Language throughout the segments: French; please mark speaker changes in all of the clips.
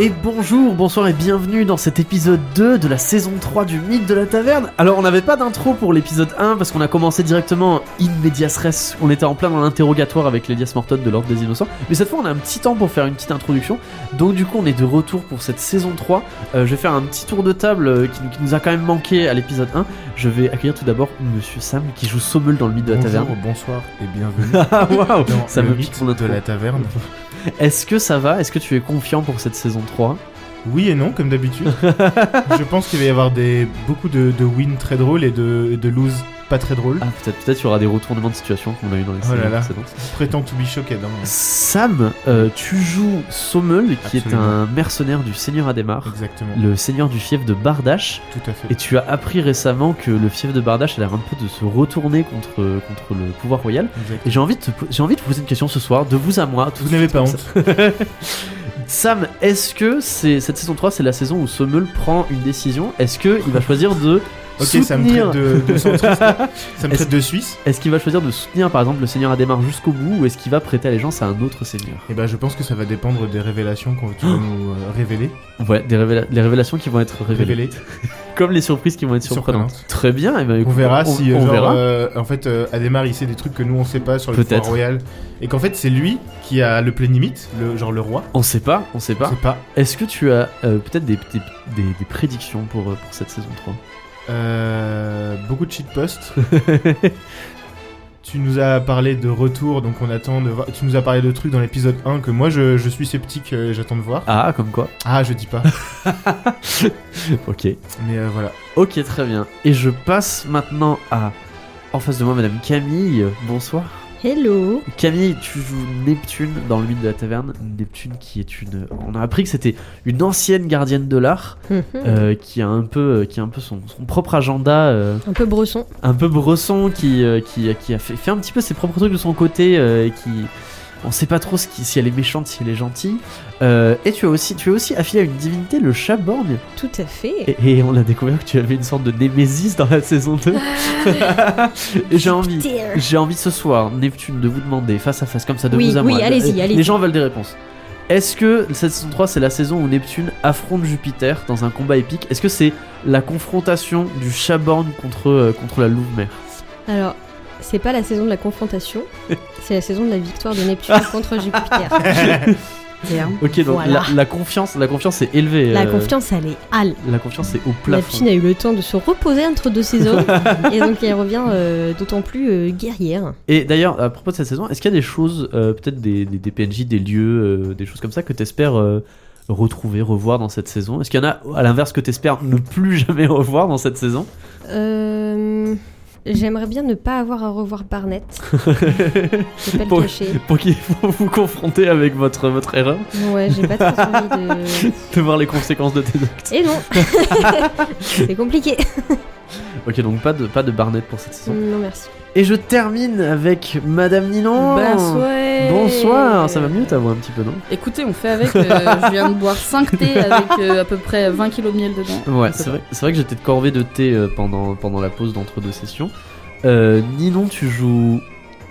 Speaker 1: Et bonjour, bonsoir et bienvenue dans cet épisode 2 de la saison 3 du mythe de la taverne. Alors on n'avait pas d'intro pour l'épisode 1 parce qu'on a commencé directement in medias res, on était en plein dans l'interrogatoire avec l'Elias Morton de l'Ordre des Innocents, mais cette fois on a un petit temps pour faire une petite introduction, donc du coup on est de retour pour cette saison 3. Euh, je vais faire un petit tour de table euh, qui, qui nous a quand même manqué à l'épisode 1. Je vais accueillir tout d'abord Monsieur Sam qui joue Sommel dans le mythe de la
Speaker 2: Bonjour,
Speaker 1: taverne.
Speaker 2: bonsoir et bienvenue
Speaker 1: Ah waouh,
Speaker 2: dans
Speaker 1: ça
Speaker 2: le
Speaker 1: me pique
Speaker 2: mythe
Speaker 1: ton
Speaker 2: de
Speaker 1: intro.
Speaker 2: la taverne.
Speaker 1: Est-ce que ça va Est-ce que tu es confiant pour cette saison 3
Speaker 2: Oui et non, comme d'habitude. je pense qu'il va y avoir des, beaucoup de, de wins très drôles et de, et de lose pas très drôles.
Speaker 1: Ah peut-être peut-être il y aura des retournements de situation qu'on a eu dans les
Speaker 2: Oh là
Speaker 1: saisons
Speaker 2: là.
Speaker 1: précédentes.
Speaker 2: Prétend to be shocked. hein.
Speaker 1: Sam, euh, tu joues Sommel, qui est
Speaker 2: Absolument.
Speaker 1: un mercenaire du Seigneur Adhémar,
Speaker 2: Exactement,
Speaker 1: le seigneur du fief de Bardache,
Speaker 2: tout à fait.
Speaker 1: et tu as appris récemment que le fief de Bardache a l'air un peu de se retourner contre, contre le pouvoir royal.
Speaker 2: Exact.
Speaker 1: Et j'ai envie, de te po- j'ai envie de vous poser une question ce soir, de vous à moi. tout
Speaker 2: Vous
Speaker 1: de
Speaker 2: n'avez
Speaker 1: suite,
Speaker 2: pas
Speaker 1: comme
Speaker 2: honte
Speaker 1: ça. Sam, est-ce que c'est, cette saison 3, c'est la saison où Sommel prend une décision Est-ce qu'il va choisir de.
Speaker 2: Ok, ça me
Speaker 1: soutenir...
Speaker 2: traite de, de centriste. ça me
Speaker 1: Est-ce-
Speaker 2: traite de Suisse.
Speaker 1: Est-ce qu'il va choisir de soutenir par exemple le seigneur Adhémar jusqu'au bout ou est-ce qu'il va prêter allégeance à un autre seigneur
Speaker 2: Et ben, je pense que ça va dépendre des révélations qu'on tu vas nous euh, révéler.
Speaker 1: Ouais, des révéla- les révélations qui vont être révélées.
Speaker 2: Révéler.
Speaker 1: Comme les surprises qui vont être surprenantes.
Speaker 2: Surprenantes.
Speaker 1: Très bien, eh ben,
Speaker 2: On
Speaker 1: écoute,
Speaker 2: verra si, euh,
Speaker 1: on
Speaker 2: genre,
Speaker 1: verra.
Speaker 2: euh, en fait, euh, Adhémar, il sait des trucs que nous on sait pas sur le
Speaker 1: Peut-être.
Speaker 2: pouvoir royal, et qu'en fait c'est lui qui a le plénimite, le genre le roi.
Speaker 1: On sait pas, on sait
Speaker 2: Je
Speaker 1: pas.
Speaker 2: sais pas.
Speaker 1: Est-ce que tu as euh, peut-être des, des, des- des prédictions pour, euh, pour cette saison 3
Speaker 2: Euh, beaucoup de shitposts. tu nous as parlé de retour, donc on attend de voir. Tu nous as parlé de trucs dans l'épisode 1 que moi je, je suis sceptique, euh, j'attends de voir.
Speaker 1: Ah, comme quoi
Speaker 2: Ah, je dis pas.
Speaker 1: Ok.
Speaker 2: Mais euh, voilà.
Speaker 1: Ok, très bien. Et je passe maintenant à... En face de moi, Madame Camille, bonsoir.
Speaker 3: Hello
Speaker 1: Camille, tu joues Neptune dans le mythe de la taverne. Neptune qui est une... On a appris que c'était une ancienne gardienne de l'art euh, qui a un peu, qui a un peu son, son propre agenda euh,
Speaker 3: Un peu bresson.
Speaker 1: un peu bresson qui, euh, qui, qui a fait, fait un petit peu ses propres trucs de son côté euh, et qui on sait pas trop ce qui, si elle est méchante, si elle est gentille. Euh, et tu as aussi, tu es aussi affilié à une divinité, le chat borgne.
Speaker 3: Tout à fait.
Speaker 1: Et, et on a découvert que tu avais une sorte de némésis dans la saison 2. et j'ai envie,
Speaker 3: Putain.
Speaker 1: j'ai envie ce soir, Neptune, de vous demander face à face comme ça de
Speaker 3: Oui,
Speaker 1: vous à
Speaker 3: oui,
Speaker 1: moi.
Speaker 3: allez-y,
Speaker 1: Les- Les
Speaker 3: allez-y.
Speaker 1: gens veulent des réponses. Est-ce que cette saison 3 c'est la saison où Neptune affronte Jupiter dans un combat épique Est-ce que c'est la confrontation du Chaborn contre, euh, contre la Louve-Mère
Speaker 3: Alors, c'est pas la saison de la confrontation, c'est la saison de la victoire de Neptune contre Jupiter. Bien.
Speaker 1: Ok, donc
Speaker 3: Voilà.
Speaker 1: la, la confiance, la confiance est élevée.
Speaker 3: La
Speaker 1: euh,
Speaker 3: confiance, elle est halle.
Speaker 1: La confiance est au plafond.
Speaker 3: Neptune a eu le temps de se reposer entre deux saisons, et donc elle revient euh, d'autant plus euh, guerrière.
Speaker 1: Et d'ailleurs, à propos de cette saison, est-ce qu'il y a des choses, euh, peut-être des, des, des PNJ, des lieux, euh, des choses comme ça que t'espères euh, retrouver, revoir dans cette saison Est-ce qu'il y en a, à l'inverse, que t'espères ne plus jamais revoir dans cette saison
Speaker 3: Euh, J'aimerais bien ne pas avoir à revoir Barnett, je vais pas
Speaker 1: Pour-
Speaker 3: le cacher.
Speaker 1: Pour qu'il faut vous confronter avec votre, votre erreur,
Speaker 3: Ouais, j'ai pas très envie de...
Speaker 1: de voir les conséquences de tes actes.
Speaker 3: Et non C'est compliqué
Speaker 1: Ok, donc pas de, pas de Barnett pour cette saison.
Speaker 3: Non, merci.
Speaker 1: Et je termine avec Madame Ninon.
Speaker 4: Bah,
Speaker 3: Oh.
Speaker 4: Bonsoir.
Speaker 1: Bonsoir, ça va mieux ta voix un petit peu, non
Speaker 4: Écoutez, on fait avec. euh, je viens de boire 5 thés avec euh, à peu près 20 kilos de miel dedans.
Speaker 1: Ouais, c'est vrai, c'est vrai que j'étais de corvée de thé euh, pendant, pendant la pause d'entre deux sessions. Euh, Ninon, tu joues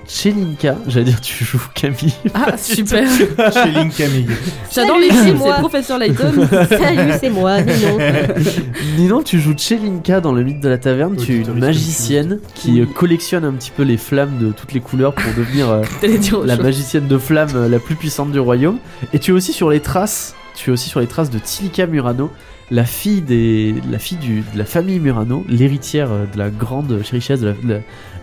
Speaker 1: Chelinka, j'allais dire tu joues Camille.
Speaker 4: Ah, super.
Speaker 2: Chez Link Camille.
Speaker 4: J'adore
Speaker 3: Salut,
Speaker 4: les
Speaker 3: c'est
Speaker 4: films,
Speaker 3: moi.
Speaker 4: c'est Professeur Layton.
Speaker 3: Salut, c'est moi, Ninon.
Speaker 1: Ninon, tu joues Chelinka dans le mythe de la taverne. tu es
Speaker 2: Auditoriste
Speaker 1: une magicienne qui euh, collectionne un petit peu les flammes de toutes les couleurs pour devenir euh,
Speaker 4: T'allais dire autre
Speaker 1: la
Speaker 4: chose.
Speaker 1: magicienne de flammes euh, la plus puissante du royaume. Et tu es aussi sur les traces. Tu es aussi sur les traces de Tilika Murano, la fille des, la fille du, de la famille Murano, l'héritière euh, de la grande richesse, de la, de la-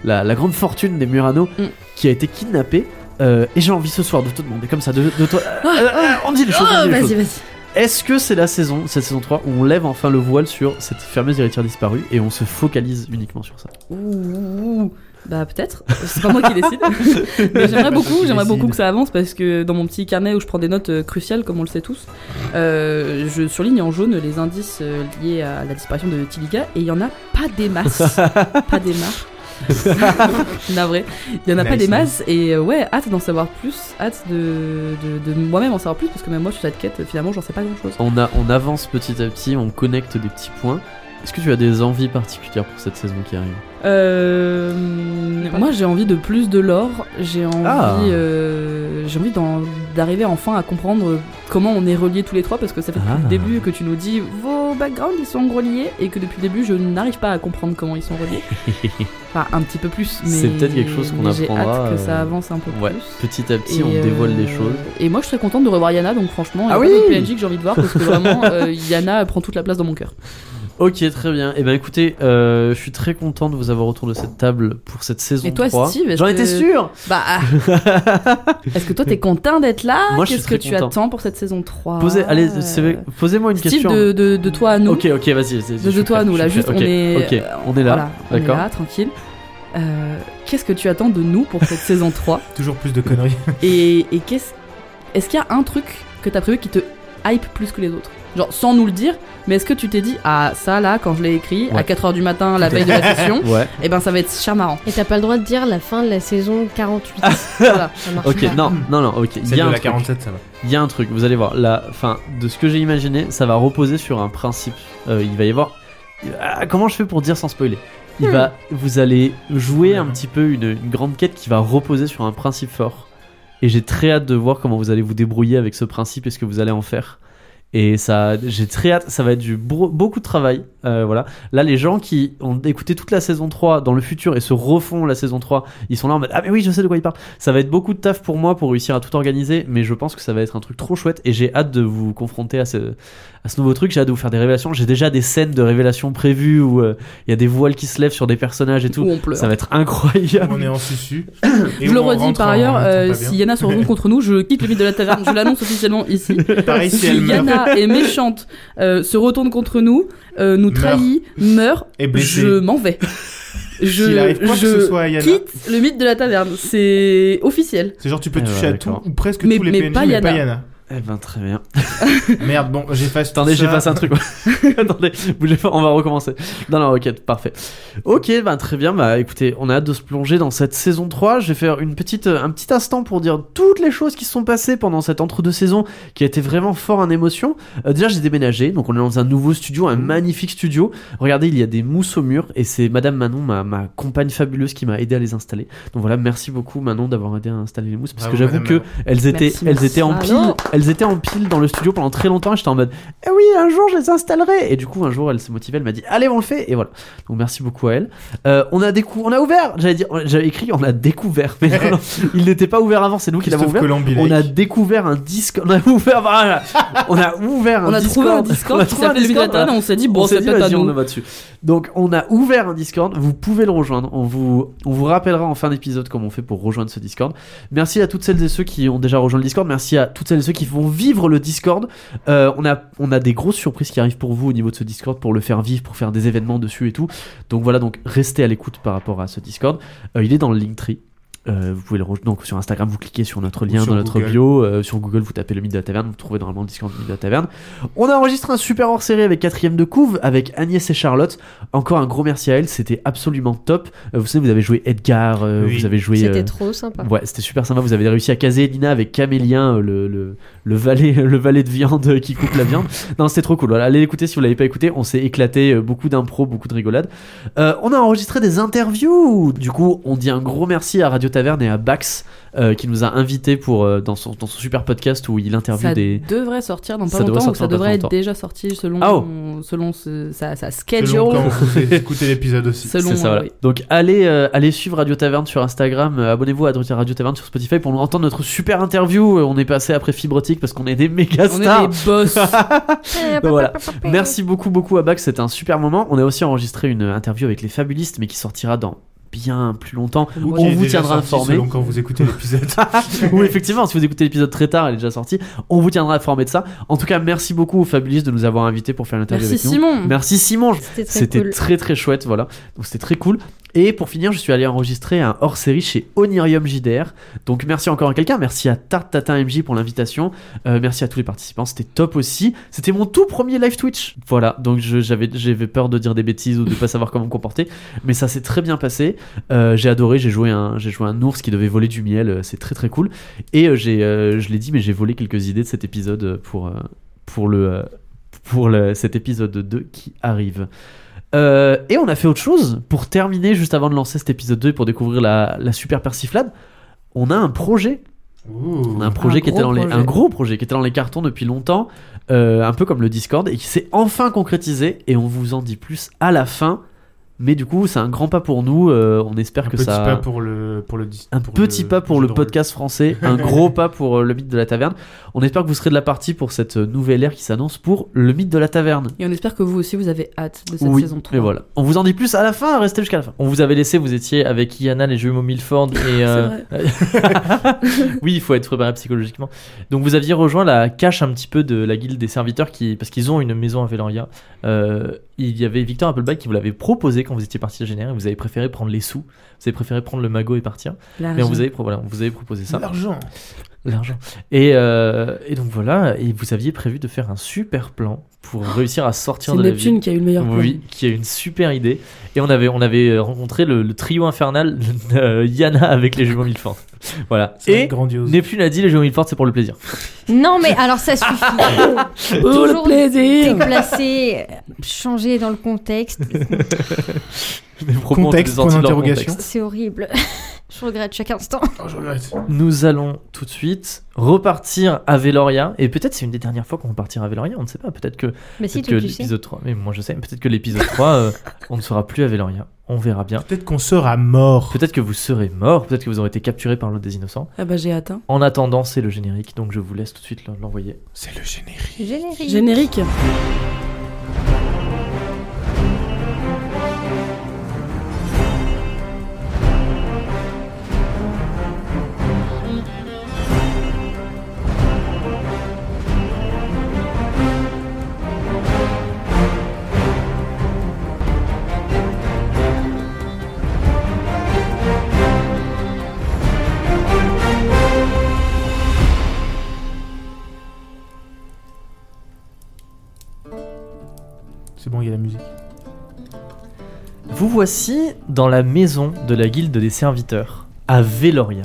Speaker 1: la- la grande fortune des Murano,
Speaker 4: Mm.
Speaker 1: qui a été kidnappée. Euh, et j'ai envie ce soir de te demander comme ça, de, de toi. euh, euh, euh, on dit les choses. on
Speaker 4: Ah, Oh,
Speaker 1: dit les choses.
Speaker 4: vas-y, vas-y.
Speaker 1: Est-ce que c'est la saison, cette saison 3, où on lève enfin le voile sur cette fameuse héritière disparue et on se focalise uniquement sur ça
Speaker 4: Ouh, ouh, ouh. Bah peut-être, c'est pas moi qui décide. Mais j'aimerais beaucoup, j'aimerais beaucoup que ça avance parce que dans mon petit carnet où je prends des notes euh, cruciales, comme on le sait tous, euh, je surligne en jaune les indices euh, liés à la disparition de Tilliga et il y en a pas des masses, pas des masses. Navré, il y en a pas
Speaker 2: Nice,
Speaker 4: des
Speaker 2: nice.
Speaker 4: masses et euh, ouais, hâte d'en savoir plus, hâte de, de, de moi-même en savoir plus parce que même moi sur cette quête, finalement, j'en sais pas grand-chose.
Speaker 1: on, a, on avance petit à petit, on connecte des petits points. Est-ce que tu as des envies particulières pour cette saison qui arrive
Speaker 4: Euh, moi j'ai envie de plus de l'or, j'ai envie,
Speaker 1: Ah.
Speaker 4: euh, j'ai envie d'en- d'arriver enfin à comprendre comment on est reliés tous les trois parce que ça fait depuis
Speaker 1: Ah.
Speaker 4: le début que tu nous dis vos backgrounds ils sont reliés et que depuis le début je n'arrive pas à comprendre comment ils sont reliés. Enfin un petit peu plus. mais-
Speaker 1: C'est peut-être quelque chose qu'on
Speaker 4: mais
Speaker 1: apprendra,
Speaker 4: J'ai hâte que
Speaker 1: euh,
Speaker 4: ça avance un peu
Speaker 1: Ouais,
Speaker 4: plus.
Speaker 1: petit à petit,
Speaker 4: Et,
Speaker 1: on
Speaker 4: euh,
Speaker 1: dévoile les choses.
Speaker 4: Et moi, je serais contente de revoir Yana, donc franchement, il y a
Speaker 1: Ah
Speaker 4: pas
Speaker 1: oui
Speaker 4: d'autres PNJ que j'ai envie de voir parce que vraiment, euh, Yana prend toute la place dans mon cœur.
Speaker 1: Ok, très bien. Et eh ben écoutez, euh, je suis très content de vous avoir autour de cette table pour cette saison
Speaker 4: Et toi,
Speaker 1: 3.
Speaker 4: Steve, est-ce
Speaker 1: J'en
Speaker 4: que-
Speaker 1: étais sûr
Speaker 4: Bah, est-ce que toi, t'es content d'être là
Speaker 1: Moi, je suis
Speaker 4: Ah, Qu'est-ce que
Speaker 1: très
Speaker 4: tu
Speaker 1: content.
Speaker 4: attends pour cette saison 3
Speaker 1: Posez, allez,
Speaker 4: Euh,
Speaker 1: c'est- posez-moi une
Speaker 4: Steve,
Speaker 1: question. hein.
Speaker 4: de, de, de toi à nous.
Speaker 1: Ok, ok, vas-y, vas-y.
Speaker 4: de, de toi à nous, là, juste, on est.
Speaker 1: Ok,
Speaker 4: euh,
Speaker 1: on est là.
Speaker 4: voilà, on est
Speaker 1: d'accord.
Speaker 4: là, tranquille. Euh, qu'est-ce que tu attends de nous pour cette saison 3
Speaker 2: Toujours plus de conneries.
Speaker 4: Et, et qu'est-ce. Est-ce qu'il y a un truc que t'as prévu qui te hype plus que les autres Genre, sans nous le dire, mais est-ce que tu t'es dit, ah, ça là, quand je l'ai écrit, à
Speaker 1: Ouais.
Speaker 4: 4h du matin, la veille de la session,
Speaker 1: Ouais.
Speaker 4: et ben ça va être charmant.
Speaker 3: Et t'as pas le droit de dire la fin de la saison 48.
Speaker 4: Voilà.
Speaker 3: Ça marche
Speaker 1: Ah. Ok,
Speaker 3: pas.
Speaker 1: non, non, non, ok. Il
Speaker 2: Celle
Speaker 1: y,
Speaker 2: de
Speaker 1: a un
Speaker 2: la
Speaker 1: truc,
Speaker 2: 47, ça va.
Speaker 1: il y a un truc, vous allez voir. La fin de ce que j'ai imaginé, ça va reposer sur un principe. Euh, il va y avoir. Ah, comment je fais pour dire sans spoiler il va, Vous allez jouer un petit peu une, une grande quête qui va reposer sur un principe fort. Et j'ai très hâte de voir comment vous allez vous débrouiller avec ce principe et ce que vous allez en faire. Et ça, j'ai très hâte, ça va être du bro- beaucoup de travail. euh, voilà. Là, les gens qui ont écouté toute la saison 3 dans le futur et se refont la saison 3, ils sont là en mode Ah, mais oui, je sais de quoi ils parlent. Ça va être beaucoup de taf pour moi pour réussir à tout organiser, mais je pense que ça va être un truc trop chouette et j'ai hâte de vous confronter à ce, à ce nouveau truc. J'ai hâte de vous faire des révélations. J'ai déjà des scènes de révélations prévues où euh, il y a des voiles qui se lèvent sur des personnages et tout.
Speaker 4: Où on pleure.
Speaker 1: Ça va être incroyable.
Speaker 2: On est en susu. et
Speaker 4: Je
Speaker 2: on
Speaker 4: le redis
Speaker 2: rentre
Speaker 4: par
Speaker 2: en-
Speaker 4: ailleurs,
Speaker 2: en étant
Speaker 4: euh,
Speaker 2: pas bien.
Speaker 4: si Yana se retourne contre nous, je quitte le mythe de la taverne. Je l'annonce officiellement ici.
Speaker 2: Pareil, si
Speaker 4: Si
Speaker 2: elle meurt,
Speaker 4: Yana est méchante, euh, se retourne contre nous, euh, nous
Speaker 2: Meurt.
Speaker 4: trahit, meurt,
Speaker 2: et blessée.
Speaker 4: je m'en vais. Je,
Speaker 2: S'il arrive quoi que
Speaker 4: je
Speaker 2: ce soit à hein. Yana.
Speaker 4: quitte le mythe de la taverne. C'est officiel.
Speaker 2: C'est genre, tu peux
Speaker 1: Ah,
Speaker 2: toucher à tout
Speaker 1: d'accord.
Speaker 2: ou presque
Speaker 4: Mais-
Speaker 2: tous les
Speaker 4: mais
Speaker 2: PNJ,
Speaker 4: pas
Speaker 2: mais pas
Speaker 4: Yana.
Speaker 2: Yana.
Speaker 1: Eh ben, très bien.
Speaker 2: Merde, bon, j'efface tout
Speaker 1: Attendez,
Speaker 2: ça.
Speaker 1: j'ai passé un truc. Attendez, bougez pas, on va recommencer. Non, non, ok, parfait. Ok, bah, très bien. Bah, écoutez, on a hâte de se plonger dans cette saison 3. Je vais faire une petite, euh, un petit instant pour dire toutes les choses qui se sont passées pendant cette entre-deux saisons qui a été vraiment fort en émotion. Euh, déjà, j'ai déménagé, donc on est dans un nouveau studio,
Speaker 2: Mmh.
Speaker 1: un magnifique studio. Regardez, il y a des mousses au mur et c'est Madame Manon, ma, ma compagne fabuleuse, qui m'a aidé à les installer. Donc voilà, merci beaucoup Manon d'avoir aidé à installer les mousses parce
Speaker 2: Bravo,
Speaker 1: que j'avoue
Speaker 2: Madame
Speaker 1: que
Speaker 2: Manon.
Speaker 1: elles étaient,
Speaker 4: Merci,
Speaker 1: elles
Speaker 4: merci.
Speaker 1: étaient en
Speaker 4: Ah
Speaker 1: pile,
Speaker 4: non.
Speaker 1: elles étaient en pile dans le studio pendant très longtemps. et J'étais en mode, eh oui, un jour je les installerai. Et du coup, un jour, elle s'est motivée, elle m'a dit, allez, on le fait. Et voilà. Donc merci beaucoup à elle. Euh, on a décou, on a ouvert. J'allais dire, j'avais écrit, on a découvert. Mais non, non, il n'était pas ouvert avant. C'est nous qui l'avons
Speaker 2: Christophe
Speaker 1: ouvert.
Speaker 2: Colombilec.
Speaker 1: On a découvert un disque. On a ouvert, voilà. on a ouvert.
Speaker 4: On a trouvé un
Speaker 1: On a
Speaker 4: Discord qui
Speaker 1: trouvé un
Speaker 4: s'appelle le mythe de la
Speaker 1: Discord,
Speaker 4: taverne. On s'est dit, bon,
Speaker 1: on s'est
Speaker 4: c'est
Speaker 1: dit,
Speaker 4: peut-être à
Speaker 1: vas-y, on
Speaker 4: nous.
Speaker 1: va dessus. Donc, on a ouvert un Discord. Vous pouvez le rejoindre. On vous, on vous rappellera en fin d'épisode comment on fait pour rejoindre ce Discord. Merci à toutes celles et ceux qui ont déjà rejoint le Discord. Merci à toutes celles et ceux qui vont vivre le Discord. Euh, on, a, on a des grosses surprises qui arrivent pour vous au niveau de ce Discord pour le faire vivre, pour faire des événements dessus et tout. Donc voilà, donc restez à l'écoute par rapport à ce Discord. Euh, il est dans le Linktree. Euh, vous pouvez le rejoindre donc sur Instagram, vous cliquez sur notre
Speaker 2: Ou
Speaker 1: lien
Speaker 2: sur
Speaker 1: dans notre
Speaker 2: Google.
Speaker 1: bio, euh, sur Google vous tapez le mythe de la taverne, vous trouvez normalement le Discord du mythe de la taverne. On a enregistré un super hors série avec quatrième de couve avec Agnès et Charlotte. Encore un gros merci à elles, c'était absolument top. Euh, vous savez, vous avez joué Edgar, euh,
Speaker 2: Oui.
Speaker 1: vous avez joué. euh,
Speaker 3: C'était trop sympa.
Speaker 1: Ouais, c'était super sympa. Vous avez réussi à caser Lina avec Camélien, euh, le, le, le, valet, le valet de viande euh, qui coupe la viande. Non, c'était trop cool. Voilà, allez l'écouter si vous l'avez pas écouté. On s'est éclaté, euh, beaucoup d'impro, beaucoup de rigolade. Euh, on a enregistré des interviews. Du coup, on dit un gros merci à Radio Taverne et à Bax euh, qui nous a invités pour, euh, dans, son, dans son super podcast où il interviewe
Speaker 4: Ça
Speaker 1: des.
Speaker 4: devrait sortir dans pas
Speaker 1: Ça devrait
Speaker 4: longtemps, ou
Speaker 1: sortir
Speaker 4: ça
Speaker 1: dans pas
Speaker 4: devrait
Speaker 1: longtemps.
Speaker 4: être déjà sorti selon,
Speaker 1: Ah
Speaker 4: selon ce- sa, sa
Speaker 2: Selon
Speaker 4: schedule.
Speaker 2: quand vous écoutez l'épisode aussi.
Speaker 4: Selon-
Speaker 1: C'est ça,
Speaker 4: euh,
Speaker 1: voilà.
Speaker 4: oui.
Speaker 1: Donc allez, euh, allez suivre Radio Taverne sur Instagram, euh, abonnez-vous à Radio Taverne sur Spotify pour nous entendre notre super interview. Euh, On est passé après Fibrotique parce qu'on est des méga
Speaker 4: On
Speaker 1: stars.
Speaker 4: est des boss.
Speaker 1: Donc voilà. Merci beaucoup, beaucoup à Bac, c'était un super moment. On a aussi enregistré une interview avec les fabulistes, mais qui sortira dans bien plus longtemps.
Speaker 2: Ou
Speaker 1: on
Speaker 2: qui est
Speaker 1: vous
Speaker 2: déjà
Speaker 1: tiendra
Speaker 2: sorti
Speaker 1: informé.
Speaker 2: Selon quand vous écoutez l'épisode.
Speaker 1: Ou effectivement, si vous écoutez l'épisode très tard, elle est déjà sortie. On vous tiendra informé de ça. En tout cas, merci beaucoup aux fabulistes de nous avoir invités pour faire l'interview
Speaker 4: Merci
Speaker 1: avec nous.
Speaker 4: Simon.
Speaker 1: Merci Simon, je-
Speaker 3: C'était très
Speaker 1: c'était
Speaker 3: cool.
Speaker 1: très très chouette, voilà. Donc c'était très cool. Et pour finir, je suis allé enregistrer un hors série chez Onirium JDR. Donc merci encore à quelqu'un, merci à Tarte Tatin MJ pour l'invitation, Euh, merci à tous les participants, c'était top aussi. C'était mon tout premier live Twitch. Voilà, donc je- j'avais j'avais peur de dire des bêtises ou de pas savoir comment me comporter, mais ça s'est très bien passé. Euh, j'ai adoré, j'ai joué un j'ai joué un ours qui devait voler du miel, euh, c'est très très cool. Et euh, j'ai euh, je l'ai dit, mais j'ai volé quelques idées de cet épisode euh, pour euh, pour le euh, pour le- cet épisode 2 qui arrive. Euh, et on a fait autre chose pour terminer juste avant de lancer cet épisode 2 et pour découvrir la, la super persiflade. On a un projet
Speaker 2: Ouh.
Speaker 5: On a un projet
Speaker 4: Un
Speaker 5: qui était
Speaker 4: gros
Speaker 5: dans les,
Speaker 4: projet.
Speaker 5: un gros projet qui était dans les cartons depuis longtemps, euh, un peu comme le Discord, et qui s'est enfin concrétisé. Et on vous en dit plus à la fin. Mais du coup, c'est un grand pas pour nous. euh, on espère
Speaker 2: Un
Speaker 5: que
Speaker 2: petit
Speaker 5: ça.
Speaker 2: pas pour le pour le dis-
Speaker 5: Un
Speaker 2: pour
Speaker 5: petit pas pour
Speaker 2: jeu
Speaker 5: le
Speaker 2: de rôle.
Speaker 5: podcast français, un gros pas pour euh, le mythe de la taverne. On espère que vous serez de la partie pour cette euh, nouvelle ère qui s'annonce pour le mythe de la taverne.
Speaker 4: Et on espère que vous aussi vous avez hâte de cette
Speaker 5: oui,
Speaker 4: saison 3.
Speaker 5: mais voilà. On vous en dit plus à la fin, restez jusqu'à la fin.
Speaker 1: On vous avait laissé, vous étiez avec Iana, les jeux mots Milford et. euh, oui, il faut être préparé psychologiquement. Donc vous aviez rejoint la cache un petit peu de la guilde des serviteurs qui, parce qu'ils ont une maison à Veloria. Euh, il y avait Victor Appleby qui vous l'avait proposé quand vous étiez parti à Génère et vous avez préféré prendre les sous. Vous avez préféré prendre le magot et partir. Mais on vous avait, pro- voilà, on vous avait proposé ça.
Speaker 2: L'argent.
Speaker 1: L'argent. Et, euh, et donc voilà, et vous aviez prévu de faire un super plan pour réussir à sortir
Speaker 4: C'est
Speaker 1: de la ville.
Speaker 4: Neptune qui a eu le meilleur plan.
Speaker 1: Oui, qui a une super idée. Et on avait, on avait rencontré le, le trio infernal euh, Yana avec les jumeaux Milford. Voilà.
Speaker 2: Ça va
Speaker 1: Et
Speaker 2: être grandiose.
Speaker 1: Neptune a dit les jumeaux Milford, c'est pour le plaisir.
Speaker 3: Non, mais alors ça suffit.
Speaker 1: Ah.
Speaker 4: Oh le
Speaker 3: Toujours
Speaker 4: plaisir
Speaker 3: Déplacer, changer dans le contexte,
Speaker 1: Mes propos ont
Speaker 2: Contexte,
Speaker 1: été sortis
Speaker 2: point
Speaker 1: de leur
Speaker 2: d'interrogation.
Speaker 1: contexte.
Speaker 3: c'est horrible. Je regrette chaque instant.
Speaker 2: Oh, je regrette.
Speaker 1: Nous allons tout de suite repartir à Veloria. Et peut-être c'est une des dernières fois qu'on repartira à Veloria. On ne sait pas. Peut-être que,
Speaker 3: Mais
Speaker 1: peut
Speaker 3: si,
Speaker 1: que
Speaker 3: toi, tu sais.
Speaker 1: l'épisode 3. Mais moi je sais. Peut-être que l'épisode 3, euh, on ne sera plus à Veloria. On verra bien.
Speaker 2: Peut-être qu'on sort à mort.
Speaker 1: Peut-être que vous serez mort. Peut-être que vous aurez été capturé par l'un des innocents.
Speaker 4: Ah bah j'ai atteint.
Speaker 1: En attendant, c'est le générique. Donc je vous laisse tout de suite l'envoyer.
Speaker 2: C'est le générique.
Speaker 3: Générique.
Speaker 4: Générique.
Speaker 2: C'est bon, il y a la musique.
Speaker 1: Vous voici dans la maison de la guilde des serviteurs, à Veloria.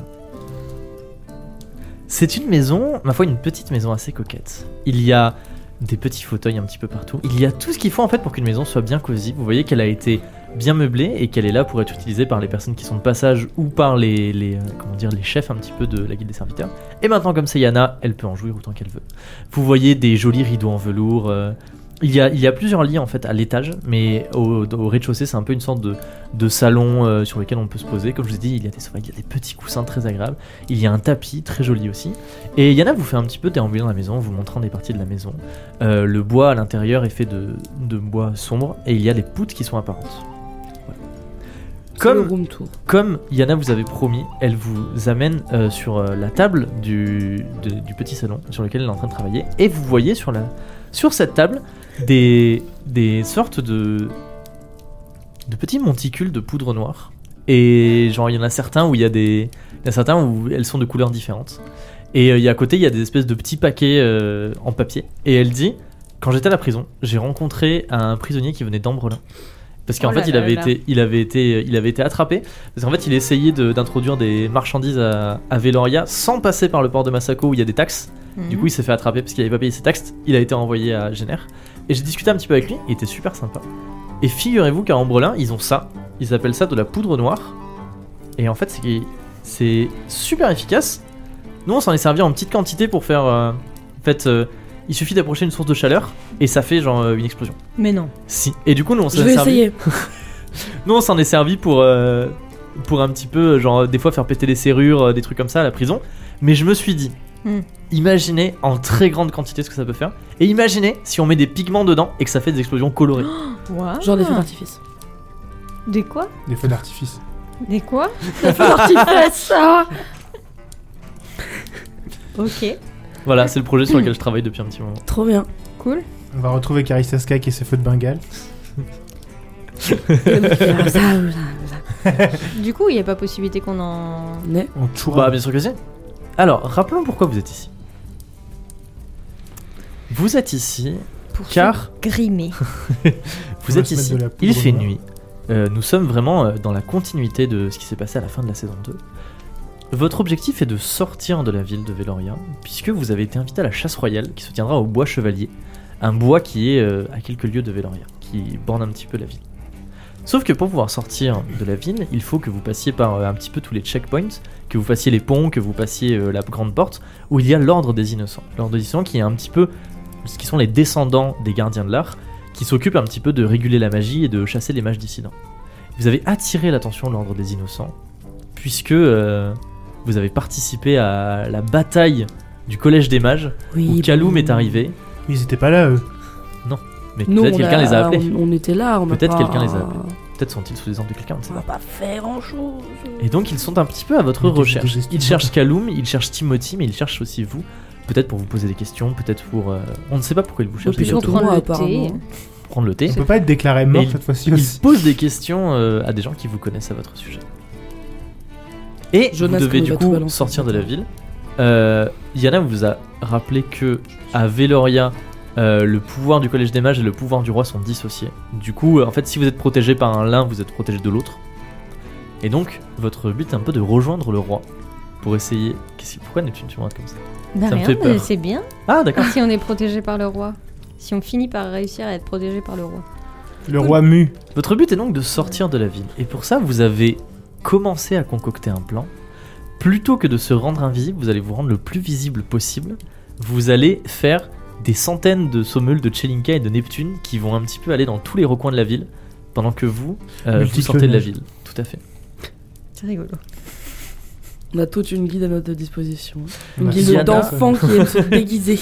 Speaker 1: C'est une maison, ma foi, une petite maison assez coquette. Il y a des petits fauteuils un petit peu partout. Il y a tout ce qu'il faut en fait pour qu'une maison soit bien cosy. Vous voyez qu'elle a été bien meublée et qu'elle est là pour être utilisée par les personnes qui sont de passage ou par les, les, euh, comment dire, les chefs un petit peu de la guilde des serviteurs. Et maintenant, comme c'est Yana, elle peut en jouir autant qu'elle veut. Vous voyez des jolis rideaux en velours. euh, il y, a, il y a plusieurs lits en fait à l'étage, mais au, au rez-de-chaussée c'est un peu une sorte de, de salon euh, sur lequel on peut se poser. Comme je vous ai dit, il y a des sofas, il y a des petits coussins très agréables, il y a un tapis très joli aussi. Et Yana vous fait un petit peu déambuler dans la maison, en vous montrant des parties de la maison. Euh, le bois à l'intérieur est fait de, de bois sombre et il y a des poutres qui sont apparentes. Voilà.
Speaker 4: Comme
Speaker 1: Comme
Speaker 4: le room tour.
Speaker 1: comme Yana vous avait promis, elle vous amène euh, sur euh, la table du, de- du petit salon sur lequel elle est en train de travailler. Et vous voyez sur, la, sur cette table des, des sortes de, de petits monticules de poudre noire. Et genre, il y en a certains où il y a des. il y en a certains où elles sont de couleurs différentes. Et euh, il y a à côté, il y a des espèces de petits paquets euh, en papier. Et elle dit Quand j'étais à la prison, j'ai rencontré un prisonnier qui venait d'Ambrelin. Parce qu'en
Speaker 3: Oh là
Speaker 1: fait, il
Speaker 3: là
Speaker 1: avait,
Speaker 3: là.
Speaker 1: été, il, avait été, il avait été attrapé. Parce qu'en fait, il essayait de- d'introduire des marchandises à, à Veloria sans passer par le port de Masako où il y a des taxes.
Speaker 3: Mmh.
Speaker 1: Du coup, il s'est fait attraper parce qu'il avait pas payé ses taxes. Il a été envoyé à Génère. Et j'ai discuté un petit peu avec lui. Il était super sympa. Et figurez-vous qu'à Ambrelin, ils ont ça. Ils appellent ça de la poudre noire. Et en fait, c'est- c'est super efficace. Nous, on s'en est servi en petite quantité pour faire. euh, En fait, euh, il suffit d'approcher une source de chaleur et ça fait genre euh, une explosion.
Speaker 3: Mais non.
Speaker 1: Si. Et du coup, nous, on
Speaker 4: Je
Speaker 1: s'en est
Speaker 4: vais
Speaker 1: servi.
Speaker 4: essayer.
Speaker 1: Nous, on s'en est servi pour, euh, pour un petit peu, euh, genre, des fois faire péter des serrures, euh, des trucs comme ça à la prison. Mais je me suis dit,
Speaker 3: Hmm.
Speaker 1: imaginez en très grande quantité ce que ça peut faire. Et imaginez si on met des pigments dedans et que ça fait des explosions colorées.
Speaker 3: Ah.
Speaker 4: Genre des feux d'artifice.
Speaker 3: Des quoi
Speaker 2: Des feux d'artifice.
Speaker 3: Des quoi
Speaker 4: Des feux d'artifice ça
Speaker 3: Ok,
Speaker 1: voilà, c'est le projet sur lequel je travaille depuis un petit moment.
Speaker 4: Trop bien.
Speaker 3: cool.
Speaker 2: On va retrouver Karistaska et ses feux de Bengale.
Speaker 3: Du coup, il n'y a pas possibilité qu'on en.
Speaker 4: Mais
Speaker 2: On tourne.
Speaker 1: Bah, bien sûr que si. Alors, rappelons pourquoi vous êtes ici. Vous êtes ici
Speaker 3: Pour se
Speaker 1: car
Speaker 3: grimer.
Speaker 1: vous
Speaker 2: On va
Speaker 1: êtes
Speaker 2: se mettre
Speaker 1: ici.
Speaker 2: de la poudre
Speaker 1: Il fait
Speaker 2: noire.
Speaker 1: nuit. Euh, nous sommes vraiment euh, dans la continuité de ce qui s'est passé à la fin de la saison 2. Votre objectif est de sortir de la ville de Veloria, puisque vous avez été invité à la chasse royale qui se tiendra au bois chevalier, un bois qui est euh, à quelques lieues de Veloria, qui borne un petit peu la ville. Sauf que pour pouvoir sortir de la ville, il faut que vous passiez par euh, un petit peu tous les checkpoints, que vous fassiez les ponts, que vous passiez euh, la grande porte, où il y a l'ordre des innocents. L'ordre des innocents qui est un petit peu ce qui sont les descendants des gardiens de l'art, qui s'occupent un petit peu de réguler la magie et de chasser les mages dissidents. Vous avez attiré l'attention de l'ordre des innocents, puisque euh, vous avez participé à la bataille du collège des mages, où Kaloum est arrivé,
Speaker 2: Ils étaient pas là, eux.
Speaker 1: mais
Speaker 4: Nous,
Speaker 1: peut-être
Speaker 4: on
Speaker 1: quelqu'un
Speaker 4: a-
Speaker 1: les a appelés.
Speaker 4: On, on était là. on a
Speaker 1: Peut-être
Speaker 4: pas-
Speaker 1: quelqu'un les a appelés. Peut-être sont-ils sous les ordres de quelqu'un, on ne sait pas.
Speaker 4: On va pas faire grand chose.
Speaker 1: Et donc ils sont un petit peu à votre
Speaker 2: Mais qu'est-ce que
Speaker 1: recherche.
Speaker 2: c'est, ce
Speaker 1: Ils
Speaker 2: type
Speaker 1: cherchent Kaloum, ils cherchent Timothy, mais ils cherchent aussi vous. Peut-être pour vous poser des questions, peut-être pour... euh, On ne sait pas pourquoi ils vous cherchent,
Speaker 4: Puis
Speaker 1: ils
Speaker 4: surtout
Speaker 1: doivent
Speaker 3: prendre
Speaker 4: moi,
Speaker 3: le thé.
Speaker 4: apparemment.
Speaker 1: prendre le thé.
Speaker 2: On peut pas être déclaré mort
Speaker 1: Et il-
Speaker 2: cette fois-ci aussi.
Speaker 1: Ils posent des questions euh, à des gens qui vous connaissent à votre sujet. Et
Speaker 4: Jonas,
Speaker 1: vous devez
Speaker 4: qu'on
Speaker 1: du
Speaker 4: va tout
Speaker 1: coup
Speaker 4: balancer.
Speaker 1: sortir de la ville. Euh, Yana vous a rappelé que à Veloria, euh, le pouvoir du Collège des Mages et le pouvoir du roi sont dissociés. Du coup, euh, en fait, si vous êtes protégé par un l'un, vous êtes protégé de l'autre. Et donc, votre but est un peu de rejoindre le roi pour essayer. Qu'est-ce que- Pourquoi Neptune, tu me regardes comme ça
Speaker 3: Bah
Speaker 1: Ça me
Speaker 3: rien,
Speaker 1: fait peur.
Speaker 3: mais c'est bien.
Speaker 1: Ah, d'accord.
Speaker 3: Si on est protégé par le roi. Si on finit par réussir à être protégé par le roi.
Speaker 2: Le roi mu.
Speaker 1: Votre but est donc de sortir de la ville. Et pour ça, vous avez commencé à concocter un plan. Plutôt que de se rendre invisible, vous allez vous rendre le plus visible possible. Vous allez faire des centaines de sommeul de Chelinka et de Neptune qui vont un petit peu aller dans tous les recoins de la ville pendant que vous, euh, vous
Speaker 2: Multiclonage.
Speaker 1: sortez de la ville. Tout à fait.
Speaker 3: C'est rigolo.
Speaker 4: On a toute une guide à notre disposition. Une
Speaker 2: Bah,
Speaker 1: Guilde
Speaker 4: guide
Speaker 1: Diana.
Speaker 4: d'enfants qui aiment se déguiser.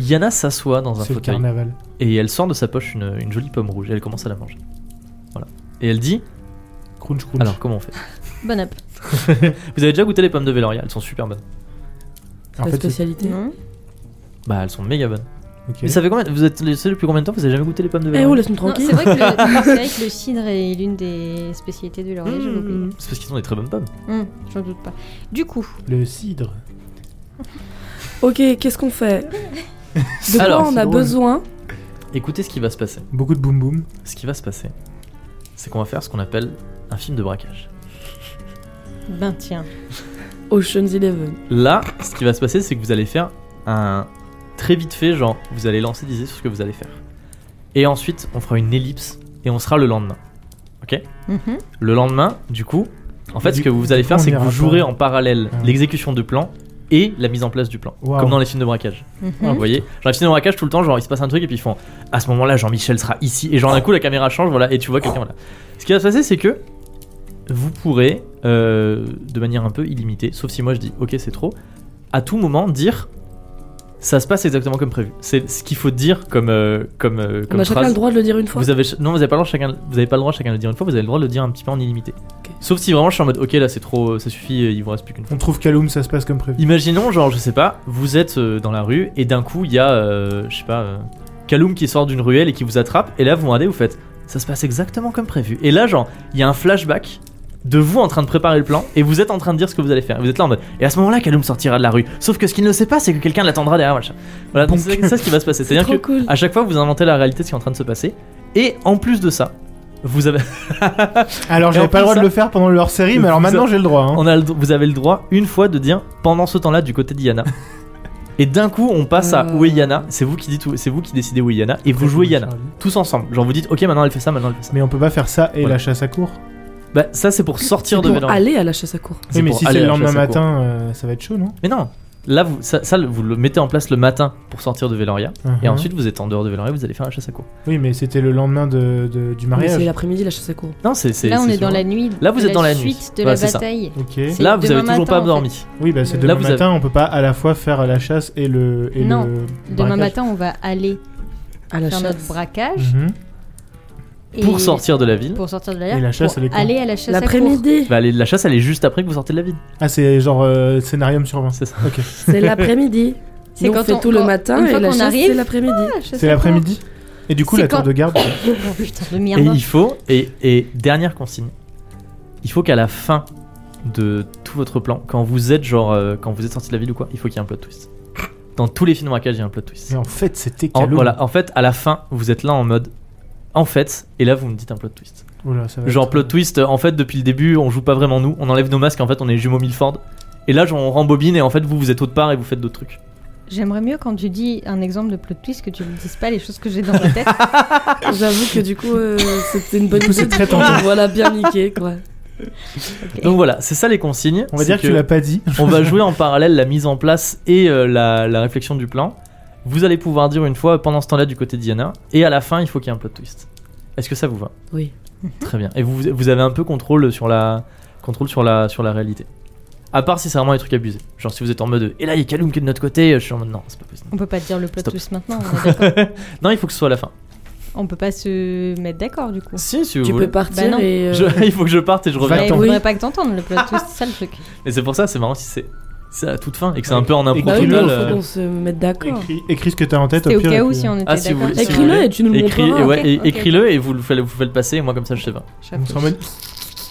Speaker 1: Yana s'assoit dans un
Speaker 2: C'est le
Speaker 1: fauteuil
Speaker 2: carnaval.
Speaker 1: et elle sort de sa poche une, une jolie pomme rouge et elle commence à la manger. Voilà. Et elle dit
Speaker 2: Crunch, crunch.
Speaker 1: Alors, comment on fait
Speaker 3: Bon app.
Speaker 1: Vous avez déjà goûté les pommes de Veloria Elles sont super bonnes.
Speaker 2: en fait,
Speaker 4: La
Speaker 2: c'est-
Speaker 4: spécialité.
Speaker 1: Bah, elles sont méga bonnes.
Speaker 2: ok.
Speaker 1: Mais ça fait combien Vous êtes laissé depuis combien de temps Vous avez jamais goûté les pommes de
Speaker 4: Eh
Speaker 1: Véloria
Speaker 4: oh, laisse-nous
Speaker 3: Non,
Speaker 4: tranquille.
Speaker 3: c'est vrai, que le- c'est vrai que le cidre est l'une des spécialités
Speaker 2: Ah
Speaker 3: de l'oreille, je l'ai
Speaker 4: Hmm.
Speaker 3: oublié.
Speaker 1: C'est parce qu'ils sont des très bonnes pommes.
Speaker 3: Hum, J'en doute pas. Du coup,
Speaker 2: Le cidre.
Speaker 4: Ok, qu'est-ce qu'on fait De quoi
Speaker 1: Alors,
Speaker 4: on
Speaker 2: c'est
Speaker 4: a
Speaker 2: drôle.
Speaker 4: besoin
Speaker 1: Écoutez ce qui va se passer.
Speaker 2: Beaucoup de boum boum.
Speaker 1: Ce qui va se passer, c'est qu'on va faire ce qu'on appelle un film de braquage.
Speaker 3: ben tiens.
Speaker 4: Ocean's Eleven.
Speaker 1: Là, ce qui va se passer, c'est que vous allez faire un très vite fait, genre vous allez lancer des idées sur ce que vous allez faire. Et ensuite, on fera une ellipse et on sera le lendemain.
Speaker 3: Mhm.
Speaker 1: Le lendemain, du coup, en fait,
Speaker 2: Du-
Speaker 1: ce que vous
Speaker 2: du
Speaker 1: allez
Speaker 2: coup,
Speaker 1: faire,
Speaker 2: on
Speaker 1: c'est que vous
Speaker 2: ira
Speaker 1: jouerez
Speaker 2: pas.
Speaker 1: en parallèle
Speaker 2: Ah.
Speaker 1: l'exécution de plan et la mise en place du plan,
Speaker 2: Waouh.
Speaker 1: comme dans les films de braquage.
Speaker 3: Mhm.
Speaker 1: Vous voyez Genre, les films de braquage, tout le temps, genre, il se passe un truc et puis ils font à ce moment-là, Jean-Michel sera ici. Et genre, d'un coup, la caméra change, voilà, et tu vois quelqu'un, voilà. Ce qui va se passer, c'est que vous pourrez, euh, de manière un peu illimitée, sauf si moi je dis ok, c'est trop, à tout moment dire ça se passe exactement comme prévu. C'est ce qu'il faut dire comme, euh, comme, euh,
Speaker 4: On
Speaker 1: comme
Speaker 4: a chacun Bah, le
Speaker 1: phrase.
Speaker 4: droit de le dire une fois.
Speaker 1: Vous avez, ch- non, vous avez pas le droit chacun, vous avez pas le droit chacun de le dire une fois, vous avez le droit de le dire un petit peu en illimité.
Speaker 4: Ok.
Speaker 1: Sauf si vraiment je suis en mode ok, là c'est trop, ça suffit, il vous reste plus qu'une fois.
Speaker 2: On trouve Kaloum, ça se passe comme prévu.
Speaker 1: Imaginons, genre, je sais pas, vous êtes euh, dans la rue et d'un coup, il y a, euh, je sais pas, euh, Kaloum qui sort d'une ruelle et qui vous attrape. Et là, vous regardez, vous faites, ça se passe exactement comme prévu. Et là, genre, il y a un flashback de vous en train de préparer le plan et vous êtes en train de dire ce que vous allez faire. Vous êtes là en mode, et à ce moment-là, Kaloum sortira de la rue. Sauf que ce qu'il ne sait pas, c'est que quelqu'un l'attendra derrière, machin. Voilà, donc
Speaker 2: Bonk.
Speaker 1: c'est ça ce qui va se passer.
Speaker 4: C'est
Speaker 1: C'est-à-dire
Speaker 4: trop
Speaker 1: que
Speaker 4: cool.
Speaker 1: à chaque fois, vous inventez la réalité de ce qui est en train de se passer. Et en plus de ça, vous avez.
Speaker 2: Alors,
Speaker 1: Et
Speaker 2: j'avais
Speaker 1: en
Speaker 2: pas
Speaker 1: plus,
Speaker 2: le droit
Speaker 1: ça-
Speaker 2: de le faire pendant leur série, mais alors
Speaker 1: Vous
Speaker 2: maintenant
Speaker 1: a-
Speaker 2: j'ai le droit. hein.
Speaker 1: On a le dro- vous avez le droit une fois de dire pendant ce temps-là du côté d'Yana. Et d'un coup, on passe à
Speaker 4: Euh.
Speaker 1: où est Yana C'est vous qui dites où- c'est vous qui décidez où est Yana et vous jouez Yana tous ensemble. Genre vous dites OK, maintenant elle fait ça, maintenant elle fait ça.
Speaker 2: Mais on peut pas faire ça et
Speaker 1: Ouais.
Speaker 2: la chasse à court.
Speaker 1: Bah ça c'est pour
Speaker 4: C'est
Speaker 1: sortir de
Speaker 4: pour
Speaker 1: Véloria.
Speaker 4: aller à la chasse à cour.
Speaker 1: C'est
Speaker 2: Oui, mais
Speaker 1: pour
Speaker 2: si
Speaker 1: aller
Speaker 2: c'est le
Speaker 1: à la
Speaker 2: lendemain
Speaker 1: chasse à cour.
Speaker 2: matin, euh, ça va être chaud, non
Speaker 1: Mais non. Là vous ça, ça, vous le mettez en place le matin pour sortir de Veloria et
Speaker 2: Uh-huh.
Speaker 1: ensuite vous êtes en dehors de Veloria, vous allez faire la chasse à cour.
Speaker 2: Oui, mais c'était le lendemain de, de- du
Speaker 4: Mais C'est
Speaker 2: mariage.
Speaker 4: l'après-midi la chasse à cour.
Speaker 1: Non, c'est c'est
Speaker 3: Là, on
Speaker 1: c'est
Speaker 3: est dans
Speaker 1: souvent-
Speaker 3: la nuit.
Speaker 1: Là, vous
Speaker 3: de
Speaker 1: êtes dans la nuit.
Speaker 3: suite de
Speaker 1: Voilà, c'est
Speaker 3: la
Speaker 1: ça.
Speaker 3: bataille.
Speaker 2: Ok.
Speaker 3: C'est
Speaker 1: Là, vous avez
Speaker 3: demain
Speaker 1: toujours pas
Speaker 3: matin, en
Speaker 1: dormi.
Speaker 2: Oui, bah c'est
Speaker 1: Là,
Speaker 2: demain
Speaker 1: vous
Speaker 2: matin, on peut pas à la fois faire la chasse et le. Et
Speaker 3: Non,
Speaker 2: le
Speaker 3: Demain
Speaker 2: braquage.
Speaker 3: matin, on va aller
Speaker 4: À la
Speaker 3: faire notre
Speaker 4: chasse.
Speaker 3: braquage.
Speaker 2: Mhm.
Speaker 3: et-
Speaker 1: Mmh. Pour sortir de la ville.
Speaker 3: Pour sortir de
Speaker 2: Et
Speaker 3: la
Speaker 2: la chasse, elle est
Speaker 3: pour
Speaker 2: quand
Speaker 3: aller à la chasse à court.
Speaker 4: L'après-midi.
Speaker 1: Bah, les- la chasse elle est juste après que vous sortez de la ville.
Speaker 2: Ah, c'est genre euh, scénarium sur 20.
Speaker 1: C'est ça.
Speaker 2: Ok.
Speaker 4: C'est l'après-midi.
Speaker 3: C'est
Speaker 4: Nous, on
Speaker 3: quand
Speaker 4: fait
Speaker 3: on-
Speaker 4: tout le
Speaker 3: quand-
Speaker 4: matin
Speaker 3: une
Speaker 4: et
Speaker 3: fois
Speaker 4: la
Speaker 3: qu'on
Speaker 4: chasse
Speaker 3: arrive,
Speaker 4: c'est l'après-midi.
Speaker 3: Ah, chasse
Speaker 2: C'est
Speaker 3: à court.
Speaker 2: l'après-midi Et du coup,
Speaker 3: C'est
Speaker 2: la tour
Speaker 3: quand-
Speaker 2: de garde.
Speaker 3: Oh putain de
Speaker 1: Et
Speaker 3: merde.
Speaker 1: il faut, et, et dernière consigne, il faut qu'à la fin de tout votre plan, quand vous êtes genre, euh, quand vous êtes sorti de la ville ou quoi, il faut qu'il y ait un plot twist. Dans tous les films de braquage, il y a un plot twist.
Speaker 2: Mais en fait, c'était
Speaker 1: En,
Speaker 2: Kaloum.
Speaker 1: voilà, en fait, à la fin, vous êtes là en mode, en fait, et là vous me dites un plot twist.
Speaker 2: Oula, ça va
Speaker 1: Genre
Speaker 2: être-
Speaker 1: plot twist, euh, en fait, depuis le début, on joue pas vraiment nous, on enlève nos masques, en fait, on est jumeaux Milford. Et là, genre, on rembobine et en fait, vous vous êtes autre part et vous faites d'autres trucs.
Speaker 3: J'aimerais mieux quand tu dis un exemple de plot twist que tu ne dises pas les choses que j'ai dans ma tête. Ah.
Speaker 4: J'avoue que du coup, euh, c'était une bonne
Speaker 2: Du coup, c'est
Speaker 4: idée.
Speaker 2: très tentant.
Speaker 4: Voilà, bien niqué, quoi.
Speaker 1: Donc voilà, c'est ça les consignes.
Speaker 2: euh, On va
Speaker 1: C'est
Speaker 2: dire que, tu l'as pas dit.
Speaker 1: on va jouer en parallèle la mise en place et euh, la, la réflexion du plan. Vous allez pouvoir dire une fois pendant ce temps-là du côté de Diana, et à la fin, il faut qu'il y ait un plot twist. Est-ce que ça vous va
Speaker 4: Oui.
Speaker 1: Très bien. Et vous, vous avez un peu contrôle sur la, contrôle sur la, sur la réalité. À part si c'est vraiment des trucs abusés. Genre si vous êtes en mode et là il y a Kaloum qui est de notre côté, je suis en mode non, c'est pas possible.
Speaker 3: On peut pas dire le plot
Speaker 1: Stop.
Speaker 3: twist maintenant. On, est d'accord.
Speaker 1: non, il faut que ce soit à la fin.
Speaker 3: on peut pas se mettre d'accord du coup.
Speaker 1: Si, si vous
Speaker 4: Tu
Speaker 1: voulez.
Speaker 4: peux partir
Speaker 3: Bah non.
Speaker 4: et. euh,
Speaker 1: Je- il faut que je parte et je reviens.
Speaker 3: Mais il
Speaker 2: Attends.
Speaker 3: faudrait pas que t'entendes le plot twist, c'est ça le truc.
Speaker 1: Et c'est pour ça, c'est marrant si c'est c'est à toute fin et que c'est un
Speaker 2: Ouais.
Speaker 1: peu en impro.
Speaker 4: Bah oui,
Speaker 2: Écris-le,
Speaker 4: mais
Speaker 1: final,
Speaker 4: il
Speaker 1: euh,
Speaker 4: faut qu'on se mette d'accord.
Speaker 2: Écris, écris ce que t'as en tête.
Speaker 3: C'était au
Speaker 2: pire, et
Speaker 3: cas où
Speaker 2: puis,
Speaker 3: si on
Speaker 2: euh,
Speaker 3: était
Speaker 1: Ah, si vous
Speaker 3: d'accord.
Speaker 1: voulez, si vous
Speaker 4: Écris-le et tu nous le
Speaker 1: Écris,
Speaker 4: montreras.
Speaker 1: et ouais,
Speaker 3: ok,
Speaker 1: et-
Speaker 3: ok.
Speaker 1: écris-le et vous le, faites- vous faites le passer et moi comme ça je sais pas.
Speaker 2: on s'en mêle.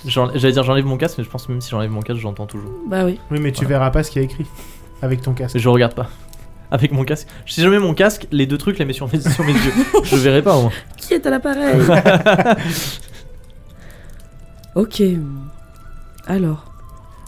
Speaker 1: J'en- J'allais dire j'enlève mon casque mais je pense que même si j'enlève mon casque j'entends toujours.
Speaker 4: Bah oui.
Speaker 2: Oui, mais tu verras pas ce qu'il y a écrit avec ton casque.
Speaker 1: Je regarde pas. Avec mon casque. Si jamais mon casque, les deux trucs les mets sur mes, sur mes yeux. Je verrai pas au moins.
Speaker 4: Qui est à l'appareil Ok. Alors.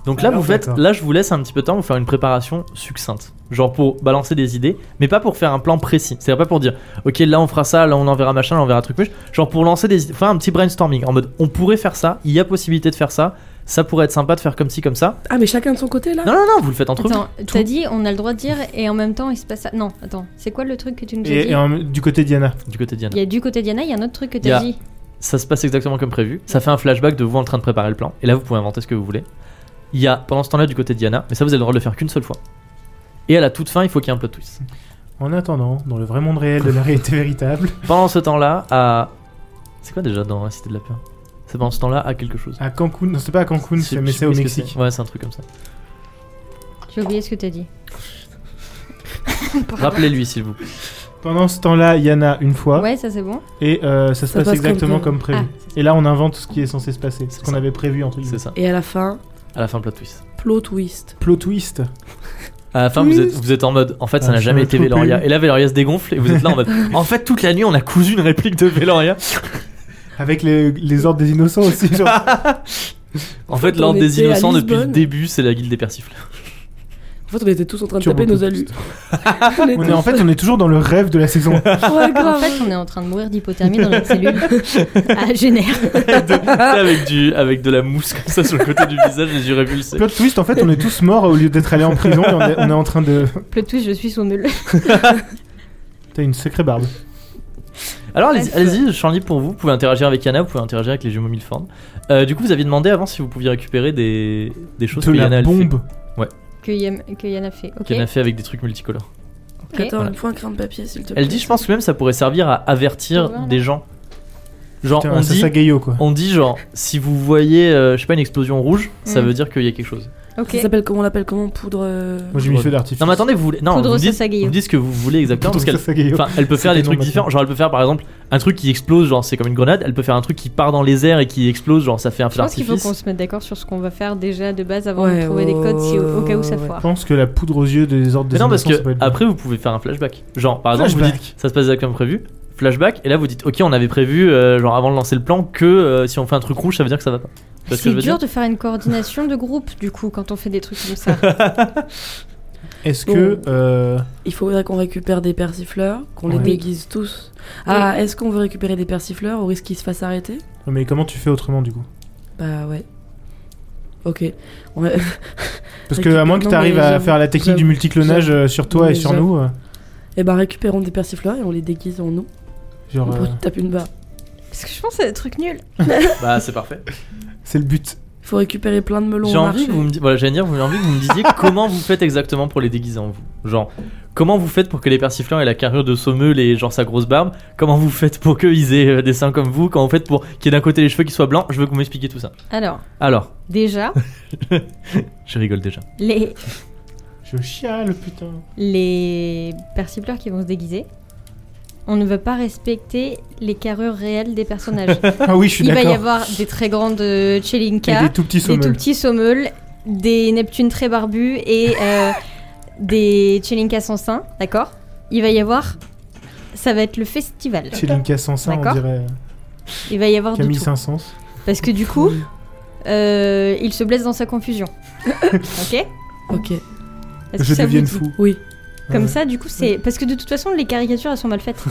Speaker 1: Donc là
Speaker 2: Alors,
Speaker 1: vous faites,
Speaker 2: d'accord.
Speaker 1: là je vous laisse un petit peu de temps pour faire une préparation succincte. Genre pour balancer des idées, mais pas pour faire un plan précis. C'est-à-dire pas pour dire ok là on fera ça, là on enverra machin, là on verra truc muche. Genre pour lancer des idées, faire un petit brainstorming en mode on pourrait faire ça, il y a possibilité de faire ça, ça pourrait être sympa de faire comme ci comme ça.
Speaker 4: Ah, mais chacun de son côté là
Speaker 1: Non non non vous le faites entre
Speaker 3: Attends,
Speaker 1: vous.
Speaker 3: t'as
Speaker 1: Tout.
Speaker 3: dit on a le droit de dire et en même temps il se passe ça. Non, attends, c'est quoi le truc que tu nous as
Speaker 2: Et,
Speaker 3: dit
Speaker 2: et en- du côté de Diana.
Speaker 1: Du côté de Diana.
Speaker 3: Il y a du côté de Diana, il y a un autre truc que
Speaker 1: Il y a-
Speaker 3: t'as dit.
Speaker 1: Ça se passe exactement comme prévu. Ça fait un flashback de vous en train de préparer le plan. Et là, vous pouvez inventer ce que vous voulez. Il y a, pendant ce temps-là, du côté de Diana, mais ça, vous avez le droit de le faire qu'une seule fois. Et à la toute fin, il faut qu'il y ait un plot twist.
Speaker 2: En attendant, dans le vrai monde réel de la réalité véritable,
Speaker 1: Pendant ce temps-là, à. C'est quoi déjà dans la Cité de la Peur C'est pendant ce temps-là à quelque chose.
Speaker 2: à Cancun, non, c'est pas à Cancun,
Speaker 1: Je sais-
Speaker 2: c'est- mais
Speaker 1: je sais
Speaker 2: c'est au
Speaker 1: plus ce que
Speaker 2: Mexique.
Speaker 1: c'est. Ouais, c'est un truc comme ça.
Speaker 3: J'ai oublié ce que t'as dit.
Speaker 1: Rappelez-lui, s'il vous plaît.
Speaker 2: Pendant ce temps-là, Yana une fois,
Speaker 3: Ouais, ça c'est bon. Ah,
Speaker 2: et euh, ça se
Speaker 4: Ça
Speaker 2: passe
Speaker 4: passe
Speaker 2: exactement
Speaker 4: comme
Speaker 2: comme, prévu. Et là, on invente ce qui est censé se passer, ce
Speaker 1: C'est
Speaker 2: qu'on
Speaker 1: ça.
Speaker 2: avait prévu entre
Speaker 1: C'est
Speaker 2: guillemets.
Speaker 1: ça.
Speaker 4: Et à la fin,
Speaker 1: À la fin, plot twist.
Speaker 4: plot twist.
Speaker 2: Plot twist.
Speaker 1: À la fin, vous êtes, vous êtes en mode. En fait, ça
Speaker 2: Ah,
Speaker 1: n'a
Speaker 2: je
Speaker 1: jamais
Speaker 2: me
Speaker 1: été
Speaker 2: trompais.
Speaker 1: Veloria. Et là, Veloria se dégonfle et vous êtes là en mode. En fait, toute la nuit, on a cousu une réplique de Veloria.
Speaker 2: Avec les, les ordres des innocents aussi, genre.
Speaker 1: En fait,
Speaker 4: on
Speaker 1: l'ordre des
Speaker 4: était à
Speaker 1: innocents depuis le
Speaker 4: Lisbonne.
Speaker 1: début, c'est la guilde des persifleurs.
Speaker 4: En fait, on était tous en train de
Speaker 2: Turbo
Speaker 4: taper nos
Speaker 2: plot
Speaker 4: alus.
Speaker 2: twist.
Speaker 4: On était-
Speaker 2: On est, en fait, on est toujours dans le rêve de la saison.
Speaker 4: Ouais,
Speaker 3: En
Speaker 4: grave.
Speaker 3: fait, on est en train de mourir d'hypothermie dans notre cellule. Ah, génère.
Speaker 1: avec du avec de la mousse comme ça sur le côté du visage les yeux révulsés
Speaker 2: Plot twist, en fait, on est tous morts au lieu d'être allés en prison et on est, on est en train de.
Speaker 3: Plot twist, je suis somnule.
Speaker 2: T'as une sacrée barbe.
Speaker 1: alors allez-y
Speaker 3: Bref.
Speaker 1: allez-y, je suis en libre pour vous vous pouvez interagir avec Yana vous pouvez interagir avec les jumeaux Milford Euh, du coup vous aviez demandé avant si vous pouviez récupérer des, des choses
Speaker 2: de
Speaker 1: que
Speaker 2: la
Speaker 1: Yana elle
Speaker 2: bombe.
Speaker 3: Que, Yam- que Yana fait. Ok.
Speaker 1: fait, qu'elle a fait avec des trucs multicolores
Speaker 3: ok.
Speaker 4: Attends,
Speaker 1: Voilà.
Speaker 4: il me faut un crayon de papier, s'il te plaît.
Speaker 1: elle dit je pense que même ça pourrait servir à avertir
Speaker 3: Voilà.
Speaker 1: des gens genre
Speaker 2: Putain,
Speaker 1: on
Speaker 2: ça,
Speaker 1: dit
Speaker 2: ça gaillot, quoi.
Speaker 1: on dit genre si vous voyez euh, je sais pas une explosion rouge ça
Speaker 3: Mm.
Speaker 1: veut dire qu'il y a quelque chose
Speaker 3: Ok.
Speaker 4: Ça s'appelle comment on l'appelle Comment Poudre. euh,
Speaker 2: Moi, j'ai mis feu d'artifice.
Speaker 1: non mais attendez vous voulez non
Speaker 3: Poudre
Speaker 1: vous me dites,
Speaker 3: Sasagayo.
Speaker 1: vous me dites ce que vous voulez exactement parce qu'elle
Speaker 2: Ça, ça gaillot.
Speaker 1: Enfin, elle peut faire
Speaker 2: C'était
Speaker 1: des trucs
Speaker 2: non,
Speaker 1: différents. Genre, elle peut faire par exemple un truc qui explose, genre c'est comme une grenade. Elle peut faire un truc qui part dans les airs et qui explose, genre ça fait un
Speaker 3: Je
Speaker 1: feu
Speaker 3: pense qu'il faut
Speaker 1: d'artifice.
Speaker 3: qu'on se mette d'accord sur ce qu'on va faire déjà de base avant de
Speaker 4: Ouais,
Speaker 3: trouver des
Speaker 4: ouais,
Speaker 3: codes si au, au cas où
Speaker 4: ouais,
Speaker 3: ça
Speaker 4: ouais.
Speaker 2: Je
Speaker 3: foire.
Speaker 2: pense que la poudre aux yeux des ordres des
Speaker 1: Mais non, parce
Speaker 2: innocents, ça peut
Speaker 1: que
Speaker 2: être bien.
Speaker 1: après vous pouvez faire un flashback. Genre, par exemple, vous
Speaker 2: Flashback.
Speaker 1: dites ça se passe comme prévu, flashback, et là vous dites ok, on avait prévu, euh, genre avant de lancer le plan, que euh, si on fait un truc rouge, ça veut dire que ça va pas. Tu vois ce que
Speaker 3: C'est
Speaker 1: je veux
Speaker 3: dur
Speaker 1: dire
Speaker 3: de faire une coordination de groupe du coup quand on fait des trucs comme ça.
Speaker 2: Est-ce
Speaker 1: Oh.
Speaker 2: que. euh,
Speaker 4: Il faudrait qu'on récupère des persifleurs, qu'on les
Speaker 2: Ouais.
Speaker 4: déguise tous. Ah, est-ce qu'on veut récupérer des persifleurs au risque qu'ils se fassent arrêter
Speaker 2: Mais comment tu fais autrement, du coup
Speaker 4: Bah ouais. Ok. On va-
Speaker 2: Parce que,
Speaker 4: Récupère-
Speaker 2: à moins que
Speaker 4: non,
Speaker 2: tu arrives
Speaker 4: mais
Speaker 2: à
Speaker 4: j'avoue,
Speaker 2: faire la technique du
Speaker 4: j'avoue,
Speaker 2: multiclonage euh, sur toi
Speaker 4: Non,
Speaker 2: et
Speaker 4: mais
Speaker 2: sur
Speaker 4: j'avoue.
Speaker 2: nous, euh,
Speaker 4: Eh ben récupérons des persifleurs et on les déguise en nous.
Speaker 2: genre.
Speaker 4: Pour
Speaker 2: euh,
Speaker 4: qu'ils tapent une barre.
Speaker 3: Parce que je pense que c'est des trucs nuls.
Speaker 1: Bah, c'est parfait.
Speaker 2: C'est le but.
Speaker 4: Il faut récupérer plein de melons
Speaker 1: J'ai
Speaker 4: au
Speaker 1: envie
Speaker 4: marché.
Speaker 1: que vous me di- voilà, j'allais dire, vous- j'ai envie que vous me disiez comment vous faites exactement pour les déguiser en vous. Genre, comment vous faites pour que les persiflants aient la carrure de Sommeul et genre sa grosse barbe Comment vous faites pour qu'ils aient euh, des seins comme vous Comment vous faites pour qu'il y ait d'un côté les cheveux qui soient blancs Je veux que vous m'expliquiez tout ça.
Speaker 3: Alors,
Speaker 1: Alors,
Speaker 3: déjà,
Speaker 1: je rigole déjà.
Speaker 3: les,
Speaker 2: Je chiale, putain.
Speaker 3: les persifleurs qui vont se déguiser, on ne va pas respecter les carrures réelles des personnages.
Speaker 2: Ah oui, je suis
Speaker 3: Il va y
Speaker 2: d'accord.
Speaker 3: avoir des très grandes euh,
Speaker 2: Et
Speaker 3: Chelinka,
Speaker 2: des tout petits
Speaker 3: des tout
Speaker 2: sommeils.
Speaker 3: petits sommeul, des Neptunes très barbus et euh, des Chelinka sans sein, d'accord Il va y avoir. Ça va être le festival.
Speaker 2: Chez Linka 105, on
Speaker 3: D'accord.
Speaker 2: dirait euh,
Speaker 3: Il va y avoir de
Speaker 2: Camille
Speaker 3: tout.
Speaker 2: 500.
Speaker 3: Parce que du coup, euh, il se blesse dans sa confusion. ok
Speaker 4: Ok.
Speaker 3: Est-ce que
Speaker 2: Je
Speaker 3: ça vous
Speaker 2: devienne
Speaker 3: dit
Speaker 2: fou.
Speaker 4: Oui.
Speaker 3: Comme
Speaker 1: Ouais.
Speaker 3: ça, du coup, c'est. Parce que de toute façon, les caricatures, elles sont mal faites.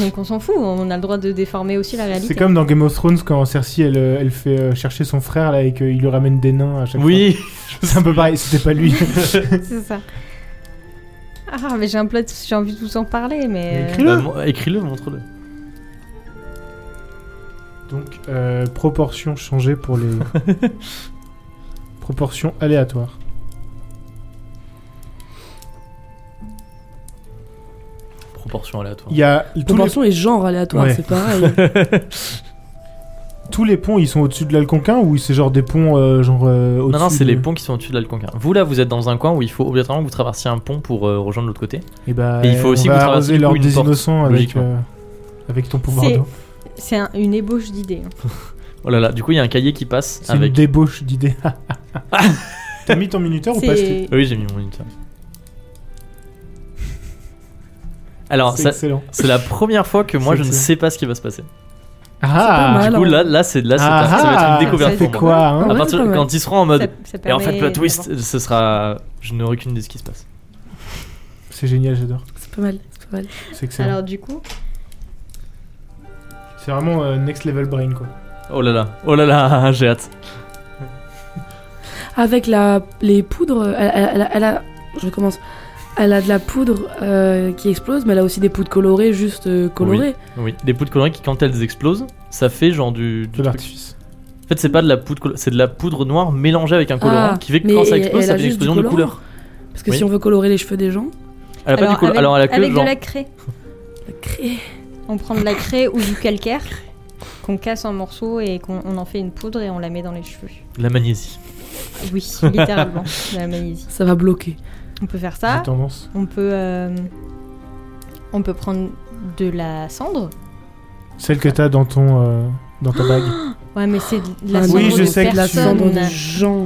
Speaker 3: Donc on s'en fout, on a le droit de déformer aussi la réalité.
Speaker 2: C'est comme dans Game of Thrones quand Cersei elle, euh, elle fait euh, chercher son frère là et qu'il lui ramène des nains à chaque
Speaker 1: Oui,
Speaker 2: fois. C'est un peu pareil, c'était pas lui.
Speaker 3: C'est ça. Ah, mais j'ai un plot, j'ai envie de vous en parler, mais.
Speaker 2: Écris-le.
Speaker 1: Bah, mon- écris-le, montre-le.
Speaker 2: Donc, euh, proportion changée pour les. proportion aléatoire.
Speaker 1: Proportion aléatoire.
Speaker 2: Il y a tous les,
Speaker 4: Proportion et genre aléatoire,
Speaker 2: Ouais.
Speaker 4: c'est pareil.
Speaker 2: tous les ponts, ils sont au-dessus de l'Alconquin ou c'est genre des ponts euh, genre euh, au-dessus
Speaker 1: Non, non, c'est
Speaker 2: de-
Speaker 1: les ponts qui sont au-dessus de l'Alconquin. Vous, là, vous êtes dans un coin où il faut obligatoirement que vous traversiez un pont pour euh, rejoindre l'autre côté.
Speaker 2: Et, bah,
Speaker 1: Et il faut
Speaker 2: on
Speaker 1: aussi
Speaker 2: va
Speaker 1: vous traversez du
Speaker 2: arroser
Speaker 1: coup
Speaker 2: l'ordre
Speaker 1: une
Speaker 2: des
Speaker 1: porte,
Speaker 2: innocents avec,
Speaker 1: logiquement.
Speaker 2: euh, avec ton pouvoir
Speaker 3: C'est-
Speaker 2: d'eau.
Speaker 3: C'est un- une ébauche d'idée. hein.
Speaker 1: Oh là là, du coup, il y a un cahier qui passe
Speaker 2: C'est
Speaker 1: avec.
Speaker 2: une débauche d'idées. T'as mis ton minuteur ou pas Steve
Speaker 3: C'est.
Speaker 1: Oui, j'ai mis mon moniteur. Alors,
Speaker 2: C'est
Speaker 1: ça-
Speaker 2: excellent.
Speaker 1: c'est la première fois que moi,
Speaker 2: C'est
Speaker 1: je ne
Speaker 2: excellent.
Speaker 1: sais pas ce qui va se passer.
Speaker 4: pas
Speaker 2: Ah
Speaker 4: mal.
Speaker 1: Du
Speaker 4: Alors-
Speaker 1: coup, là, là, c'est là, c'est
Speaker 2: Ah
Speaker 1: un- ça va
Speaker 2: ah,
Speaker 1: être une découverte
Speaker 3: ça
Speaker 1: pour
Speaker 2: C'est
Speaker 1: moi.
Speaker 2: quoi hein
Speaker 1: À
Speaker 4: Ouais,
Speaker 1: partir
Speaker 4: c'est pas mal.
Speaker 1: quand ils seront en mode.
Speaker 3: ça
Speaker 1: Et en fait,
Speaker 3: permet
Speaker 1: plot
Speaker 3: d'avoir-
Speaker 1: twist, ce sera. Je n'aurai aucune idée de ce qui se passe.
Speaker 2: C'est génial, j'adore.
Speaker 4: C'est pas mal, c'est pas mal.
Speaker 2: C'est excellent.
Speaker 3: Alors, du coup,
Speaker 2: C'est vraiment euh, next level brain quoi.
Speaker 1: Oh là là, oh là là, j'ai hâte.
Speaker 4: Avec la, les poudres, euh, elle, elle- elle a- elle a. Je recommence. Elle a de la poudre euh, qui explose, mais elle a aussi des poudres colorées, juste euh, colorées.
Speaker 1: Oui, des poudres colorantes qui, quand elles explosent, ça fait genre du. du
Speaker 2: De
Speaker 1: truc.
Speaker 2: l'artifice.
Speaker 1: En fait, c'est pas de la poudre, colo- c'est de la poudre noire mélangée avec un colorant
Speaker 4: Ah,
Speaker 1: qui fait que
Speaker 4: mais
Speaker 1: quand ça
Speaker 4: elle-
Speaker 1: explose,
Speaker 4: elle
Speaker 1: ça
Speaker 4: a
Speaker 1: fait une
Speaker 4: juste du
Speaker 1: explosion de
Speaker 4: colorant.
Speaker 1: couleurs.
Speaker 4: Parce que
Speaker 1: Oui.
Speaker 4: si on veut colorer les cheveux des gens,
Speaker 1: Elle a pas du colorant.
Speaker 3: avec,
Speaker 1: Alors, elle a que
Speaker 3: avec
Speaker 1: genre.
Speaker 3: de la craie.
Speaker 4: la craie.
Speaker 3: On prend de la craie ou du calcaire qu'on casse en morceaux et qu'on on en fait une poudre et on la met dans les cheveux.
Speaker 1: La magnésie.
Speaker 3: Oui, littéralement, de la magnésie.
Speaker 4: ça va bloquer.
Speaker 3: On peut faire
Speaker 2: J'ai
Speaker 3: ça.
Speaker 2: tendance.
Speaker 3: On peut, euh, on peut prendre de la cendre.
Speaker 2: Celle que t'as dans ton euh, dans ta bague.
Speaker 3: Ouais, mais c'est de la
Speaker 4: Ah,
Speaker 3: cendre
Speaker 2: Oui, je
Speaker 3: de
Speaker 2: sais que
Speaker 4: de la
Speaker 3: personne.
Speaker 4: cendre des gens.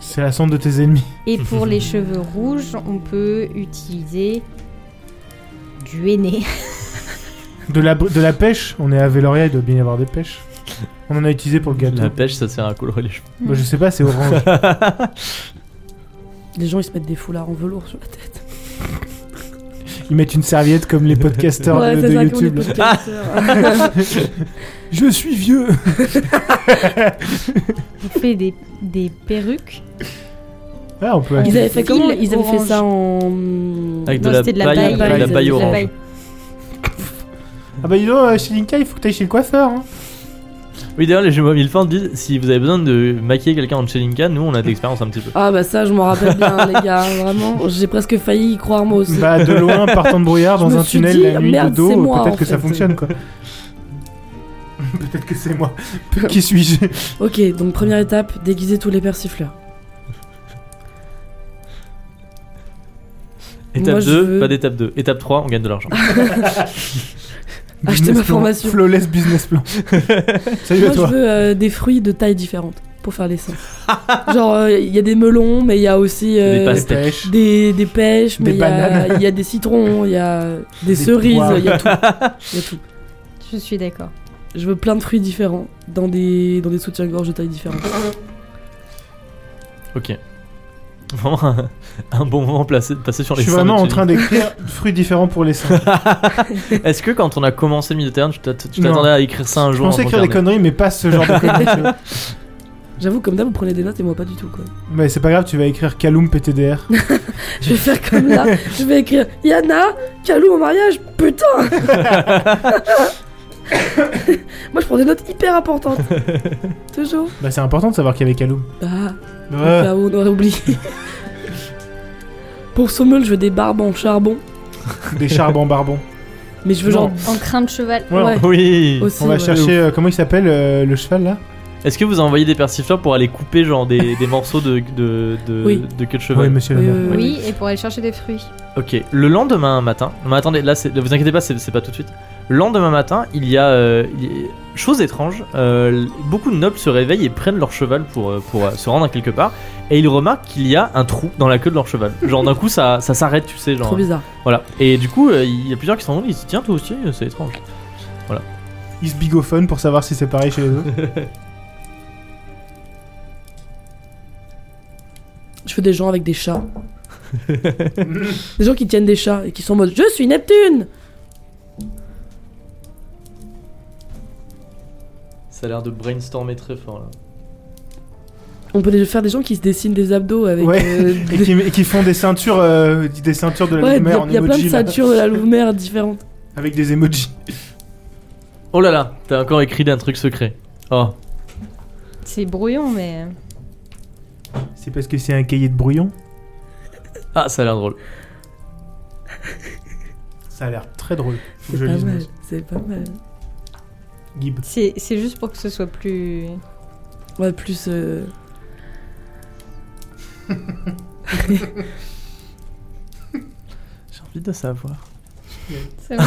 Speaker 2: C'est la cendre de tes ennemis.
Speaker 3: Et pour les cheveux rouges, on peut utiliser du henné.
Speaker 2: De la, de la pêche, on est à Veloria, il doit bien y avoir des pêches. On en a utilisé pour le gâteau.
Speaker 1: La pêche, ça sert à colorer les cheveux.
Speaker 2: Bah, je sais pas, c'est orange.
Speaker 4: Les gens, ils se mettent des foulards en velours sur la tête.
Speaker 2: Ils mettent une serviette comme les podcasters de, de YouTube. là. Je suis vieux
Speaker 3: On fait des, des perruques.
Speaker 2: Ah, on peut
Speaker 4: Ils
Speaker 2: acheter.
Speaker 4: avaient fait
Speaker 3: Fil
Speaker 4: comment Ils avaient fait
Speaker 3: orange.
Speaker 4: ça en.
Speaker 1: Avec
Speaker 3: Non,
Speaker 1: de, la
Speaker 3: c'était
Speaker 1: paille,
Speaker 3: de la paille.
Speaker 1: avec de la
Speaker 4: Paille,
Speaker 1: paille
Speaker 4: c'est de la
Speaker 1: orange.
Speaker 3: paille.
Speaker 2: Ah bah dis donc, euh, chez Linka, il faut que t'ailles chez le coiffeur. hein.
Speaker 1: Oui, d'ailleurs, les jeux mobile fans disent si vous avez besoin de maquiller quelqu'un en Chelinka, nous on a de l'expérience un petit peu.
Speaker 4: Ah bah ça, je m'en rappelle bien, les gars. hein, Vraiment, j'ai presque failli y croire moi aussi.
Speaker 2: Bah de loin, partant de brouillard,
Speaker 4: Je
Speaker 2: dans
Speaker 4: me
Speaker 2: un
Speaker 4: suis
Speaker 2: tunnel,
Speaker 4: dit,
Speaker 2: la nuit,
Speaker 4: merde,
Speaker 2: de dos,
Speaker 4: c'est moi,
Speaker 2: peut-être
Speaker 4: en
Speaker 2: que ça
Speaker 4: fait.
Speaker 2: fonctionne quoi. peut-être que c'est moi. Qui suis-je
Speaker 4: Ok, donc première étape, déguiser tous les persifleurs.
Speaker 1: Étape
Speaker 4: Moi, je
Speaker 1: 2,
Speaker 4: veux-
Speaker 1: pas d'étape 2. Étape 3, on gagne de l'argent.
Speaker 4: Achetez
Speaker 2: Business
Speaker 4: ma
Speaker 2: plan.
Speaker 4: formation.
Speaker 2: Flawless business plan. Salut
Speaker 4: Moi,
Speaker 2: à
Speaker 4: je
Speaker 2: toi.
Speaker 4: veux euh, des fruits de tailles différentes pour faire les seins. Genre, euh, il y a des melons, mais il y a aussi euh,
Speaker 1: Des
Speaker 2: Des
Speaker 1: pastèques.
Speaker 2: pêches.
Speaker 4: des, des pêches, mais
Speaker 2: Des
Speaker 4: il y a-
Speaker 2: bananes.
Speaker 4: il y, a des citrons, il y a des,
Speaker 2: Des
Speaker 4: cerises,
Speaker 2: poires.
Speaker 4: il y a tout. Il y a tout.
Speaker 3: Je suis d'accord.
Speaker 4: Je veux plein de fruits différents dans des, dans des soutiens-gorge de tailles différentes.
Speaker 1: ok. Vraiment un, un bon moment placé, passé sur
Speaker 2: Je
Speaker 1: les
Speaker 2: suis
Speaker 1: seins de
Speaker 2: vraiment en
Speaker 1: Chilling.
Speaker 2: train d'écrire fruits différents pour les seins.
Speaker 1: Est-ce que quand on a commencé le Midterm, tu t'att- tu
Speaker 2: Non.
Speaker 1: t'attendais à écrire ça un
Speaker 2: Je
Speaker 1: jour
Speaker 2: pensais
Speaker 1: en
Speaker 2: écrire des
Speaker 1: regardant
Speaker 2: conneries, mais pas ce genre de conneries. tu vois.
Speaker 4: J'avoue, comme d'hab, vous prenez des notes et moi pas du tout. Quoi.
Speaker 2: Mais c'est pas grave, tu vas écrire Kaloum PTDR.
Speaker 4: Je vais faire comme là, je vais écrire Yana, Kalou au mariage, putain Moi je prends des notes hyper importantes. Toujours.
Speaker 2: bah c'est important de savoir qu'il y avait Kaloum.
Speaker 4: Bah,
Speaker 2: Ouais.
Speaker 4: là où on aurait oublié. Pour Sommel, je veux des barbes en charbon,
Speaker 2: Des charbons barbons.
Speaker 4: mais je veux
Speaker 2: Non.
Speaker 4: genre.
Speaker 3: En crin de cheval.
Speaker 2: Ouais.
Speaker 4: Ouais.
Speaker 1: Oui.
Speaker 4: Aussi,
Speaker 2: On va
Speaker 4: ouais.
Speaker 2: chercher, euh, comment il s'appelle euh, le cheval là
Speaker 1: Est-ce que vous envoyez des persifleurs pour aller couper genre des, des morceaux de, de, de,
Speaker 4: Oui.
Speaker 1: de queue de
Speaker 2: Oui,
Speaker 1: cheval
Speaker 2: monsieur le
Speaker 4: Oui,
Speaker 2: maire.
Speaker 4: oui, oui.
Speaker 3: Oui, et pour aller chercher des fruits.
Speaker 1: Ok, le lendemain matin, mais attendez, là, c'est- vous inquiétez pas, c'est c'est pas tout de suite. Le lendemain matin, il y a. euh, il y a- chose étrange, euh, beaucoup de nobles se réveillent et prennent leur cheval pour, euh, pour euh, se rendre à quelque part, et ils remarquent qu'il y a un trou dans la queue de leur cheval. Genre d'un coup, ça, ça s'arrête, tu sais, genre.
Speaker 4: Trop bizarre.
Speaker 1: Voilà. Et du coup, euh, il y a plusieurs qui s'en vont, ils disent Tiens, toi aussi, euh, c'est étrange.
Speaker 2: Il se bigophone pour savoir si c'est pareil chez les autres.
Speaker 4: Je veux des gens avec des chats. Des gens qui tiennent des chats et qui sont en mode Je suis Neptune
Speaker 1: Ça a l'air de brainstormer très fort là.
Speaker 4: On peut faire des gens qui se dessinent des abdos avec.
Speaker 2: Ouais.
Speaker 4: euh,
Speaker 2: et, qui, et qui font des ceintures, euh, des ceintures de la
Speaker 4: Ouais, il y
Speaker 2: lumière
Speaker 4: a,
Speaker 2: en
Speaker 4: il y a plein de
Speaker 2: emoji, là,
Speaker 4: ceintures de la Louve-Mère différentes.
Speaker 2: avec des emojis.
Speaker 1: Oh là là, t'as encore écrit d'un truc secret. Oh,
Speaker 3: C'est brouillon, mais.
Speaker 2: C'est parce que c'est un cahier de brouillon.
Speaker 1: ah, ça a l'air drôle.
Speaker 2: Ça a l'air très drôle. Faut que
Speaker 4: C'est
Speaker 2: je
Speaker 4: pas
Speaker 2: lise
Speaker 4: mal,
Speaker 2: moi.
Speaker 4: c'est pas mal.
Speaker 2: Gib.
Speaker 3: C'est c'est juste pour que ce soit plus.
Speaker 4: Ouais, plus. euh,
Speaker 5: J'ai envie de savoir.
Speaker 3: C'est vrai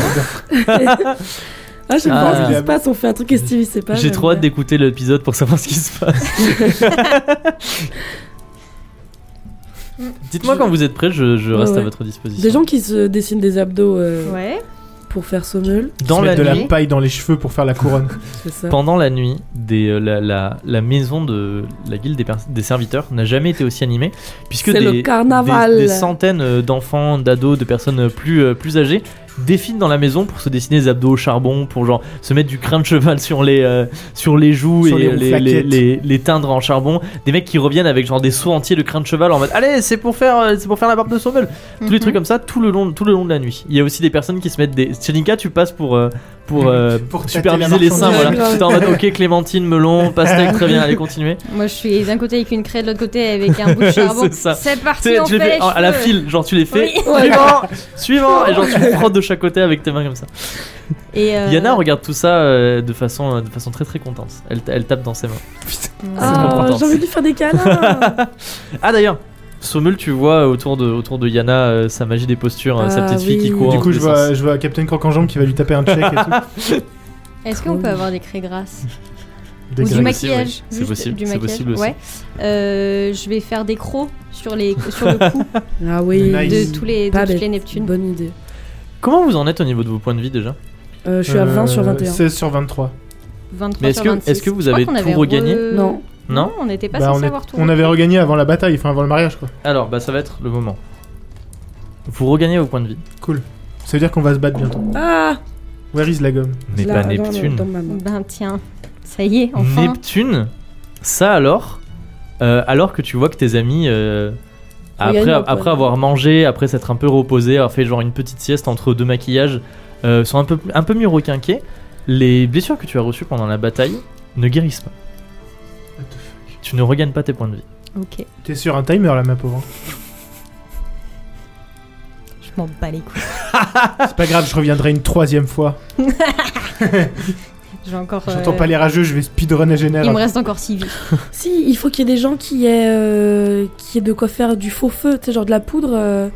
Speaker 4: Ah, je sais
Speaker 1: Ah.
Speaker 4: pas ce qui se passe, on fait un truc estiviste, c'est pas.
Speaker 1: J'ai
Speaker 4: j'aime
Speaker 1: trop hâte
Speaker 4: bien.
Speaker 1: d'écouter l'épisode pour savoir ce qui se passe. Dites-moi quand vous êtes prêts, je, je
Speaker 4: Ouais,
Speaker 1: reste à
Speaker 4: ouais.
Speaker 1: votre disposition.
Speaker 4: Des gens qui se dessinent des abdos euh,
Speaker 3: Ouais.
Speaker 4: pour faire sommeul,
Speaker 1: dans
Speaker 2: Se
Speaker 1: la
Speaker 2: mettre de
Speaker 1: nuit,
Speaker 2: la paille dans les cheveux pour faire la couronne.
Speaker 4: c'est ça.
Speaker 1: pendant la nuit, des, euh, la, la- la maison de la guilde des, pers- des serviteurs n'a jamais été aussi animée, puisque
Speaker 4: C'est
Speaker 1: des,
Speaker 4: le
Speaker 1: des-
Speaker 4: carnaval.
Speaker 1: des centaines euh, d'enfants, d'ados, de personnes euh, plus, euh, plus âgées défilent dans la maison pour se dessiner des abdos au charbon, pour genre se mettre du crin de cheval sur les, euh, sur les joues
Speaker 2: Sur
Speaker 1: et
Speaker 2: les
Speaker 1: euh, les,
Speaker 2: flaquettes.
Speaker 1: les- les teindre en charbon. Des mecs qui reviennent avec genre des seaux entiers de crin de cheval en mode Allez, c'est pour faire, euh, c'est pour faire la barbe de Sommel. Tous
Speaker 4: Mhm.
Speaker 1: les trucs comme ça tout le long, tout le long de la nuit. Il y a aussi des personnes qui se mettent des. Tchelinka, tu passes pour. euh, pour, euh,
Speaker 2: Pour tâter
Speaker 1: superviser
Speaker 2: la
Speaker 1: les seins,
Speaker 2: marchandise.
Speaker 1: voilà. T'es en mode, ok, Clémentine, melon, pastèque, très bien, allez, continuer.
Speaker 3: Mhm. Moi, je suis d'un côté avec une craie, de l'autre côté avec un bout de charbon.
Speaker 1: C'est ça.
Speaker 3: C'est
Speaker 1: Tu
Speaker 3: parti,
Speaker 1: sais,
Speaker 3: on
Speaker 1: tu les
Speaker 3: fait
Speaker 1: fais
Speaker 3: les
Speaker 1: en- à la
Speaker 3: cheveux.
Speaker 1: file, genre tu les fais,
Speaker 3: Oui.
Speaker 1: suivant, suivant, et genre tu les prends de chaque côté avec tes mains comme ça.
Speaker 3: Et euh,
Speaker 1: Yana regarde tout ça euh, de, façon, euh, de façon très très contente. Elle, elle tape dans ses mains.
Speaker 3: Ah.
Speaker 4: Ah, j'ai envie de lui faire des câlins.
Speaker 1: Ah d'ailleurs, Sommel, tu vois autour de, autour de Yana euh, sa magie des postures, euh, sa
Speaker 4: Ah
Speaker 1: petite fille qui
Speaker 4: oui.
Speaker 1: court.
Speaker 2: Du
Speaker 1: en
Speaker 2: coup,
Speaker 1: tous
Speaker 2: je
Speaker 1: les
Speaker 2: vois, euh,
Speaker 1: sens.
Speaker 2: je vois Captain Croc en jambe qui va lui taper un check et tout.
Speaker 3: Est-ce qu'on peut avoir des craies grasses
Speaker 2: Des
Speaker 3: Ou
Speaker 1: craies
Speaker 3: du
Speaker 1: aussi,
Speaker 2: graines.
Speaker 3: maquillage
Speaker 1: oui. C'est
Speaker 3: juste
Speaker 1: possible,
Speaker 3: du
Speaker 1: c'est
Speaker 3: maquillage,
Speaker 1: possible aussi.
Speaker 3: Ouais. Euh, je vais faire des crocs sur, les, sur le cou
Speaker 4: Ah oui,
Speaker 2: Nice.
Speaker 3: de, tous les, de
Speaker 4: Pas
Speaker 3: toutes
Speaker 4: bête.
Speaker 3: les Neptunes.
Speaker 4: bonne idée.
Speaker 1: Comment vous en êtes au niveau de vos points de vie déjà
Speaker 4: Euh, je suis à 20 sur
Speaker 2: Euh,
Speaker 4: 21.
Speaker 2: 16 sur 23.
Speaker 3: 23
Speaker 1: Mais est-ce
Speaker 3: sur
Speaker 1: que-
Speaker 3: 26.
Speaker 1: est-ce que vous
Speaker 3: Je crois
Speaker 1: avez
Speaker 3: qu'on
Speaker 1: tout
Speaker 3: avait
Speaker 1: regagné
Speaker 3: re-
Speaker 4: Non.
Speaker 1: Non
Speaker 3: on n'était pas
Speaker 2: Bah, on,
Speaker 3: censé
Speaker 2: est-
Speaker 3: avoir tout.
Speaker 2: on avait regagné avant la bataille, enfin avant le mariage quoi.
Speaker 1: Alors, bah ça va être le moment. Vous regagnez vos points de vie.
Speaker 2: Cool. Ça veut dire qu'on va se battre bientôt.
Speaker 4: Ah
Speaker 2: Where is la gomme
Speaker 1: N'est
Speaker 4: Là,
Speaker 1: pas
Speaker 4: dans-
Speaker 1: Neptune.
Speaker 4: dans ma main.
Speaker 3: Ben tiens, ça y est, enfin.
Speaker 1: Neptune, ça alors, euh, alors que tu vois que tes amis, euh,
Speaker 4: Regagnent
Speaker 1: après,
Speaker 4: leur poids.
Speaker 1: après avoir mangé, après s'être un peu reposé, avoir fait genre une petite sieste entre deux maquillages, euh, sont un peu, un peu mieux requinqués, les blessures que tu as reçues pendant la bataille ne guérissent pas. Tu ne regagnes pas tes points de vie.
Speaker 3: Ok,
Speaker 2: T'es sur un timer là, ma pauvre. hein.
Speaker 3: je m'en bats les couilles.
Speaker 2: C'est pas grave, je reviendrai une troisième fois.
Speaker 3: J'ai encore.
Speaker 2: J'entends
Speaker 3: euh,
Speaker 2: pas les rageux, je vais speedrun à Genève.
Speaker 3: Il me reste encore 6 vies.
Speaker 4: Si, il faut qu'il y ait des gens qui aient, euh, qui aient de quoi faire du faux feu, tu sais, genre de la poudre euh,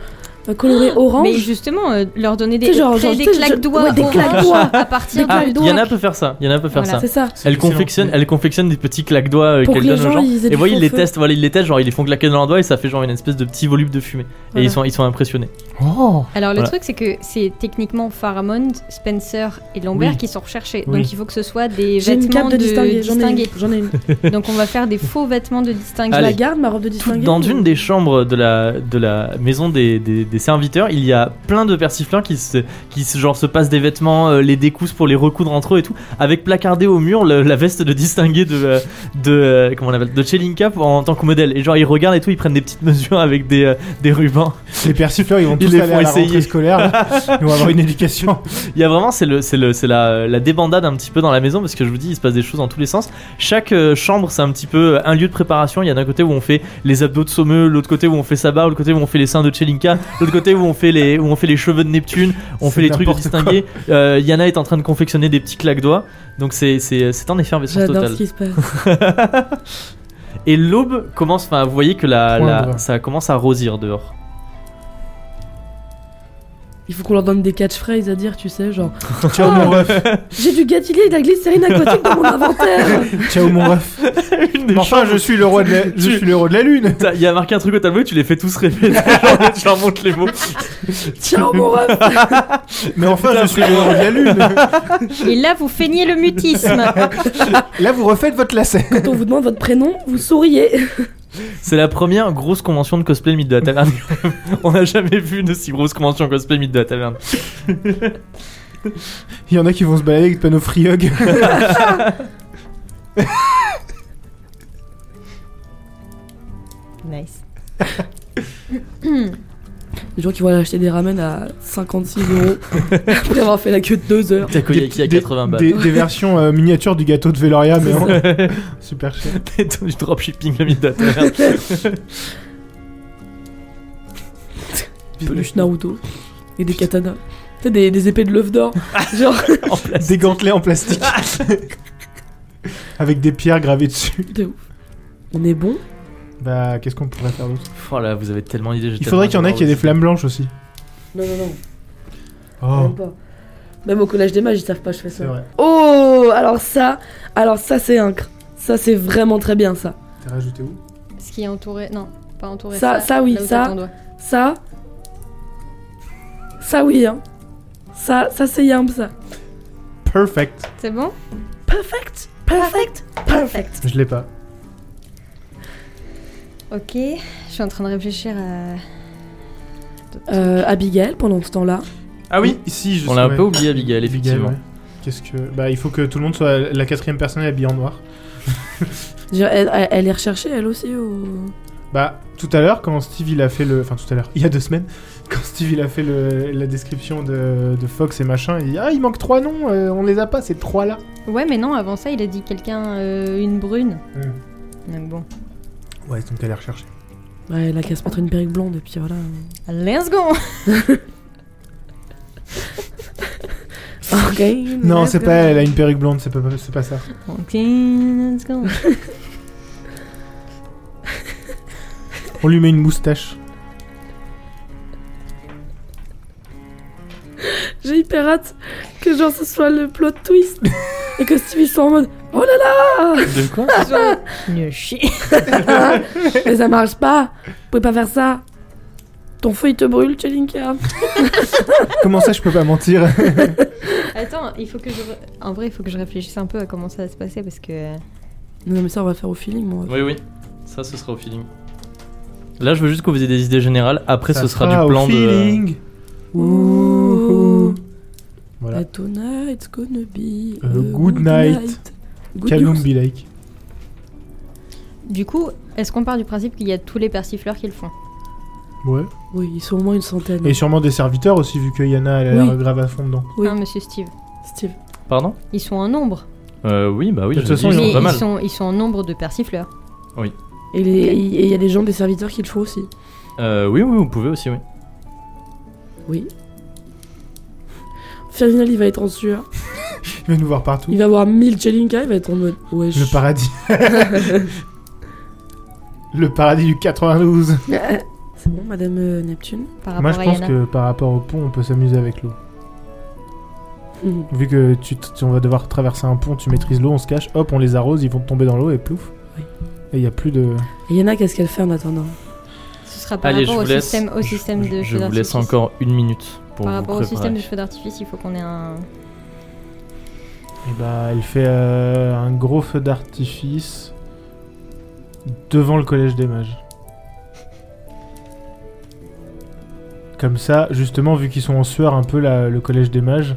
Speaker 4: euh, colorée orange.
Speaker 3: Mais justement, euh, leur donner des,
Speaker 4: C'est genre-
Speaker 3: créer
Speaker 4: genre,
Speaker 3: des
Speaker 4: tu sais,
Speaker 3: claques
Speaker 4: je-
Speaker 3: doigts
Speaker 4: ouais, des claques
Speaker 3: oranges
Speaker 4: doigts.
Speaker 3: à partir
Speaker 4: Des
Speaker 3: de
Speaker 4: claques doigts.
Speaker 1: Yana peut faire ça. Yana peut faire
Speaker 3: Voilà.
Speaker 1: ça.
Speaker 4: C'est ça.
Speaker 2: C'est hein.
Speaker 1: Elle
Speaker 2: excellent.
Speaker 1: confectionne, elle confectionne des petits claques doigts euh,
Speaker 4: Pour
Speaker 1: qu'elle
Speaker 4: que les
Speaker 1: donne aux
Speaker 4: gens,
Speaker 1: gens.
Speaker 4: ils aient
Speaker 1: Et
Speaker 4: du
Speaker 1: voyez, ils
Speaker 4: faux
Speaker 1: les
Speaker 4: feu.
Speaker 1: testent, voilà, ils les testent, genre ils les font claquer dans leur doigt et ça fait genre une espèce de petit volume de fumée. Et
Speaker 4: Voilà.
Speaker 1: ils sont, ils sont impressionnés.
Speaker 2: Oh
Speaker 3: Alors le
Speaker 1: Voilà.
Speaker 3: truc c'est que c'est techniquement Faramond, Spencer et Lambert
Speaker 2: Oui.
Speaker 3: qui sont recherchés.
Speaker 2: Oui.
Speaker 3: Donc il faut que ce soit des
Speaker 4: J'ai une
Speaker 3: vêtements
Speaker 4: cape de distinguer. J'en ai,
Speaker 3: distingués.
Speaker 4: une. J'en ai une.
Speaker 3: Donc on va faire des faux vêtements de distingués.
Speaker 4: Je la
Speaker 1: Allez.
Speaker 4: garde, ma robe de
Speaker 1: Tout-
Speaker 4: distingué.
Speaker 1: dans une des chambres de la, de la maison des, des- des serviteurs, il y a plein de persifleurs qui se, qui se, genre, se passent des vêtements, euh, les décousent pour les recoudre entre eux et tout, avec placardé au mur le- la veste de distingué de, euh, de euh, comment on appelle, de Chelinka pour- en tant que modèle. Et genre ils regardent et tout, ils prennent des petites mesures avec des, euh, des rubans.
Speaker 2: Les persifleurs, ils vont tous
Speaker 1: les
Speaker 2: aller
Speaker 1: font
Speaker 2: à la
Speaker 1: essayer.
Speaker 2: rentrée scolaire. là. Ils vont avoir une éducation.
Speaker 1: Il y a vraiment, c'est le, c'est le, c'est la, la débandade un petit peu dans la maison parce que je vous dis, il se passe des choses dans tous les sens. Chaque euh, chambre, c'est un petit peu un lieu de préparation. Il y a d'un côté où on fait les abdos de Sommeux, l'autre côté où on fait Sabar, l'autre côté où on fait les seins de Chelinka, l'autre côté où on fait les, où on fait les cheveux de Neptune, on
Speaker 2: C'est
Speaker 1: fait les trucs
Speaker 2: n'importe
Speaker 1: distingués. Euh, Yana est en train de confectionner des petits claques doigts, donc c'est, c'est, c'est en effervescence
Speaker 4: J'adore
Speaker 1: totale.
Speaker 4: ce qui se passe.
Speaker 1: Et l'aube commence, enfin, vous voyez que la, la-
Speaker 2: Poindre.
Speaker 1: ça commence à rosir dehors.
Speaker 4: Il faut qu'on leur donne des catchphrases à dire, tu sais, genre
Speaker 2: Ciao mon ref,
Speaker 4: J'ai du gâtillier et de la glycérine aquatique dans mon inventaire
Speaker 2: ciao mon ref.
Speaker 1: Une des
Speaker 2: Mais enfin, je
Speaker 1: chambres-
Speaker 2: suis le roi de la, je
Speaker 1: Tu-
Speaker 2: suis le roi de la lune.
Speaker 1: T'as- Il y a marqué un truc au tableau et tu les fais tous répéter. genre, tu leur montres les mots.
Speaker 4: Tiens, mon ref
Speaker 2: Mais enfin, je suis le roi de la lune.
Speaker 3: Et là vous feignez le mutisme.
Speaker 2: Là, vous refaites votre lacet.
Speaker 4: Quand on vous demande votre prénom, vous souriez.
Speaker 1: C'est la première grosse convention de cosplay mythe de la taverne. On n'a jamais vu une aussi grosse convention cosplay mythe de la taverne.
Speaker 2: Il y en a qui vont se balader avec des panneaux free hug.
Speaker 3: Nice.
Speaker 4: Les gens qui vont aller acheter des ramen à 56 euros après avoir fait la queue de 2 heures.
Speaker 1: Takoyaki à
Speaker 2: Des-
Speaker 1: 80 balles.
Speaker 2: Des, des versions euh, miniatures du gâteau de Veloria, mais en- super cher.
Speaker 1: Des taux du dropshipping le mythe de la taverne.
Speaker 4: Peluche Naruto. Et des katanas. Tu sais, des, des épées de l'œuf d'or. Genre,
Speaker 1: en place.
Speaker 2: Des gantelets en plastique. avec des pierres gravées dessus.
Speaker 4: de ouf. On est bon
Speaker 2: Bah, qu'est-ce qu'on pourrait faire d'autre
Speaker 1: Oh là, vous avez tellement d'idées. j'ai
Speaker 2: Il faudrait qu'il y en
Speaker 1: tellement
Speaker 2: ait qui aient des
Speaker 1: envie.
Speaker 2: flammes blanches aussi.
Speaker 4: Non, non, non,
Speaker 2: Oh,
Speaker 4: pas. Même au collège des mages, ils savent pas, je fais
Speaker 2: c'est vrai.
Speaker 4: Oh Alors ça, alors ça c'est incre. Ça c'est vraiment très bien ça.
Speaker 2: T'as rajouté où
Speaker 3: Ce qui est entouré. Non, pas entouré.
Speaker 4: Ça- ça, oui,
Speaker 3: là où
Speaker 4: ça.
Speaker 3: t'as ton doigt.
Speaker 4: Ça. Ça oui, hein. Ça, ça c'est yam ça.
Speaker 2: Perfect.
Speaker 3: C'est bon
Speaker 4: Perfect Perfect Perfect
Speaker 2: Je l'ai pas.
Speaker 3: Ok. Je suis en train de réfléchir à.
Speaker 4: euh, Abigail, pendant ce temps-là,
Speaker 2: Ah oui, si, je
Speaker 1: On l'a un
Speaker 2: ouais.
Speaker 1: peu oublié, Abigail,
Speaker 2: Abigail,
Speaker 1: effectivement.
Speaker 2: ouais. Qu'est-ce que. Bah, il faut que tout le monde soit. La quatrième personne est habillée en noir.
Speaker 4: Je- elle, elle- elle est recherchée elle aussi ou...
Speaker 2: Bah, tout à l'heure, quand Steve il a fait le. Enfin, tout à l'heure, il y a deux semaines, quand Steve il a fait le... la description de... de Fox et machin, il dit Ah, il manque trois noms, euh, on les a pas, ces trois là.
Speaker 3: Ouais, mais non, avant ça, il a dit quelqu'un, euh, une brune. Donc bon.
Speaker 2: Ouais, donc elle est recherchée.
Speaker 4: Ouais, elle a qu'à se mettre une perruque blonde et puis voilà.
Speaker 3: Let's go
Speaker 4: Ok.
Speaker 2: Non, c'est pas elle, elle a une perruque blonde, c'est pas, c'est pas ça.
Speaker 3: Ok, let's go.
Speaker 2: On lui met une moustache.
Speaker 4: J'ai hyper hâte que genre ce soit le plot twist et que Stevie soit en mode Oh là là
Speaker 1: De quoi
Speaker 3: Le chien.
Speaker 4: Mais ça marche pas Vous pouvez pas faire ça Ton feu il te brûle, Chelinka
Speaker 2: Comment ça, je peux pas mentir
Speaker 3: Attends, il faut que je. re- En vrai, il faut que je réfléchisse un peu à comment ça va se passer parce que. euh,
Speaker 4: Non mais ça on va faire au feeling moi.
Speaker 1: Oui, oui. Ça, ce sera au feeling. Là, je veux juste que vous ayez des idées générales. Après, ce sera, du plan de.
Speaker 4: Ouh. Bah,
Speaker 2: Voilà.
Speaker 4: At tonight it's gonna be
Speaker 2: Euh,
Speaker 4: a
Speaker 2: good night.
Speaker 4: Good
Speaker 2: Calum
Speaker 4: news.
Speaker 2: be like.
Speaker 3: Du coup, est-ce qu'on part du principe qu'il y a tous les persifleurs qui le font
Speaker 2: Ouais.
Speaker 4: Oui, ils sont au moins une centaine.
Speaker 2: Et sûrement des serviteurs aussi, vu que Yana elle a
Speaker 4: Oui.
Speaker 2: l'air grave à fond dedans.
Speaker 4: Oui.
Speaker 3: Hein, monsieur Steve
Speaker 4: Steve.
Speaker 1: Pardon
Speaker 3: Ils sont en nombre.
Speaker 1: euh, Oui, bah oui.
Speaker 2: De
Speaker 1: je
Speaker 2: toute
Speaker 1: dis,
Speaker 2: façon,
Speaker 1: ils
Speaker 3: mais
Speaker 1: sont pas mal.
Speaker 3: ils, sont, ils sont en nombre de persifleurs.
Speaker 4: Et il y a des gens, des serviteurs qui le font aussi.
Speaker 1: Euh, oui, oui, vous pouvez aussi, oui.
Speaker 4: Oui. Ferdinand il va être en sueur.
Speaker 2: Il va nous voir partout.
Speaker 4: Il va avoir 1000 Chelinka, il va être en mode Ouais,
Speaker 2: Le paradis. Le paradis du 92.
Speaker 4: C'est bon, Madame euh, Neptune
Speaker 3: Par rapport
Speaker 2: Moi, je
Speaker 3: à
Speaker 2: pense
Speaker 3: Yana.
Speaker 2: que par rapport au pont, on peut s'amuser avec l'eau.
Speaker 4: Mhm.
Speaker 2: Vu que tu, t- tu- on va devoir traverser un pont, tu maîtrises l'eau, on se cache, hop, on les arrose, ils vont tomber dans l'eau et plouf.
Speaker 4: Oui.
Speaker 2: Et il n'y a plus de.
Speaker 4: Et Yana, qu'est-ce qu'elle fait en attendant
Speaker 3: Ce sera par
Speaker 1: Allez, je
Speaker 3: rapport
Speaker 1: vous
Speaker 3: au
Speaker 1: laisse.
Speaker 3: système, au
Speaker 1: Je-
Speaker 3: système de
Speaker 1: je,
Speaker 3: feu
Speaker 1: vous laisse
Speaker 3: d'artifice.
Speaker 1: encore une minute pour
Speaker 3: Par
Speaker 1: vous
Speaker 3: rapport au
Speaker 1: préparer.
Speaker 3: système de feu d'artifice, il faut qu'on ait un.
Speaker 2: Et bah, elle fait euh, un gros feu d'artifice devant le collège des mages. Comme ça, justement, vu qu'ils sont en sueur un peu là, le collège des mages,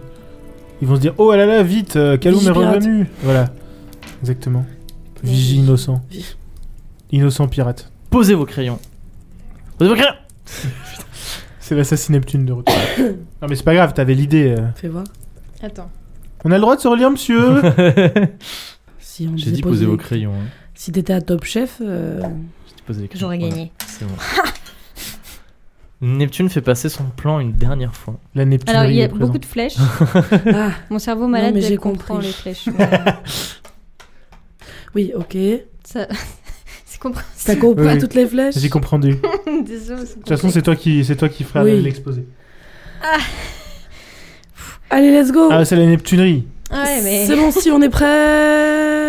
Speaker 2: ils vont se dire Oh là là, vite, euh, Kaloum
Speaker 4: Vigie
Speaker 2: est
Speaker 4: pirate.
Speaker 2: revenu Voilà, exactement. Vigie innocent.
Speaker 4: Vigie.
Speaker 2: Innocent pirate.
Speaker 1: Posez vos crayons. Posez vos crayons
Speaker 2: C'est l'assassin Neptune de retour. non, mais c'est pas grave, t'avais l'idée. euh.
Speaker 4: Fais voir.
Speaker 3: Attends.
Speaker 2: On a le droit de se relire, monsieur
Speaker 4: Si on
Speaker 1: J'ai
Speaker 4: disait
Speaker 1: dit
Speaker 4: pas
Speaker 1: posez
Speaker 4: de-
Speaker 1: vos crayons. hein.
Speaker 4: Si t'étais à Top Chef, euh,
Speaker 1: J'ai dit posez les crayons.
Speaker 3: J'aurais
Speaker 1: Voilà,
Speaker 3: gagné.
Speaker 1: c'est bon. Neptune fait passer son plan une dernière fois.
Speaker 2: La Neptune.
Speaker 3: Alors, il y a beaucoup de flèches.
Speaker 4: ah,
Speaker 3: Mon cerveau malade,
Speaker 4: mais j'ai
Speaker 3: elle comprend
Speaker 4: compris.
Speaker 3: les flèches. mais
Speaker 4: oui, ok.
Speaker 3: ça- C'est
Speaker 4: T'as
Speaker 3: compréhensible.
Speaker 4: compris
Speaker 2: Oui.
Speaker 4: toutes les flèches
Speaker 2: J'ai comprendu. De
Speaker 3: Désolé, c'est
Speaker 2: toute façon,
Speaker 3: compris.
Speaker 2: c'est toi qui, c'est toi qui feras
Speaker 4: Oui.
Speaker 2: l'exposé.
Speaker 4: Allez, let's go
Speaker 2: Ah, c'est la Neptunerie.
Speaker 3: Ouais, mais.
Speaker 4: C'est bon, si on est
Speaker 3: Ah,
Speaker 4: prêt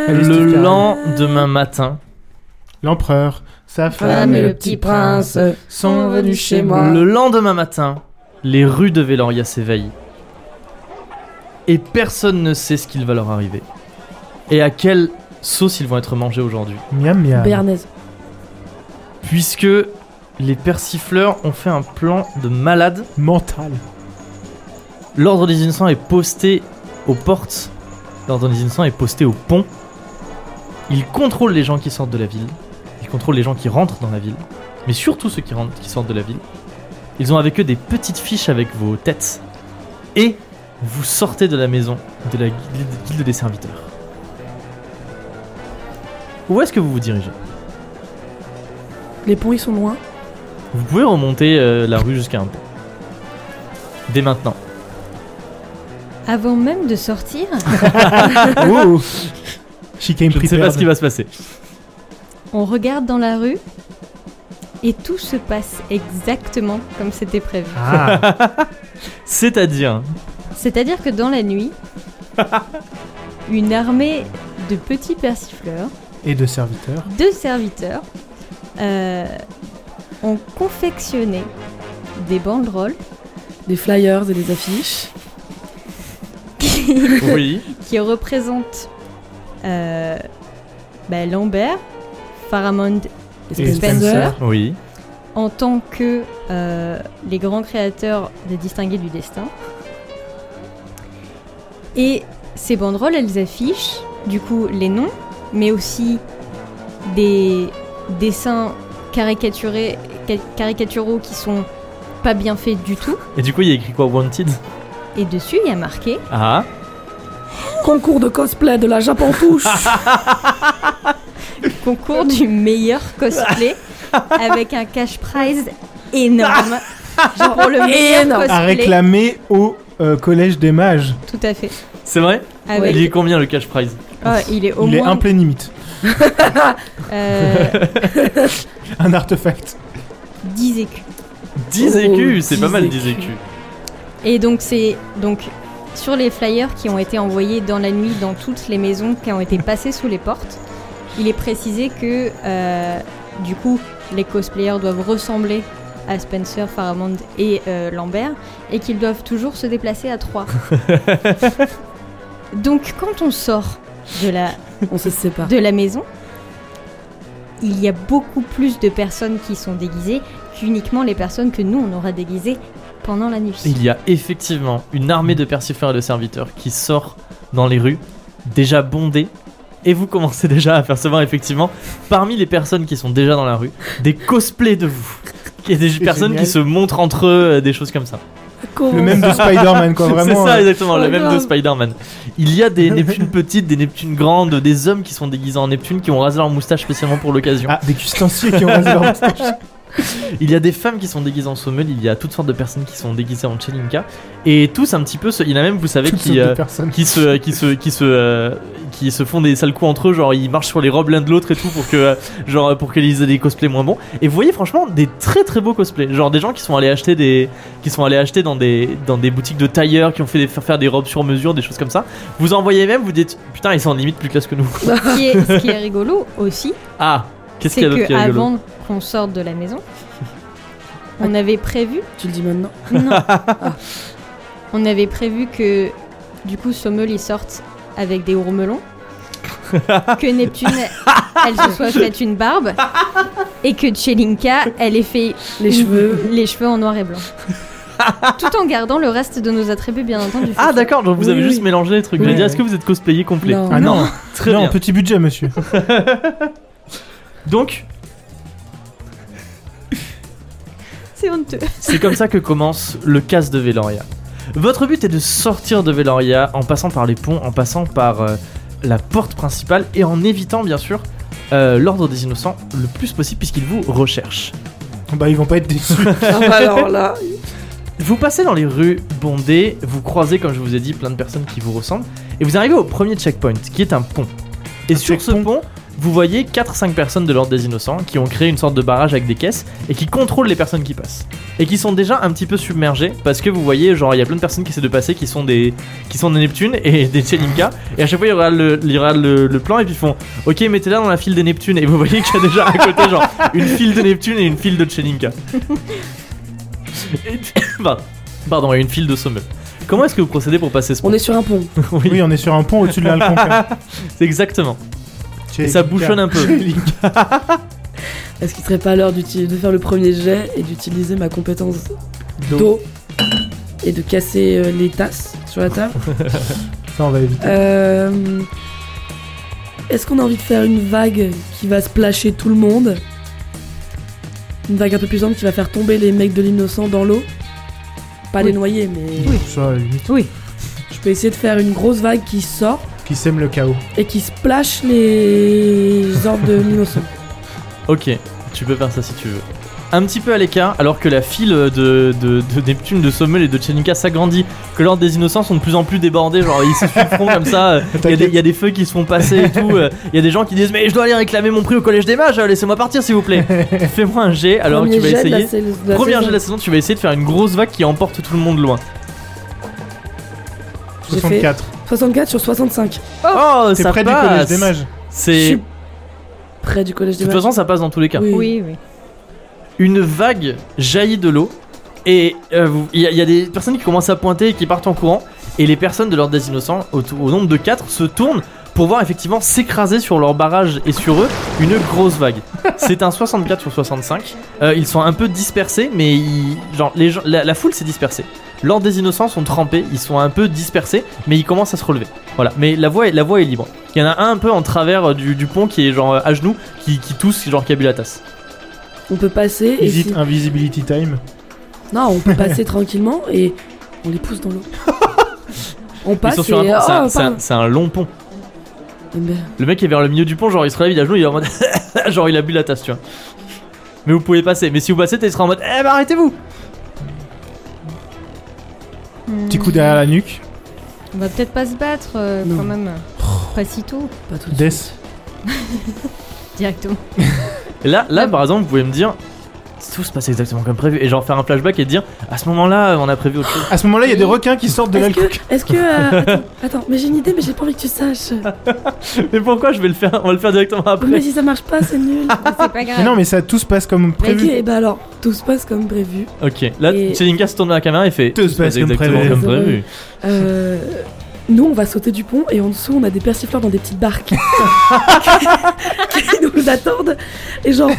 Speaker 2: Allez,
Speaker 1: Le
Speaker 2: Steve Carell.
Speaker 1: lendemain matin,
Speaker 2: L'empereur,
Speaker 3: Ah,
Speaker 2: sa
Speaker 4: Femme
Speaker 2: femme.
Speaker 4: et le petit prince sont venus chez moi.
Speaker 1: le lendemain matin, les rues de Veloria s'éveillent. Et personne ne sait ce qu'il va leur arriver. Et à quelle sauce ils vont être mangés aujourd'hui.
Speaker 2: Miam miam.
Speaker 4: Béarnaise.
Speaker 1: puisque les persifleurs ont fait un plan de malade.
Speaker 2: Mental.
Speaker 1: L'ordre des innocents est posté aux portes. L'ordre des innocents est posté au pont. Ils contrôlent les gens qui sortent de la ville. Ils contrôlent les gens qui rentrent dans la ville. Mais surtout ceux qui, rentrent, qui sortent de la ville. Ils ont avec eux des petites fiches avec vos têtes. Et vous sortez de la maison de la guilde guilde des serviteurs. Où est-ce que vous vous dirigez
Speaker 6: Les ponts, ils sont loin.
Speaker 1: Vous pouvez remonter euh, la rue jusqu'à un pont. Dès maintenant.
Speaker 3: Avant même de sortir,
Speaker 2: oh She came
Speaker 1: Je ne sais pas
Speaker 2: prepared.
Speaker 1: ce qui va se passer.
Speaker 3: on regarde dans la rue et tout se passe exactement comme c'était prévu.
Speaker 2: Ah,
Speaker 1: C'est-à-dire,
Speaker 3: C'est-à-dire que dans la nuit, une armée de petits persifleurs,
Speaker 2: et de serviteur.
Speaker 3: de serviteurs, euh, ont confectionné des banderoles
Speaker 6: Des flyers et des affiches.
Speaker 1: oui,
Speaker 3: qui représentent euh, bah, Lambert, Faramond
Speaker 2: Et
Speaker 6: Et
Speaker 3: Spencer,
Speaker 6: Spencer.
Speaker 1: oui,
Speaker 3: en tant que euh, les grands créateurs des distingués du destin. Et ces banderoles, elles affichent du coup les noms, mais aussi des dessins caricaturés, ca- caricaturaux qui sont pas bien faits du tout.
Speaker 1: Et du coup, il y a écrit quoi Wanted
Speaker 3: Et dessus, il y a marqué
Speaker 1: Ah
Speaker 6: Concours de cosplay de la Japantouche.
Speaker 3: concours du meilleur cosplay avec un cash prize énorme. Genre pour le meilleur
Speaker 6: Énorme.
Speaker 3: cosplay.
Speaker 2: À réclamer au euh, collège des mages.
Speaker 3: Tout à fait.
Speaker 1: C'est vrai
Speaker 3: Avec-
Speaker 1: Il est combien le cash prize
Speaker 3: Ah, il est au
Speaker 2: Il est
Speaker 3: moins.
Speaker 2: un plein limite.
Speaker 3: euh,
Speaker 2: Un artefact.
Speaker 3: 10 écus.
Speaker 1: 10
Speaker 6: Oh,
Speaker 1: écus, c'est pas
Speaker 6: 10
Speaker 1: mal 10
Speaker 6: écus.
Speaker 1: écus.
Speaker 3: Et donc c'est donc sur les flyers qui ont été envoyés dans la nuit dans toutes les maisons qui ont été passées sous les portes, il est précisé que euh, du coup les cosplayers doivent ressembler à Spencer, Faramond et euh, Lambert et qu'ils doivent toujours se déplacer à trois. donc quand on sort de la
Speaker 6: On se sépare.
Speaker 3: de la maison, il y a beaucoup plus de personnes qui sont déguisées qu'uniquement les personnes que nous on aura déguisées pendant la nuit.
Speaker 1: Il y a effectivement une armée de persifleurs et de serviteurs qui sort dans les rues, déjà bondée, et vous commencez déjà à apercevoir effectivement, parmi les personnes qui sont déjà dans la rue, des cosplays de vous. Il y a des
Speaker 2: C'est
Speaker 1: personnes
Speaker 2: génial.
Speaker 1: qui se montrent entre eux, euh, des choses comme ça.
Speaker 2: Le même
Speaker 4: Ah,
Speaker 2: de Spider-Man, quoi,
Speaker 1: C'est
Speaker 2: vraiment.
Speaker 1: ça
Speaker 2: euh,
Speaker 1: exactement,
Speaker 6: Oh
Speaker 1: le même de
Speaker 6: non.
Speaker 1: Spider-Man. Il y a des Neptunes petites, des Neptunes grandes, des hommes qui sont déguisés en Neptune, qui ont rasé leur moustache spécialement pour l'occasion.
Speaker 2: Ah, des custanciers qui ont rasé leur moustache.
Speaker 1: Il y a des femmes qui sont déguisées en Sommel, il y a toutes sortes de personnes qui sont déguisées en Chelinka, et tous un petit peu, se- il y en a même, vous savez,
Speaker 2: Toutes sortes
Speaker 1: qui...
Speaker 2: de
Speaker 1: euh,
Speaker 2: personnes.
Speaker 1: qui se qui se qui se euh, qui se font des sales coups entre eux genre ils marchent sur les robes l'un de l'autre et tout pour que euh, genre pour qu'ils aient des cosplays moins bons et vous voyez franchement des très très beaux cosplays genre des gens qui sont allés acheter des qui sont allés acheter dans des dans des boutiques de tailleurs qui ont fait des, faire faire des robes sur mesure des choses comme ça vous en voyez même vous dites putain ils sont limite plus classe que nous
Speaker 3: Ce qui est, ce qui est rigolo aussi,
Speaker 1: ah qu'est-ce
Speaker 3: c'est
Speaker 1: qu'il y a d'autre
Speaker 3: que
Speaker 1: qui est rigolo
Speaker 3: avant qu'on sorte de la maison, on avait prévu,
Speaker 6: Tu le dis maintenant.
Speaker 3: on avait prévu que du coup Sommel il sorte avec des ourmelons, que Neptune elle se soit faite une barbe et que Chelinka elle ait fait
Speaker 6: Les cheveux.
Speaker 3: les cheveux en noir et blanc. Tout en gardant le reste de nos attributs bien entendu.
Speaker 1: ah d'accord donc vous
Speaker 6: Oui,
Speaker 1: avez
Speaker 6: oui.
Speaker 1: juste mélangé les trucs
Speaker 2: Oui,
Speaker 1: j'ai dit
Speaker 2: oui.
Speaker 1: est-ce que vous êtes cosplayé complet
Speaker 6: Non.
Speaker 2: Ah non,
Speaker 1: très
Speaker 2: non,
Speaker 1: bien
Speaker 2: petit budget, monsieur.
Speaker 1: donc
Speaker 3: C'est honteux.
Speaker 1: C'est comme ça que commence le casse de Veloria. Votre but est de sortir de Veloria en passant par les ponts, en passant par euh, la porte principale et en évitant bien sûr euh, l'ordre des innocents le plus possible puisqu'ils vous recherchent.
Speaker 2: Bah, ils vont pas être déçus.
Speaker 6: Ah bah alors là.
Speaker 1: Vous passez dans les rues bondées, vous croisez comme je vous ai dit plein de personnes qui vous ressemblent et vous arrivez au premier checkpoint qui est un pont. Et sur ce pont,
Speaker 2: checkpoint.
Speaker 1: vous voyez 4-5 personnes de l'ordre des innocents qui ont créé une sorte de barrage avec des caisses et qui contrôlent les personnes qui passent. Et qui sont déjà un petit peu submergées parce que vous voyez, genre, il y a plein de personnes qui essaient de passer qui sont des, qui sont des Neptunes et des Tselinka. Et à chaque fois, il y aura le, il y aura le, le plan et puis ils font Ok, mettez-la dans la file des Neptunes. Et vous voyez qu'il y a déjà à côté, genre, une file de Neptune et une file de Tselinka. Et- pardon. Pardon, et une file de Sommel. Comment est-ce que vous procédez pour passer ce pont
Speaker 6: On est sur un pont.
Speaker 1: Oui,
Speaker 2: Oui, on est sur un pont au-dessus de l'Alcon.
Speaker 1: c'est exactement. Et ça bouchonne un peu.
Speaker 4: Est-ce qu'il serait pas l'heure d'uti- de faire le premier jet et d'utiliser ma compétence
Speaker 2: Donc,
Speaker 4: d'eau et de casser euh, les tasses sur la table
Speaker 2: ça, on va éviter.
Speaker 4: Euh, Est-ce qu'on a envie de faire une vague qui va splasher tout le monde Une vague un peu plus ample qui va faire tomber les mecs de l'innocent dans l'eau Pas les
Speaker 6: Oui.
Speaker 4: noyer, mais
Speaker 2: Oui. Ça, euh, à la limite,
Speaker 4: je peux essayer de faire une grosse vague qui sort
Speaker 2: qui sème le chaos.
Speaker 4: et qui splash les ordres de l'innocent.
Speaker 1: Ok, tu peux faire ça si tu veux. Un petit peu à l'écart, alors que la file de, de, de Neptune, de Sommel et de Tchelinka s'agrandit, que l'ordre des innocents sont de plus en plus débordés, genre ils se font comme ça, euh, il y, a des- il y a des feux qui se font passer et tout, euh, il y a des gens qui disent mais je dois aller réclamer mon prix au collège des mages, euh, laissez-moi partir s'il vous plaît. Fais-moi un jet, alors
Speaker 4: Premier
Speaker 1: tu vas
Speaker 4: jet de la
Speaker 1: essayer.
Speaker 4: sais- de la
Speaker 1: Premier
Speaker 4: saison.
Speaker 1: jet de la saison, tu vas essayer de faire une grosse vague qui emporte tout le monde loin.
Speaker 4: J'ai fait-
Speaker 2: 64.
Speaker 4: 64 sur 65.
Speaker 1: Oh,
Speaker 2: T'es
Speaker 1: ça
Speaker 2: près
Speaker 1: passe.
Speaker 2: du collège des mages.
Speaker 4: Je
Speaker 1: C'est
Speaker 4: suis près du collège
Speaker 1: de
Speaker 4: des
Speaker 1: toute
Speaker 4: mages.
Speaker 1: façon ça passe dans tous les cas.
Speaker 4: Oui.
Speaker 3: Oui, oui.
Speaker 1: une vague jaillit de l'eau et euh, vous- il y, a- il y a des personnes qui commencent à pointer et qui partent en courant et les personnes de l'ordre des innocents autour- au nombre de 4 se tournent pour voir effectivement s'écraser sur leur barrage et sur eux une grosse vague. C'est un 64 sur 65. Euh, ils sont un peu dispersés mais ils- genre, les gens- la, la foule s'est dispersée. L'ordre des innocents sont trempés, ils sont un peu dispersés mais ils commencent à se relever. Voilà, mais la voie, est- la voie est libre. Il y en a un un peu en travers euh, du, du pont qui est genre euh, à genoux, qui, qui tousse, genre qui a bu la tasse.
Speaker 7: On peut passer et
Speaker 2: Visite
Speaker 7: si-
Speaker 2: Invisibility Time.
Speaker 7: non, on peut passer tranquillement et on les pousse dans l'eau. on
Speaker 1: Ils
Speaker 7: passe
Speaker 1: sont sur un
Speaker 7: et
Speaker 1: pont, c'est un-
Speaker 7: oh,
Speaker 1: c'est un-
Speaker 7: pardon.
Speaker 1: c'est un long pont.
Speaker 7: Ben,
Speaker 1: Le mec est vers le milieu du pont, genre il se relève, il est à genoux, il est en mode. genre il a bu la tasse, tu vois. Mais vous pouvez passer, mais si vous passez, il sera en mode. Eh bah arrêtez-vous
Speaker 2: Petit coup derrière la nuque.
Speaker 3: Hmm. On va peut-être pas se battre euh,
Speaker 7: Non.
Speaker 3: quand même.
Speaker 1: Oh.
Speaker 3: Pas si tôt,
Speaker 7: pas tout de suite.
Speaker 2: Death.
Speaker 3: directement.
Speaker 1: Et Là, là par exemple, vous pouvez me dire. Tout se passe exactement comme prévu, et genre faire un flashback et dire à ce moment-là, on a prévu autre chose.
Speaker 2: À ce moment-là, il y a des requins qui sortent de
Speaker 7: Est-ce
Speaker 2: l'alcool.
Speaker 7: que, est-ce que, euh, attends, attends, mais j'ai une idée, mais j'ai pas envie que tu saches.
Speaker 1: Mais pourquoi je vais le faire On va le faire directement
Speaker 7: Mais
Speaker 1: après.
Speaker 7: si ça marche pas, c'est nul.
Speaker 3: C'est pas
Speaker 2: Mais
Speaker 3: grave.
Speaker 2: non, mais ça, tout se passe comme
Speaker 7: Ok,
Speaker 2: prévu.
Speaker 7: et bah alors, tout se passe comme prévu.
Speaker 1: Ok, là,
Speaker 7: Et-
Speaker 1: Chelinka se tourne vers la caméra et fait.
Speaker 2: Tout se passe comme
Speaker 1: exactement
Speaker 2: prévu.
Speaker 1: comme prévu.
Speaker 7: Euh, nous, on va sauter du pont et en dessous, on a des persifleurs dans des petites barques qui nous attendent. Et genre,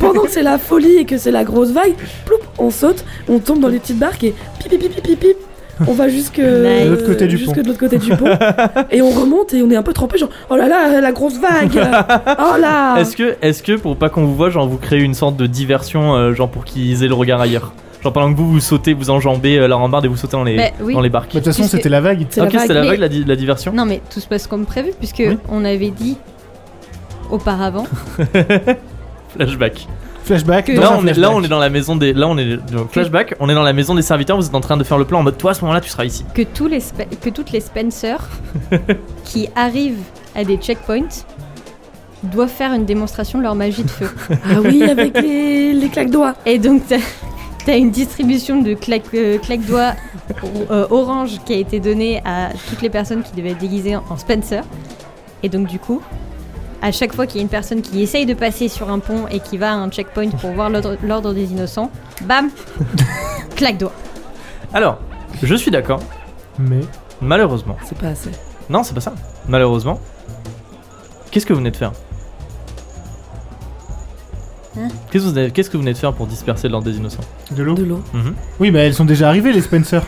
Speaker 7: pendant que c'est la folie et que c'est la grosse vague, ploup, on saute, on tombe dans les petites barques et pip pip pip pip pip. pip, On va jusque euh,
Speaker 3: De
Speaker 2: l'autre côté du
Speaker 7: jusque
Speaker 2: pont.
Speaker 7: de l'autre côté du pont et on remonte et on est un peu trempé genre oh là là la grosse vague oh
Speaker 4: Ah.
Speaker 7: là
Speaker 1: Est-ce que, est que pour pas qu'on vous voit, genre vous créez une sorte de diversion, euh, genre pour qu'ils aient le regard ailleurs Genre pendant que vous, vous sautez, vous enjambez euh, la rambarde et vous sautez dans les,
Speaker 3: Mais oui.
Speaker 1: dans les barques.
Speaker 2: Bah, De toute façon,
Speaker 3: Puisque-
Speaker 2: c'était la vague.
Speaker 7: c'est
Speaker 1: ok,
Speaker 7: la
Speaker 1: c'était
Speaker 7: vague
Speaker 1: la
Speaker 3: mais-
Speaker 1: vague, la, di- la diversion
Speaker 3: Non, mais tout se passe comme prévu, puisque
Speaker 1: Oui.
Speaker 3: on avait dit auparavant
Speaker 1: Flashback.
Speaker 2: Flashback.
Speaker 3: Que-
Speaker 2: dans
Speaker 1: Là
Speaker 2: un
Speaker 1: on, est, là,
Speaker 2: flashback.
Speaker 1: on est dans la maison des. Là, on est. donc, flashback, on est dans la maison des serviteurs, vous êtes en train de faire le plan en mode toi, à ce moment-là, tu seras ici.
Speaker 3: que, tous les Spe- que toutes les Spencer qui arrivent à des checkpoints doivent faire une démonstration de leur magie de feu.
Speaker 7: ah oui avec les, les claques doigts
Speaker 3: Et donc, t'as as une distribution de claque- euh, claque-doigts euh, orange qui a été donnée à toutes les personnes qui devaient être déguisées en en Spencer. Et donc, du coup, à chaque fois qu'il y a une personne qui essaye de passer sur un pont et qui va à un checkpoint pour voir l'ordre l'ordre des innocents, bam Claque-doigt.
Speaker 1: Alors, je suis d'accord,
Speaker 2: Mais
Speaker 1: malheureusement.
Speaker 7: c'est pas assez
Speaker 1: Non, c'est pas ça. Malheureusement. Qu'est-ce que vous venez de faire
Speaker 3: Hein
Speaker 1: Qu'est-ce que vous venez- qu'est-ce que vous venez de faire pour disperser l'ordre des innocents
Speaker 2: de l'eau.
Speaker 7: de l'eau
Speaker 1: Mhm.
Speaker 2: Oui, bah elles sont déjà arrivées, les Spencer.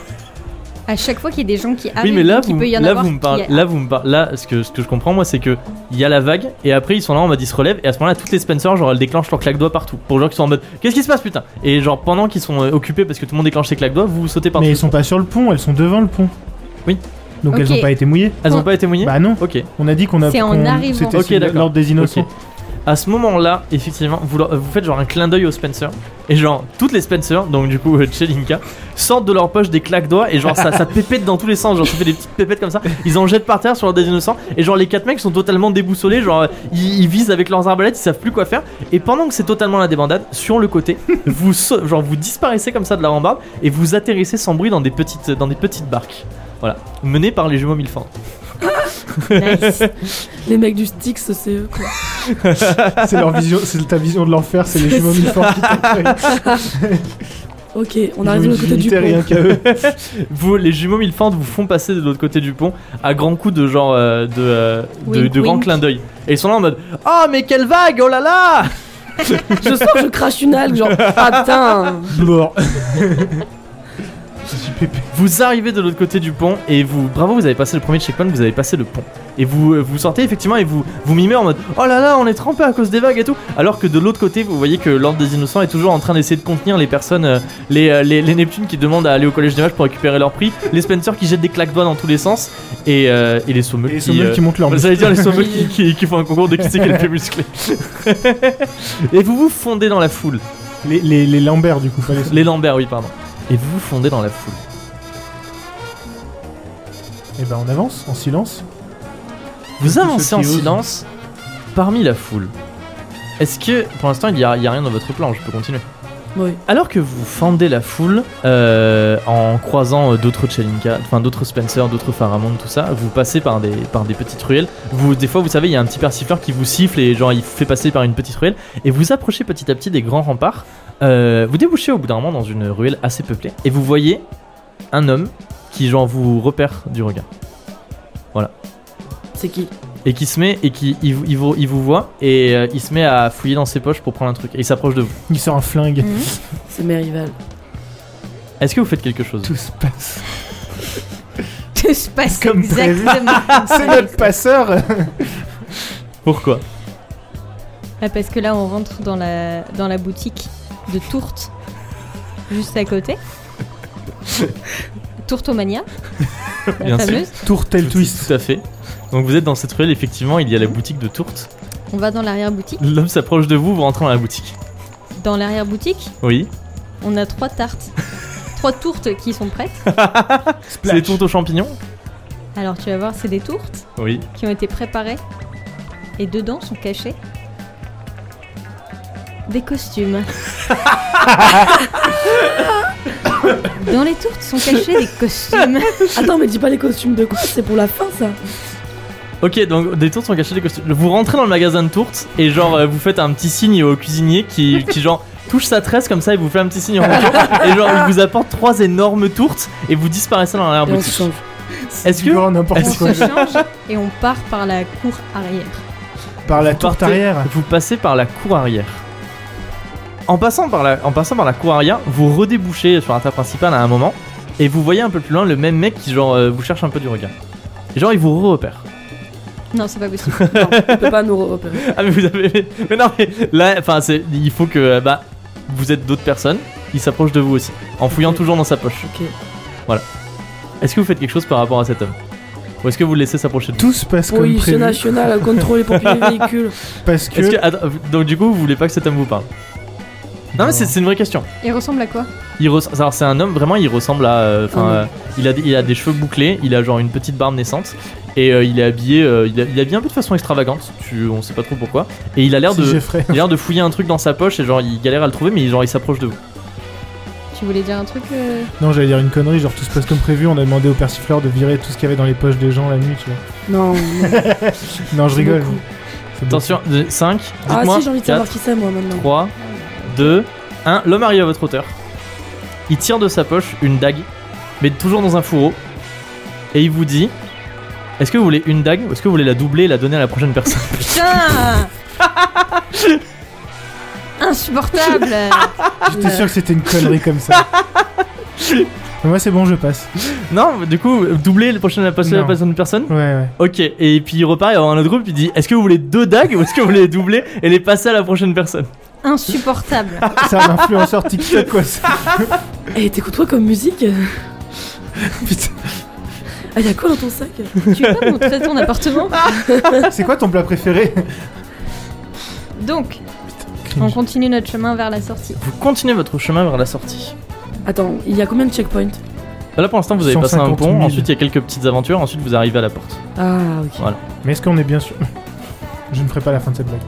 Speaker 3: À chaque fois qu'il y a des gens qui arrivent,
Speaker 1: Oui, mais là,
Speaker 3: il
Speaker 1: vous,
Speaker 3: peut y en
Speaker 1: là,
Speaker 3: avoir
Speaker 1: vous me
Speaker 3: qui-
Speaker 1: parlez. Là, vous me parlez. Là, ce que, ce que je comprends, moi, c'est que il y a la vague, et après, ils sont là en mode ils se relèvent, et à ce moment-là, toutes les Spencer, genre, elles déclenchent leurs claques-doigts partout. Pour les gens qui sont en mode Qu'est-ce qui se passe, putain Et genre, pendant qu'ils sont euh, occupés parce que tout le monde déclenche ses claques-doigts, vous, vous sautez partout.
Speaker 2: Mais elles sont pas sur le pont, elles sont devant le pont.
Speaker 1: Oui.
Speaker 2: Donc elles
Speaker 3: Ok.
Speaker 2: ont pas été mouillées.
Speaker 1: Elles ont pas été mouillées
Speaker 2: Bah non,
Speaker 1: Ok.
Speaker 2: on a dit qu'on a.
Speaker 3: C'est en
Speaker 2: qu'on-
Speaker 3: arrivant.
Speaker 2: C'était
Speaker 1: Ok,
Speaker 2: sur
Speaker 1: d'accord.
Speaker 2: l'ordre des innocents.
Speaker 1: Ok. À ce moment-là, effectivement, vous, leur- vous faites genre un clin d'œil aux Spencer. Et genre, toutes les Spencer, donc du coup, euh, Chelinka, sortent de leur poche des claques doigts et genre ça, ça pépète dans tous les sens. Genre, ça fait des petites pépettes comme ça. Ils en jettent par terre sur leur des innocents. Et genre, les quatre mecs sont totalement déboussolés. Genre, euh, ils, ils visent avec leurs arbalètes, ils savent plus quoi faire. Et pendant que c'est totalement la débandade, sur le côté, vous, sau- genre, vous disparaissez comme ça de la rambarde et vous atterrissez sans bruit dans des petites, dans des petites barques. Voilà, menées par les jumeaux Milford.
Speaker 3: Nice.
Speaker 7: les mecs du Styx c'est eux quoi.
Speaker 2: c'est leur vision, c'est ta vision de l'enfer, c'est les jumeaux uniformes qui t'accueillent.
Speaker 7: ok on
Speaker 2: Ils ont
Speaker 7: arrive de l'autre côté
Speaker 2: une
Speaker 7: du
Speaker 2: utilité rien
Speaker 7: pont
Speaker 2: qu'à eux.
Speaker 1: Vous, les jumeaux Milfand vous font passer de l'autre côté du pont à grands coups de genre euh, de, euh, de,
Speaker 3: Wink,
Speaker 1: de grands
Speaker 3: wink.
Speaker 1: clins d'œil. Et ils sont là en mode Oh, mais quelle vague Oh là là
Speaker 7: Je sens que je crache une algue, genre, ah putain
Speaker 2: Mort. Je suis pépé.
Speaker 1: Vous arrivez de l'autre côté du pont et vous, bravo, vous avez passé le premier checkpoint, vous avez passé le pont. Et vous, euh, vous sortez effectivement et vous, vous mimez en mode oh là là, on est trempé à cause des vagues et tout. Alors que de l'autre côté, vous voyez que l'ordre des innocents est toujours en train d'essayer de contenir les personnes, euh, les, euh, les, les Neptunes qui demandent à aller au collège des mages pour récupérer leur prix, les Spencer qui jettent des claques doigts dans tous les sens et, euh, et les Sommels
Speaker 2: Et les
Speaker 1: qui.
Speaker 2: sommeliers
Speaker 1: euh,
Speaker 2: qui montent leur
Speaker 1: ça veut dire les sommeliers qui, qui- qui font un concours de qui c'est qui est le plus musclé. et vous vous fondez dans la foule.
Speaker 2: Les, les, les Lambert, du coup. pas les-
Speaker 1: Les Lambert, oui, pardon. Et vous vous fondez dans la foule.
Speaker 2: Eh ben, on avance, en silence.
Speaker 1: Vous avancez
Speaker 2: Ceux
Speaker 1: en
Speaker 2: qui osent.
Speaker 1: silence parmi la foule. Est-ce que, pour l'instant, il n'y a, il y a rien dans votre plan Je peux continuer.
Speaker 4: Oui.
Speaker 1: Alors que vous fendez la foule euh, en croisant euh, d'autres Chelinka, enfin d'autres Spencer, d'autres Pharamond, tout ça, vous passez par des, par des petites ruelles. Vous, des fois, vous savez, il y a un petit persifleur qui vous siffle et genre il vous fait passer par une petite ruelle et vous approchez petit à petit des grands remparts. Euh, vous débouchez au bout d'un moment dans une ruelle assez peuplée et vous voyez un homme qui genre vous repère du regard
Speaker 4: C'est qui
Speaker 1: et qui se met et qui il, vous- il vous, il vous voit et euh, il se met à fouiller dans ses poches pour prendre un truc et il s'approche de vous.
Speaker 2: Il sort un flingue.
Speaker 7: Mhm. C'est mes rivales.
Speaker 1: Est-ce que vous faites quelque chose
Speaker 2: Tout se passe.
Speaker 3: Tout se passe
Speaker 2: Comme prévu.
Speaker 3: exactement.
Speaker 2: C'est notre passeur.
Speaker 1: Pourquoi
Speaker 3: Ah, parce que là, on rentre dans la, dans la boutique de Tourte, juste à côté. Tourtomania, la
Speaker 1: Bien sûr.
Speaker 3: fameuse.
Speaker 2: Tourtel
Speaker 1: Tout-
Speaker 2: twist.
Speaker 1: Tout à fait. Donc vous êtes dans cette ruelle, effectivement, il y a la boutique de tourte.
Speaker 3: On va dans l'arrière-boutique.
Speaker 1: L'homme s'approche de vous, vous rentrez dans la boutique.
Speaker 3: Dans l'arrière-boutique,
Speaker 1: Oui.
Speaker 3: on a trois tartes. trois tourtes qui sont prêtes.
Speaker 1: C'est les tourtes aux champignons
Speaker 3: Alors, tu vas voir, c'est des tourtes
Speaker 1: Oui.
Speaker 3: qui ont été préparées. Et dedans sont cachés des costumes. dans les tourtes sont cachés des costumes.
Speaker 7: Attends, mais dis pas les costumes de quoi C'est pour la fin ça
Speaker 1: Ok, donc des tourtes sont cachées des costumes. Vous rentrez dans le magasin de tourtes et genre euh, vous faites un petit signe au cuisinier qui, qui genre touche sa tresse comme ça et vous fait un petit signe en retour et genre il vous apporte trois énormes tourtes et vous disparaissez dans
Speaker 2: Ah,
Speaker 7: Et on se
Speaker 1: l'arrière-boutique.
Speaker 7: change.
Speaker 1: Est-ce que-
Speaker 2: Encore
Speaker 3: On
Speaker 2: n'importe Ah, quoi.
Speaker 3: se change et on part par la cour arrière.
Speaker 2: Par la
Speaker 1: Vous
Speaker 2: tourte
Speaker 1: partez-
Speaker 2: arrière.
Speaker 1: Vous passez par la cour arrière. En passant par la, en passant par la cour arrière, vous redébouchez sur la table principale à un moment et vous voyez un peu plus loin le même mec qui genre euh, vous cherche un peu du regard. Et genre il vous repère.
Speaker 3: Non, c'est pas possible.
Speaker 7: On peut pas nous repérer.
Speaker 1: Ah mais vous avez mais non mais là enfin c'est il faut que euh, bah vous êtes d'autres personnes, il s'approche de vous aussi en fouillant
Speaker 7: Ok.
Speaker 1: toujours dans sa poche.
Speaker 7: Ok.
Speaker 1: Voilà. Est-ce que vous faites quelque chose par rapport à cet homme Ou est-ce que vous le laissez s'approcher de vous
Speaker 2: Tout se passe comme
Speaker 7: Police
Speaker 2: prévu.
Speaker 7: nationale à contrôler pour les véhicules.
Speaker 2: Parce que.
Speaker 1: Est-ce que attends, donc du coup vous voulez pas que cet homme vous parle Non mais c'est c'est une vraie question.
Speaker 3: Il ressemble à quoi
Speaker 1: Il res- alors c'est un homme vraiment il ressemble à euh, enfin
Speaker 7: Ah ouais.
Speaker 1: euh, il a des- il a des cheveux bouclés il a genre une petite barbe naissante et euh, il est habillé euh, il, a, il est habillé un peu de façon extravagante tu on sait pas trop pourquoi et il a l'air
Speaker 2: C'est
Speaker 1: de
Speaker 2: Jeffrey.
Speaker 1: il a l'air de fouiller un truc dans sa poche et genre il galère à le trouver mais genre il s'approche de vous
Speaker 3: Tu voulais dire un truc euh,
Speaker 2: Non, j'allais dire une connerie, genre tout se passe comme prévu. On a demandé au persifleur de virer tout ce qu'il y avait dans les poches des gens la nuit, tu vois.
Speaker 7: Non, non.
Speaker 2: Non, je rigole.
Speaker 7: beaucoup.
Speaker 2: C'est bon.
Speaker 1: attention 5
Speaker 7: Ah
Speaker 1: dites-moi
Speaker 7: si, j'ai envie de savoir qui c'est moi maintenant.
Speaker 1: 3 2 1 l'homme arrive à votre hauteur il tire de sa poche une dague mais toujours dans un fourreau et il vous dit est-ce que vous voulez une dague ou est-ce que vous voulez la doubler et la donner à la prochaine personne
Speaker 3: Putain Insupportable
Speaker 2: J'étais sûr que c'était une connerie comme ça. Moi, c'est bon, je passe.
Speaker 1: Non, mais du coup, doubler le prochain la personne, la
Speaker 2: Non.
Speaker 1: prochaine personne.
Speaker 2: Ouais, ouais.
Speaker 1: Ok, et puis il repart, il va voir un autre groupe, il dit Est-ce que vous voulez deux dagues ou est-ce que vous voulez les doubler et les passer à la prochaine personne
Speaker 3: Insupportable
Speaker 2: C'est un influenceur TikTok, quoi. ça.
Speaker 7: Et t'écoutes quoi Eh, comme musique
Speaker 2: Putain.
Speaker 7: Ah, y'a quoi dans ton sac
Speaker 3: Tu veux pas montrer ton appartement
Speaker 2: C'est quoi ton plat préféré
Speaker 3: Donc, on continue notre chemin vers la sortie.
Speaker 1: Vous continuez votre chemin vers la sortie.
Speaker 7: Attends, il y a combien de checkpoints
Speaker 1: Là pour l'instant, vous avez passé un
Speaker 2: 150
Speaker 1: pont,
Speaker 2: 000.
Speaker 1: ensuite il y a quelques petites aventures, ensuite vous arrivez à la porte.
Speaker 7: Ah, ok.
Speaker 2: Mais est-ce qu'on est bien sûr Je ne ferai pas la fin de cette blague.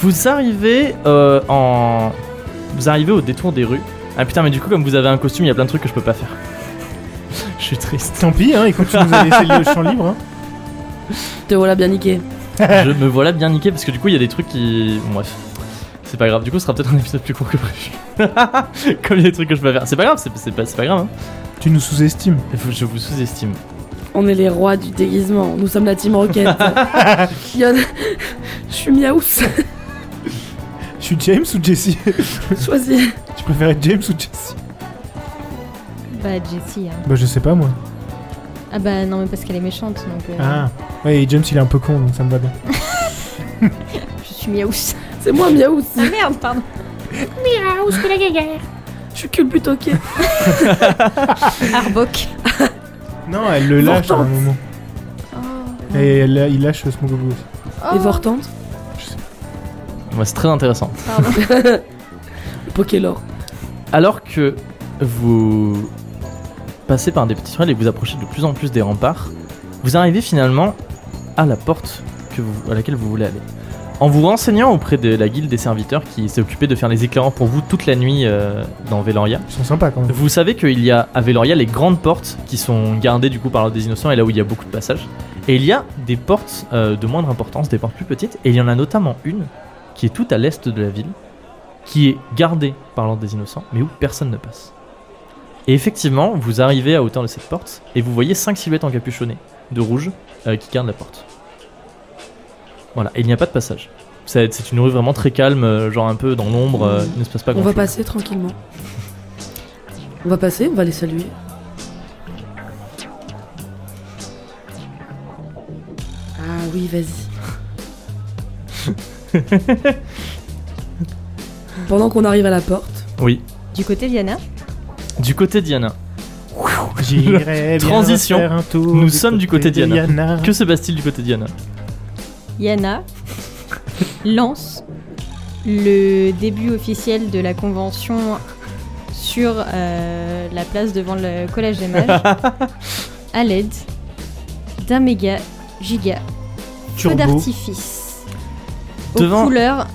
Speaker 1: Vous arrivez euh, en. Vous arrivez au détour des rues. Ah putain, mais du coup, comme vous avez un costume, il y a plein de trucs que je peux pas faire. Je suis triste.
Speaker 2: Tant pis, hein, écoute, tu nous as laissé le champ libre. hein.
Speaker 7: Te voilà bien niqué.
Speaker 1: je me voilà bien niqué parce que du coup, il y a des trucs qui. Bon, bref. C'est pas grave, du coup, ce sera peut-être un épisode plus court que prévu. Comme il y a des trucs que je peux pas faire. C'est pas grave, c'est c'est pas, c'est pas grave. hein.
Speaker 2: Tu nous sous-estimes.
Speaker 1: Vous- Je vous sous-estime.
Speaker 7: On est les rois du déguisement. Nous sommes la team Rocket. Il y en a- Je suis miaouss.
Speaker 2: suis James ou Jesse
Speaker 7: Choisis.
Speaker 2: Tu préfères être James ou Jesse
Speaker 3: Bah, Jessie. hein.
Speaker 2: Bah, je sais pas moi.
Speaker 3: Ah, bah non, mais parce qu'elle est méchante. Donc, euh,
Speaker 2: Ah, ouais, et James il est un peu con donc ça me va bien.
Speaker 3: Je suis miaousse.
Speaker 7: C'est moi, Miaou. c'est-
Speaker 3: Ah merde, pardon.
Speaker 7: Je suis culbutoqué.
Speaker 3: Arbok.
Speaker 2: Non, elle le lâche à un
Speaker 7: Vortante.
Speaker 2: moment.
Speaker 1: Oh.
Speaker 2: Et elle- il lâche euh, Smogogo aussi.
Speaker 3: Oh.
Speaker 7: Et Vortante
Speaker 1: Ouais, c'est très intéressant.
Speaker 3: Pardon.
Speaker 7: Pokélor.
Speaker 1: Alors que vous passez par des petits tunnels et vous approchez de plus en plus des remparts, vous arrivez finalement à la porte que vous- à laquelle vous voulez aller. En vous renseignant auprès de la guilde des serviteurs qui s'est occupée de faire les éclairants pour vous toute la nuit euh, dans Veloria,
Speaker 2: Ils sont sympas quand même.
Speaker 1: vous savez qu'il y a à Veloria les grandes portes qui sont gardées du coup par l'ordre des innocents et là où il y a beaucoup de passages. Et il y a des portes euh, de moindre importance, des portes plus petites, et il y en a notamment une qui est tout à l'est de la ville, qui est gardée par l'ordre des innocents, mais où personne ne passe. Et effectivement, vous arrivez à hauteur de cette porte et vous voyez cinq silhouettes encapuchonnées de rouge euh, qui gardent la porte. Voilà, et il n'y a pas de passage. C'est c'est une rue vraiment très calme, euh, genre un peu dans l'ombre, euh, il ne se passe pas
Speaker 7: On va
Speaker 1: grand-chose.
Speaker 7: passer tranquillement. On va passer, on va les saluer. Ah oui, vas-y. Pendant qu'on arrive à la porte,
Speaker 1: Oui.
Speaker 3: Du côté d'Yana,
Speaker 1: Du côté d'Yana,
Speaker 2: J'irai bien
Speaker 1: Transition.
Speaker 2: faire un tour
Speaker 1: Nous sommes du côté
Speaker 2: de
Speaker 1: d'Yana.
Speaker 2: Yana.
Speaker 1: que se passe-t-il du côté d'Yana
Speaker 3: Yana lance le début officiel de la convention sur euh, la place devant le Collège des Mages à l'aide d'un méga giga feu
Speaker 2: Turbo.
Speaker 3: d'artifice aux
Speaker 1: Devant-
Speaker 3: couleurs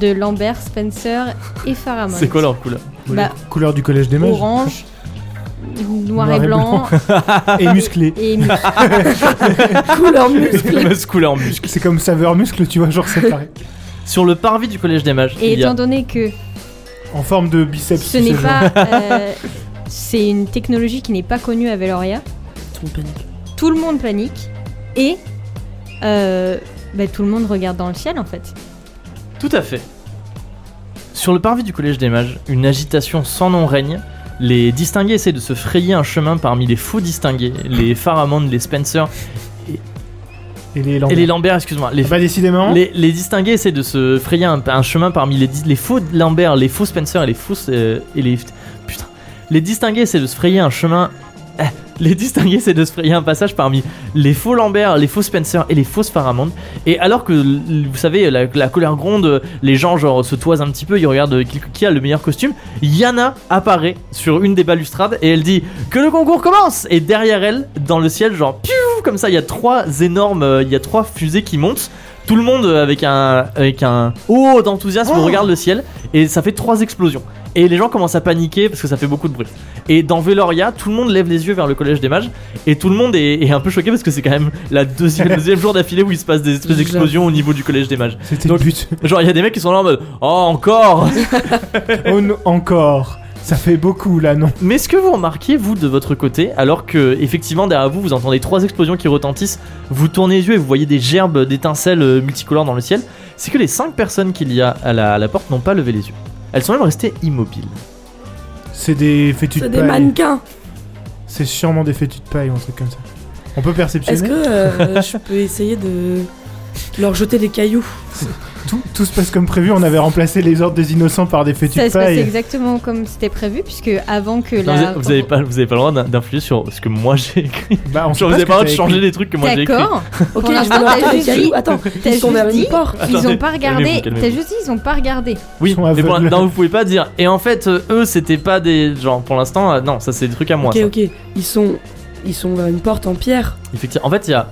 Speaker 3: de Lambert, Spencer et Faramond.
Speaker 1: C'est quoi leur couleur
Speaker 3: Bah,
Speaker 2: Couleur du collège des mages.
Speaker 3: Orange, noir,
Speaker 2: Noir
Speaker 3: et
Speaker 2: et
Speaker 3: blanc,
Speaker 2: Et musclé.
Speaker 3: et
Speaker 1: Ah,
Speaker 3: mus-
Speaker 7: couleur
Speaker 1: La
Speaker 7: muscle.
Speaker 1: fameuse couleur en muscle.
Speaker 2: C'est comme saveur muscle, tu vois, genre séparé.
Speaker 1: Sur le parvis du collège des mages,
Speaker 3: Et
Speaker 1: il y a
Speaker 3: étant donné que
Speaker 2: En forme de biceps.
Speaker 3: ce
Speaker 2: tu
Speaker 3: n'est
Speaker 2: sais, genre.
Speaker 3: pas. euh, c'est une technologie qui n'est pas connue à Veloria.
Speaker 7: Tout le monde panique.
Speaker 3: Tout le monde panique et euh, bah, tout le monde regarde dans le ciel en fait.
Speaker 1: Tout à fait. Sur le parvis du Collège des Mages, une agitation sans nom règne. Les distingués essaient de se frayer un chemin parmi les faux distingués, les Faramond, les Spencer
Speaker 2: Et les
Speaker 1: et
Speaker 2: lambes.
Speaker 1: les Lambert, excuse-moi. Les,
Speaker 2: Bah, décidément.
Speaker 1: les, les distingués essaient de se frayer un, un chemin parmi les, dis- les faux Lambert, les faux Spencer et les faux. euh, et les, putain. Les distingués essaient de se frayer un chemin. eh, Les distingués essaient de se frayer un passage parmi les faux Lambert, les faux Spencer et les fausses Faramond. Et alors que, l- vous savez, la, la colère gronde, les gens genre se toisent un petit peu, ils regardent qui, qui a le meilleur costume. Yana apparaît sur une des balustrades et elle dit que le concours commence. Et derrière elle, dans le ciel, genre piou, comme ça, il y a trois énormes, euh, il y a trois fusées qui montent. Tout le monde euh, avec un avec un oh d'enthousiasme regarde le ciel et ça fait trois explosions. Et les gens commencent à paniquer parce que ça fait beaucoup de bruit. Et dans Veloria, tout le monde lève les yeux vers le collège des mages et tout le monde est, est un peu choqué parce que c'est quand même la deuxième, le deuxième jour d'affilée où il se passe des espèces d'explosions au niveau du collège des mages.
Speaker 2: C'était
Speaker 1: Donc-
Speaker 2: le but.
Speaker 1: Genre il y a des mecs qui sont là en mode oh encore.
Speaker 2: Oh non, encore. Ça fait beaucoup là, non
Speaker 1: Mais ce que vous remarquez vous de votre côté, alors que effectivement derrière vous vous entendez trois explosions qui retentissent, vous tournez les yeux et vous voyez des gerbes d'étincelles euh, multicolores dans le ciel, c'est que les cinq personnes qu'il y a à la, à la porte n'ont pas levé les yeux. Elles sont même restées immobiles.
Speaker 2: C'est des fétus de
Speaker 7: C'est des
Speaker 2: paille.
Speaker 7: mannequins.
Speaker 2: C'est sûrement des fétus de paille ou un truc comme ça. On peut
Speaker 7: Est-ce
Speaker 2: perceptionner.
Speaker 7: que euh, je peux essayer de leur jeter des cailloux
Speaker 2: Tout, tout se passe comme prévu. On avait remplacé les ordres des innocents par des fétus
Speaker 3: Ça
Speaker 2: de
Speaker 3: se passe
Speaker 2: paille.
Speaker 3: exactement comme c'était prévu puisque avant que
Speaker 1: Non, vous
Speaker 3: la
Speaker 1: avez- vous avez pas, vous avez pas le droit d'in- d'influer sur ce que moi j'ai écrit.
Speaker 2: Bah, on sait
Speaker 1: Genre, vous
Speaker 2: pas
Speaker 1: avez
Speaker 2: ce que
Speaker 1: pas le droit de
Speaker 2: t'as
Speaker 1: changer
Speaker 2: écrit.
Speaker 1: les trucs que moi j'ai écrit.
Speaker 3: D'accord.
Speaker 7: Ok,
Speaker 3: Pour
Speaker 7: je vais
Speaker 3: l'instant,
Speaker 7: leur
Speaker 3: t'as
Speaker 7: jeter des
Speaker 3: juste
Speaker 7: cailloux.
Speaker 3: dit-
Speaker 7: Attends,
Speaker 3: t'as
Speaker 7: ils sont
Speaker 3: juste
Speaker 7: derrière
Speaker 3: dit-
Speaker 7: une porte.
Speaker 3: Ils
Speaker 1: Attendez,
Speaker 3: ont pas
Speaker 1: calmez-vous,
Speaker 3: regardé.
Speaker 1: calmez-vous.
Speaker 3: T'as juste dit ils ont pas regardé.
Speaker 1: Oui,
Speaker 2: sont
Speaker 1: mais pour,
Speaker 2: aveugles.
Speaker 1: non, vous pouvez pas dire. Et en fait, euh, eux, c'était pas des. Genre, pour l'instant, euh, non, ça c'est des trucs à moi.
Speaker 7: Ok,
Speaker 1: ça.
Speaker 7: ok. Ils sont, ils sont vers une porte en pierre.
Speaker 1: Effectivement. En fait, il y a.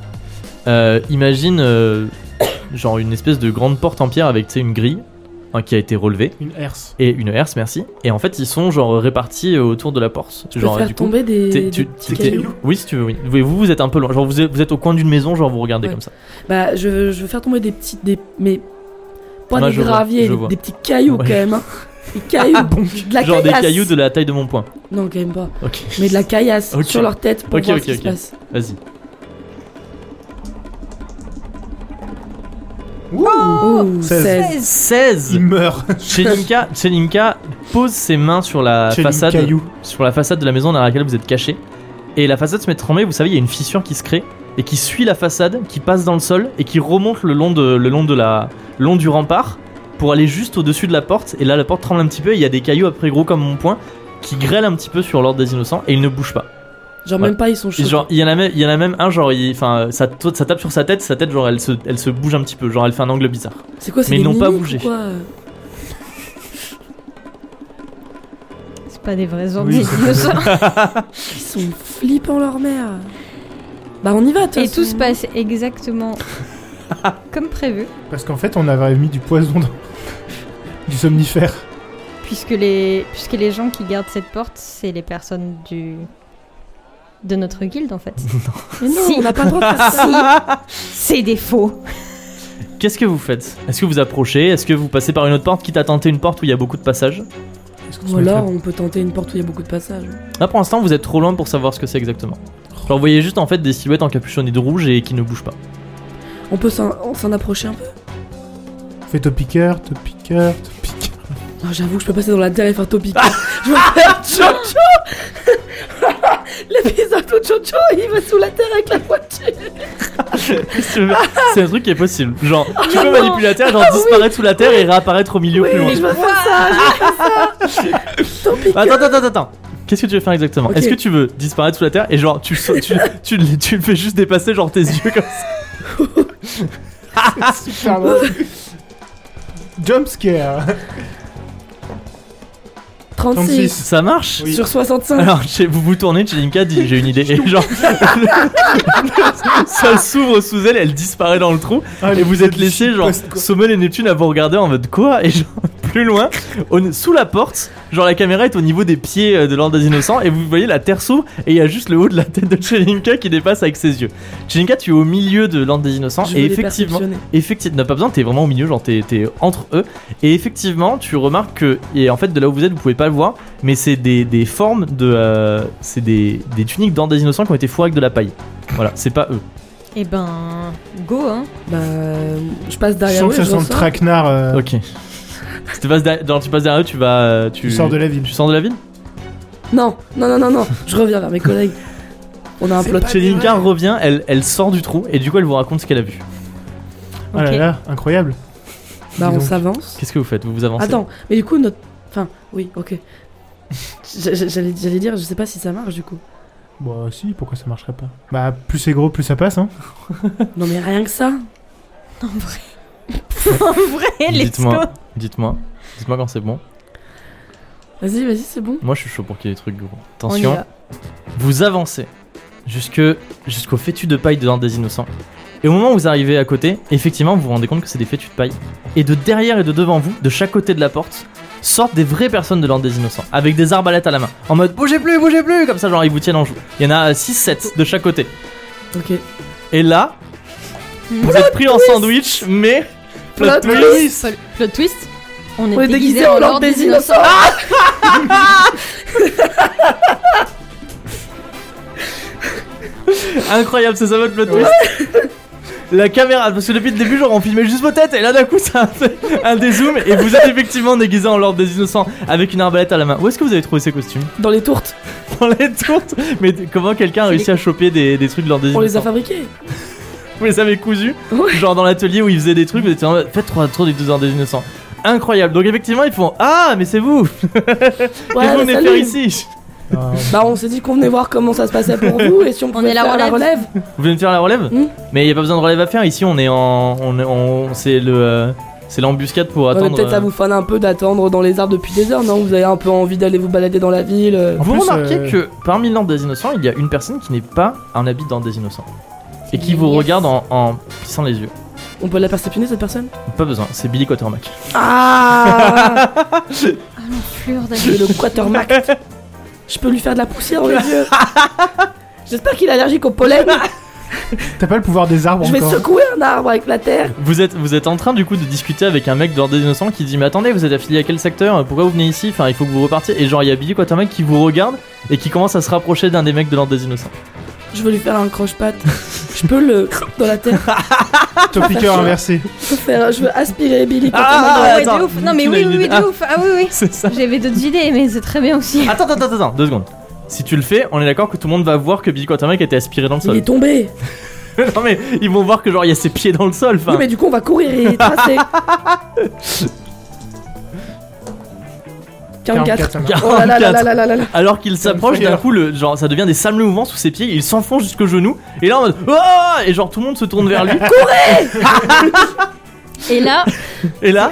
Speaker 1: euh, imagine, euh, genre, une espèce de grande porte en pierre avec, tu sais, une grille hein, qui a été relevée
Speaker 2: Une herse.
Speaker 1: et une herse, merci. Et en fait, ils sont, genre, répartis euh, autour de la porte.
Speaker 7: Tu peux
Speaker 1: genre,
Speaker 7: faire
Speaker 1: du coup,
Speaker 7: tomber des,
Speaker 1: t'es-
Speaker 7: des
Speaker 1: tu-
Speaker 7: petits
Speaker 1: t'es-
Speaker 7: cailloux.
Speaker 1: Oui, si tu veux, oui. Vous, vous, vous êtes un peu loin. Genre, vous êtes, vous êtes au coin d'une maison, genre, vous regardez
Speaker 7: Ouais.
Speaker 1: comme ça.
Speaker 7: Bah, je veux, je veux faire tomber des petits. Des, mais pas
Speaker 1: Moi,
Speaker 7: des
Speaker 1: je vois,
Speaker 7: graviers,
Speaker 1: je
Speaker 7: des,
Speaker 1: vois.
Speaker 7: des petits cailloux
Speaker 1: Ouais. Ah,
Speaker 7: quand même. Hein. Des cailloux. de la
Speaker 1: Genre, des
Speaker 7: caillasse.
Speaker 1: cailloux de la taille de mon poing.
Speaker 7: Non, quand même pas.
Speaker 1: Ok,
Speaker 7: Mais de la caillasse
Speaker 1: Ok.
Speaker 7: sur leur tête pour
Speaker 1: Ok,
Speaker 7: voir
Speaker 1: ok,
Speaker 7: ce qui
Speaker 1: ok.
Speaker 7: se passe.
Speaker 1: vas-y.
Speaker 2: Ouh,
Speaker 4: Oh,
Speaker 2: 16.
Speaker 4: 16.
Speaker 1: 16
Speaker 2: il meurt.
Speaker 1: Chelinka, Chelinka pose ses mains sur la,
Speaker 2: Chez
Speaker 1: façade,
Speaker 2: Caillou.
Speaker 1: sur la façade de la maison dans laquelle vous êtes caché. Et la façade se met à trembler, vous savez, il y a une fissure qui se crée et qui suit la façade, qui passe dans le sol et qui remonte le long, de, le long, de la, le long du rempart pour aller juste au-dessus de la porte. Et là, la porte tremble un petit peu et il y a des cailloux après gros comme mon poing qui grêlent un petit peu sur l'ordre des innocents et ils ne bougent pas.
Speaker 4: Genre,
Speaker 1: Ouais.
Speaker 4: même pas, ils sont
Speaker 1: Et
Speaker 4: choqués.
Speaker 1: genre, il y, en a même- il y en a même un, genre, il- enfin, ça, t- ça tape sur sa tête, sa tête, genre, elle se, elle se bouge un petit peu, genre, elle fait un angle bizarre.
Speaker 4: C'est quoi, c'est
Speaker 1: mais
Speaker 4: des
Speaker 1: ils n'ont pas
Speaker 4: mimiques ou
Speaker 1: bougé.
Speaker 4: quoi
Speaker 3: C'est pas des vrais
Speaker 2: Oui,
Speaker 3: zombies.
Speaker 2: c'est
Speaker 3: ils le sont.
Speaker 4: Ils sont flippants, leur mère. Bah, on y va, toi.
Speaker 3: Et tout se passe exactement comme prévu,
Speaker 2: Parce qu'en fait, on avait mis du poison dans. du somnifère.
Speaker 3: puisque les, puisque les gens qui gardent cette porte, c'est les personnes du de notre guilde en fait.
Speaker 4: Mais non,
Speaker 3: Si.
Speaker 4: on n'a pas le droit de faire ça.
Speaker 3: C'est des faux.
Speaker 1: Qu'est-ce que vous faites Est-ce que vous approchez Est-ce que vous passez par une autre porte, quitte à tenter une porte où il y a beaucoup de passages
Speaker 2: Est-ce que tu
Speaker 4: Ou alors,
Speaker 2: mettrais-
Speaker 4: on peut tenter une porte où il y a beaucoup de passages.
Speaker 1: Là pour l'instant vous êtes trop loin pour savoir ce que c'est exactement. Genre vous voyez juste en fait des silhouettes encapuchonnées de rouge et qui ne bougent pas.
Speaker 4: On peut s'en on s'en approcher un peu.
Speaker 2: Fais top piqueur, top piqueur, top piqueur.
Speaker 4: Oh, J'avoue, je peux passer dans la terre et faire topic.
Speaker 1: Ah.
Speaker 4: Je vais faire Jojo L'épisode où Jojo il va sous la terre avec la voiture.
Speaker 1: c'est un truc qui est possible. Genre tu peux
Speaker 4: Ah, non. Ah
Speaker 1: manipuler la terre, genre disparaître sous la terre et réapparaître au milieu
Speaker 4: Oui,
Speaker 1: plus loin. Bah,
Speaker 4: je vais faire ça, je vais faire ça. Topic.
Speaker 1: Attends, attends, attends, attends. Qu'est-ce que tu veux faire exactement
Speaker 4: Ok.
Speaker 1: Est-ce que tu veux disparaître sous la terre et genre tu sa- tu, tu, tu, le fais juste dépasser genre tes yeux comme ça
Speaker 2: Super drôle. Jump scare.
Speaker 4: 36
Speaker 1: Ça marche
Speaker 2: Oui.
Speaker 4: sur 65.
Speaker 1: Alors, chez- vous vous tournez, Chelinka dit J'ai une idée. Et genre, ça s'ouvre sous elle, elle disparaît dans le trou.
Speaker 2: Ah,
Speaker 1: Et vous êtes laissé, genre,
Speaker 2: poste, quoi.
Speaker 1: Sommel et Neptune à vous regarder en mode quoi Et genre, plus loin, au- sous la porte, genre la caméra est au niveau des pieds euh, de l'ordre des innocents. Et vous voyez la terre s'ouvre et il y a juste le haut de la tête de Chelinka qui dépasse avec ses yeux. Chelinka, tu es au milieu de l'ordre des innocents.
Speaker 4: Je
Speaker 1: Et
Speaker 4: veux les
Speaker 1: effectivement,
Speaker 4: perfectionner.
Speaker 1: Effectivement, n'a pas besoin, t'es vraiment au milieu, genre t'es t'es entre eux. Et effectivement, tu remarques que, et en fait, de là où vous êtes, vous pouvez pas le voir, mais c'est des, des formes de. euh, c'est des, des tuniques d'or des innocents qui ont été fourrées avec de la paille. Voilà, c'est pas eux.
Speaker 3: Eh ben, go hein.
Speaker 4: Bah, je passe
Speaker 2: Je
Speaker 4: derrière
Speaker 2: sens
Speaker 4: eux.
Speaker 2: que ça
Speaker 4: je
Speaker 2: sent le
Speaker 4: ressors.
Speaker 2: traquenard. euh,
Speaker 1: Ok. Si tu passes derrière, genre, tu passes derrière eux, tu vas. euh, Tu,
Speaker 2: Tu sors de la ville.
Speaker 1: tu sors de la ville
Speaker 4: Non, non, non, non, non. Je reviens vers mes collègues. On a un plot.
Speaker 1: Chelinka revient, elle, elle sort du trou, et du coup, elle vous raconte ce qu'elle a vu.
Speaker 2: Ah là
Speaker 3: Ok.
Speaker 2: là, incroyable.
Speaker 4: Bah,
Speaker 2: Dis
Speaker 4: on
Speaker 2: donc.
Speaker 4: s'avance.
Speaker 1: Qu'est-ce que vous faites Vous vous avancez
Speaker 4: Attends, mais du coup, notre. Enfin, oui, ok. J- j- J'allais j'allais dire, je sais pas si ça marche du coup.
Speaker 2: Bah si, pourquoi ça marcherait pas Bah plus c'est gros, plus ça passe, hein.
Speaker 4: Non, mais rien que ça.
Speaker 3: En vrai, let's go.
Speaker 1: Dites-moi, dites-moi, dites-moi quand c'est bon.
Speaker 4: Vas-y, vas-y, c'est bon.
Speaker 1: Moi, je suis chaud pour qu'il y ait des trucs gros.
Speaker 4: On y
Speaker 1: Attention.
Speaker 4: va.
Speaker 1: Vous avancez jusque jusqu'au fétu de paille de l'ordre des innocents. Et au moment où vous arrivez à côté, effectivement, vous vous rendez compte que c'est des fétus de paille. Et de derrière et de devant vous, de chaque côté de la porte, sortent des vraies personnes de l'ordre des innocents, avec des arbalètes à la main, en mode bougez plus, bougez plus, comme ça, genre ils vous tiennent en joue. Il y en a 6-7 de chaque côté.
Speaker 4: Ok.
Speaker 1: Et là, vous êtes pris en sandwich, mais
Speaker 4: Plot twist.
Speaker 3: Plot twist. On est,
Speaker 4: On est
Speaker 3: déguisé
Speaker 4: déguisés
Speaker 3: en
Speaker 4: en
Speaker 3: Lord
Speaker 4: l'ordre
Speaker 3: des
Speaker 4: des
Speaker 3: innocents.
Speaker 4: innocents.
Speaker 1: incroyable, c'est ça votre plot twist. La caméra, parce que depuis le début, genre on filmait juste vos têtes, et là d'un coup, ça a fait un dézoom, et vous êtes effectivement déguisé en l'ordre des innocents avec une arbalète à la main. Où est-ce que vous avez trouvé ces costumes
Speaker 4: Dans les tourtes,
Speaker 1: Dans les tourtes Mais d- comment quelqu'un a réussi à choper des, des trucs de l'ordre des
Speaker 4: on les a
Speaker 1: innocents
Speaker 4: fabriquées.
Speaker 1: Vous les avez cousus
Speaker 4: Ouais.
Speaker 1: Genre dans l'atelier où ils faisaient des trucs, vous étiez en mode faites trois tours des deux ordres des innocents. Incroyable, donc effectivement, ils font Ah, mais c'est vous
Speaker 4: Ouais,
Speaker 1: Qu'est-ce que vous
Speaker 4: bah,
Speaker 1: venez
Speaker 4: salut.
Speaker 1: faire ici
Speaker 2: Ah,
Speaker 4: Bah, on s'est dit qu'on venait voir comment ça se passait pour vous et si on pouvait
Speaker 3: est la
Speaker 4: faire la
Speaker 3: relève.
Speaker 4: relève.
Speaker 1: Vous venez de faire la relève
Speaker 4: Mm.
Speaker 1: Mais il a pas besoin de relève à faire, ici on est en. On, est- on- c'est le. euh, c'est l'embuscade pour
Speaker 4: Ouais, mais
Speaker 1: attendre.
Speaker 4: Peut-être ça
Speaker 1: euh,
Speaker 4: vous fane un peu d'attendre dans les arbres depuis des heures, non Vous avez un peu envie d'aller vous balader dans la ville euh.
Speaker 1: Vous
Speaker 2: plus,
Speaker 1: remarquez
Speaker 2: euh,
Speaker 1: que parmi l'ordre des innocents, il y a une personne qui n'est pas un habitant des innocents et qui vous
Speaker 3: Yes.
Speaker 1: regarde en, en plissant les yeux.
Speaker 4: On peut la perceptionner cette personne
Speaker 1: Pas besoin, c'est Billy Quatermack.
Speaker 4: Ah
Speaker 3: Ah, l'enflure
Speaker 4: Je
Speaker 3: d'ailleurs.
Speaker 4: le Quatermac. Je peux lui faire de la poussière dans les yeux. J'espère qu'il est allergique au pollen.
Speaker 2: T'as pas le pouvoir des arbres
Speaker 4: Je vais
Speaker 2: encore.
Speaker 4: secouer un arbre avec la terre.
Speaker 1: Vous êtes, vous êtes en train du coup de discuter avec un mec de l'ordre des innocents qui dit Mais attendez, vous êtes affilié à quel secteur Pourquoi vous venez ici Enfin, il faut que vous repartiez. Et genre, il y a Billy Quatermack qui vous regarde et qui commence à se rapprocher d'un des mecs de l'ordre des innocents.
Speaker 7: je veux lui faire un croche-patte. je peux le dans la terre.
Speaker 2: Topiqueur inversé.
Speaker 7: Je peux faire, je veux aspirer Billy. quand
Speaker 1: Ah,
Speaker 7: on a-
Speaker 3: Ah ouais,
Speaker 1: attends,
Speaker 3: de ouf. Non, mais
Speaker 1: tu l'as
Speaker 3: oui,
Speaker 1: une
Speaker 3: oui, oui,
Speaker 1: idée.
Speaker 3: de
Speaker 1: Ah.
Speaker 3: ouf. Ah oui, oui.
Speaker 1: C'est ça.
Speaker 3: J'avais d'autres idées, mais c'est très bien aussi.
Speaker 1: Attends, attends, attends, attends, deux secondes. Si tu le fais, on est d'accord que tout le monde va voir que Billy Quantumac était aspiré dans le
Speaker 7: Il est
Speaker 1: sol.
Speaker 7: tombé.
Speaker 1: non mais ils vont voir que genre il y a ses pieds dans le sol. Enfin,
Speaker 7: Oui, mais du coup, on va courir et tracer. 44.
Speaker 2: ça marche.
Speaker 1: Car-
Speaker 7: Oh là là là là là là là là.
Speaker 1: Alors qu'il s'approche, d'un
Speaker 2: frayeur.
Speaker 1: coup, le, genre, ça devient des sables mouvants sous ses pieds, il s'enfonce jusqu'au genou, et là en mode Oh Et genre tout le monde se tourne vers lui,
Speaker 3: Et là,
Speaker 1: et là,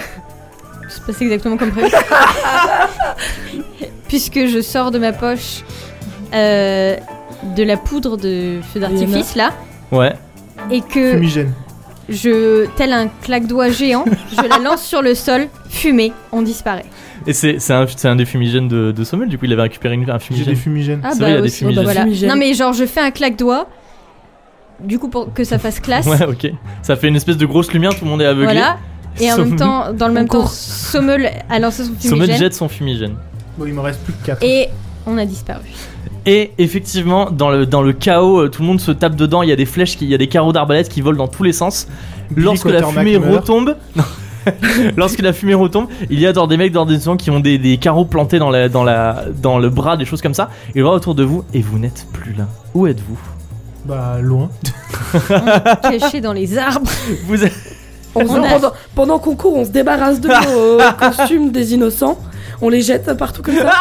Speaker 3: ça se passe exactement comme prévu. Puisque je sors de ma poche euh, de la poudre de feu d'artifice, là,
Speaker 1: ouais,
Speaker 3: et que
Speaker 2: Euh, Fumigène.
Speaker 3: je, tel un claque-doigt géant, je la lance sur le sol, fumée, on disparaît.
Speaker 1: et c'est c'est un, c'est un des fumigènes de, de Sommel, du coup il avait récupéré une- un
Speaker 2: J'ai des
Speaker 1: fumigène.
Speaker 2: fumigènes.
Speaker 1: C'est vrai, il y a des fumigènes.
Speaker 3: voilà.
Speaker 7: Fumigène.
Speaker 3: Non, mais genre, je fais un claque-doigt, du coup, pour que ça fasse classe.
Speaker 1: Ouais, ok. Ça fait une espèce de grosse lumière, tout le monde est aveuglé.
Speaker 3: Voilà, et en
Speaker 1: Sommel-
Speaker 3: même temps, dans le même
Speaker 7: On court.
Speaker 3: temps, Sommel a lancé son
Speaker 1: Sommel
Speaker 3: fumigène
Speaker 1: jette son fumigène.
Speaker 2: Bon, il me reste plus que 4.
Speaker 3: et on a disparu.
Speaker 1: Et effectivement, dans le, dans le chaos, euh, tout le monde se tape dedans, il y a des flèches, qui- il y a des carreaux d'arbalète qui volent dans tous les sens. Lorsque la fumée retombe, Non. lorsque la fumée retombe, il y a genre des mecs dans des gens qui ont des, des carreaux plantés dans la dans la dans le bras, des choses comme ça. Et là autour de vous et vous n'êtes plus là. Où êtes-vous
Speaker 2: Bah, loin.
Speaker 3: Caché dans les arbres.
Speaker 1: Vous êtes-
Speaker 7: On se-
Speaker 3: On a-
Speaker 7: pendant pendant qu'on court, on se débarrasse de nos euh, costumes des innocents. On les jette partout comme ça.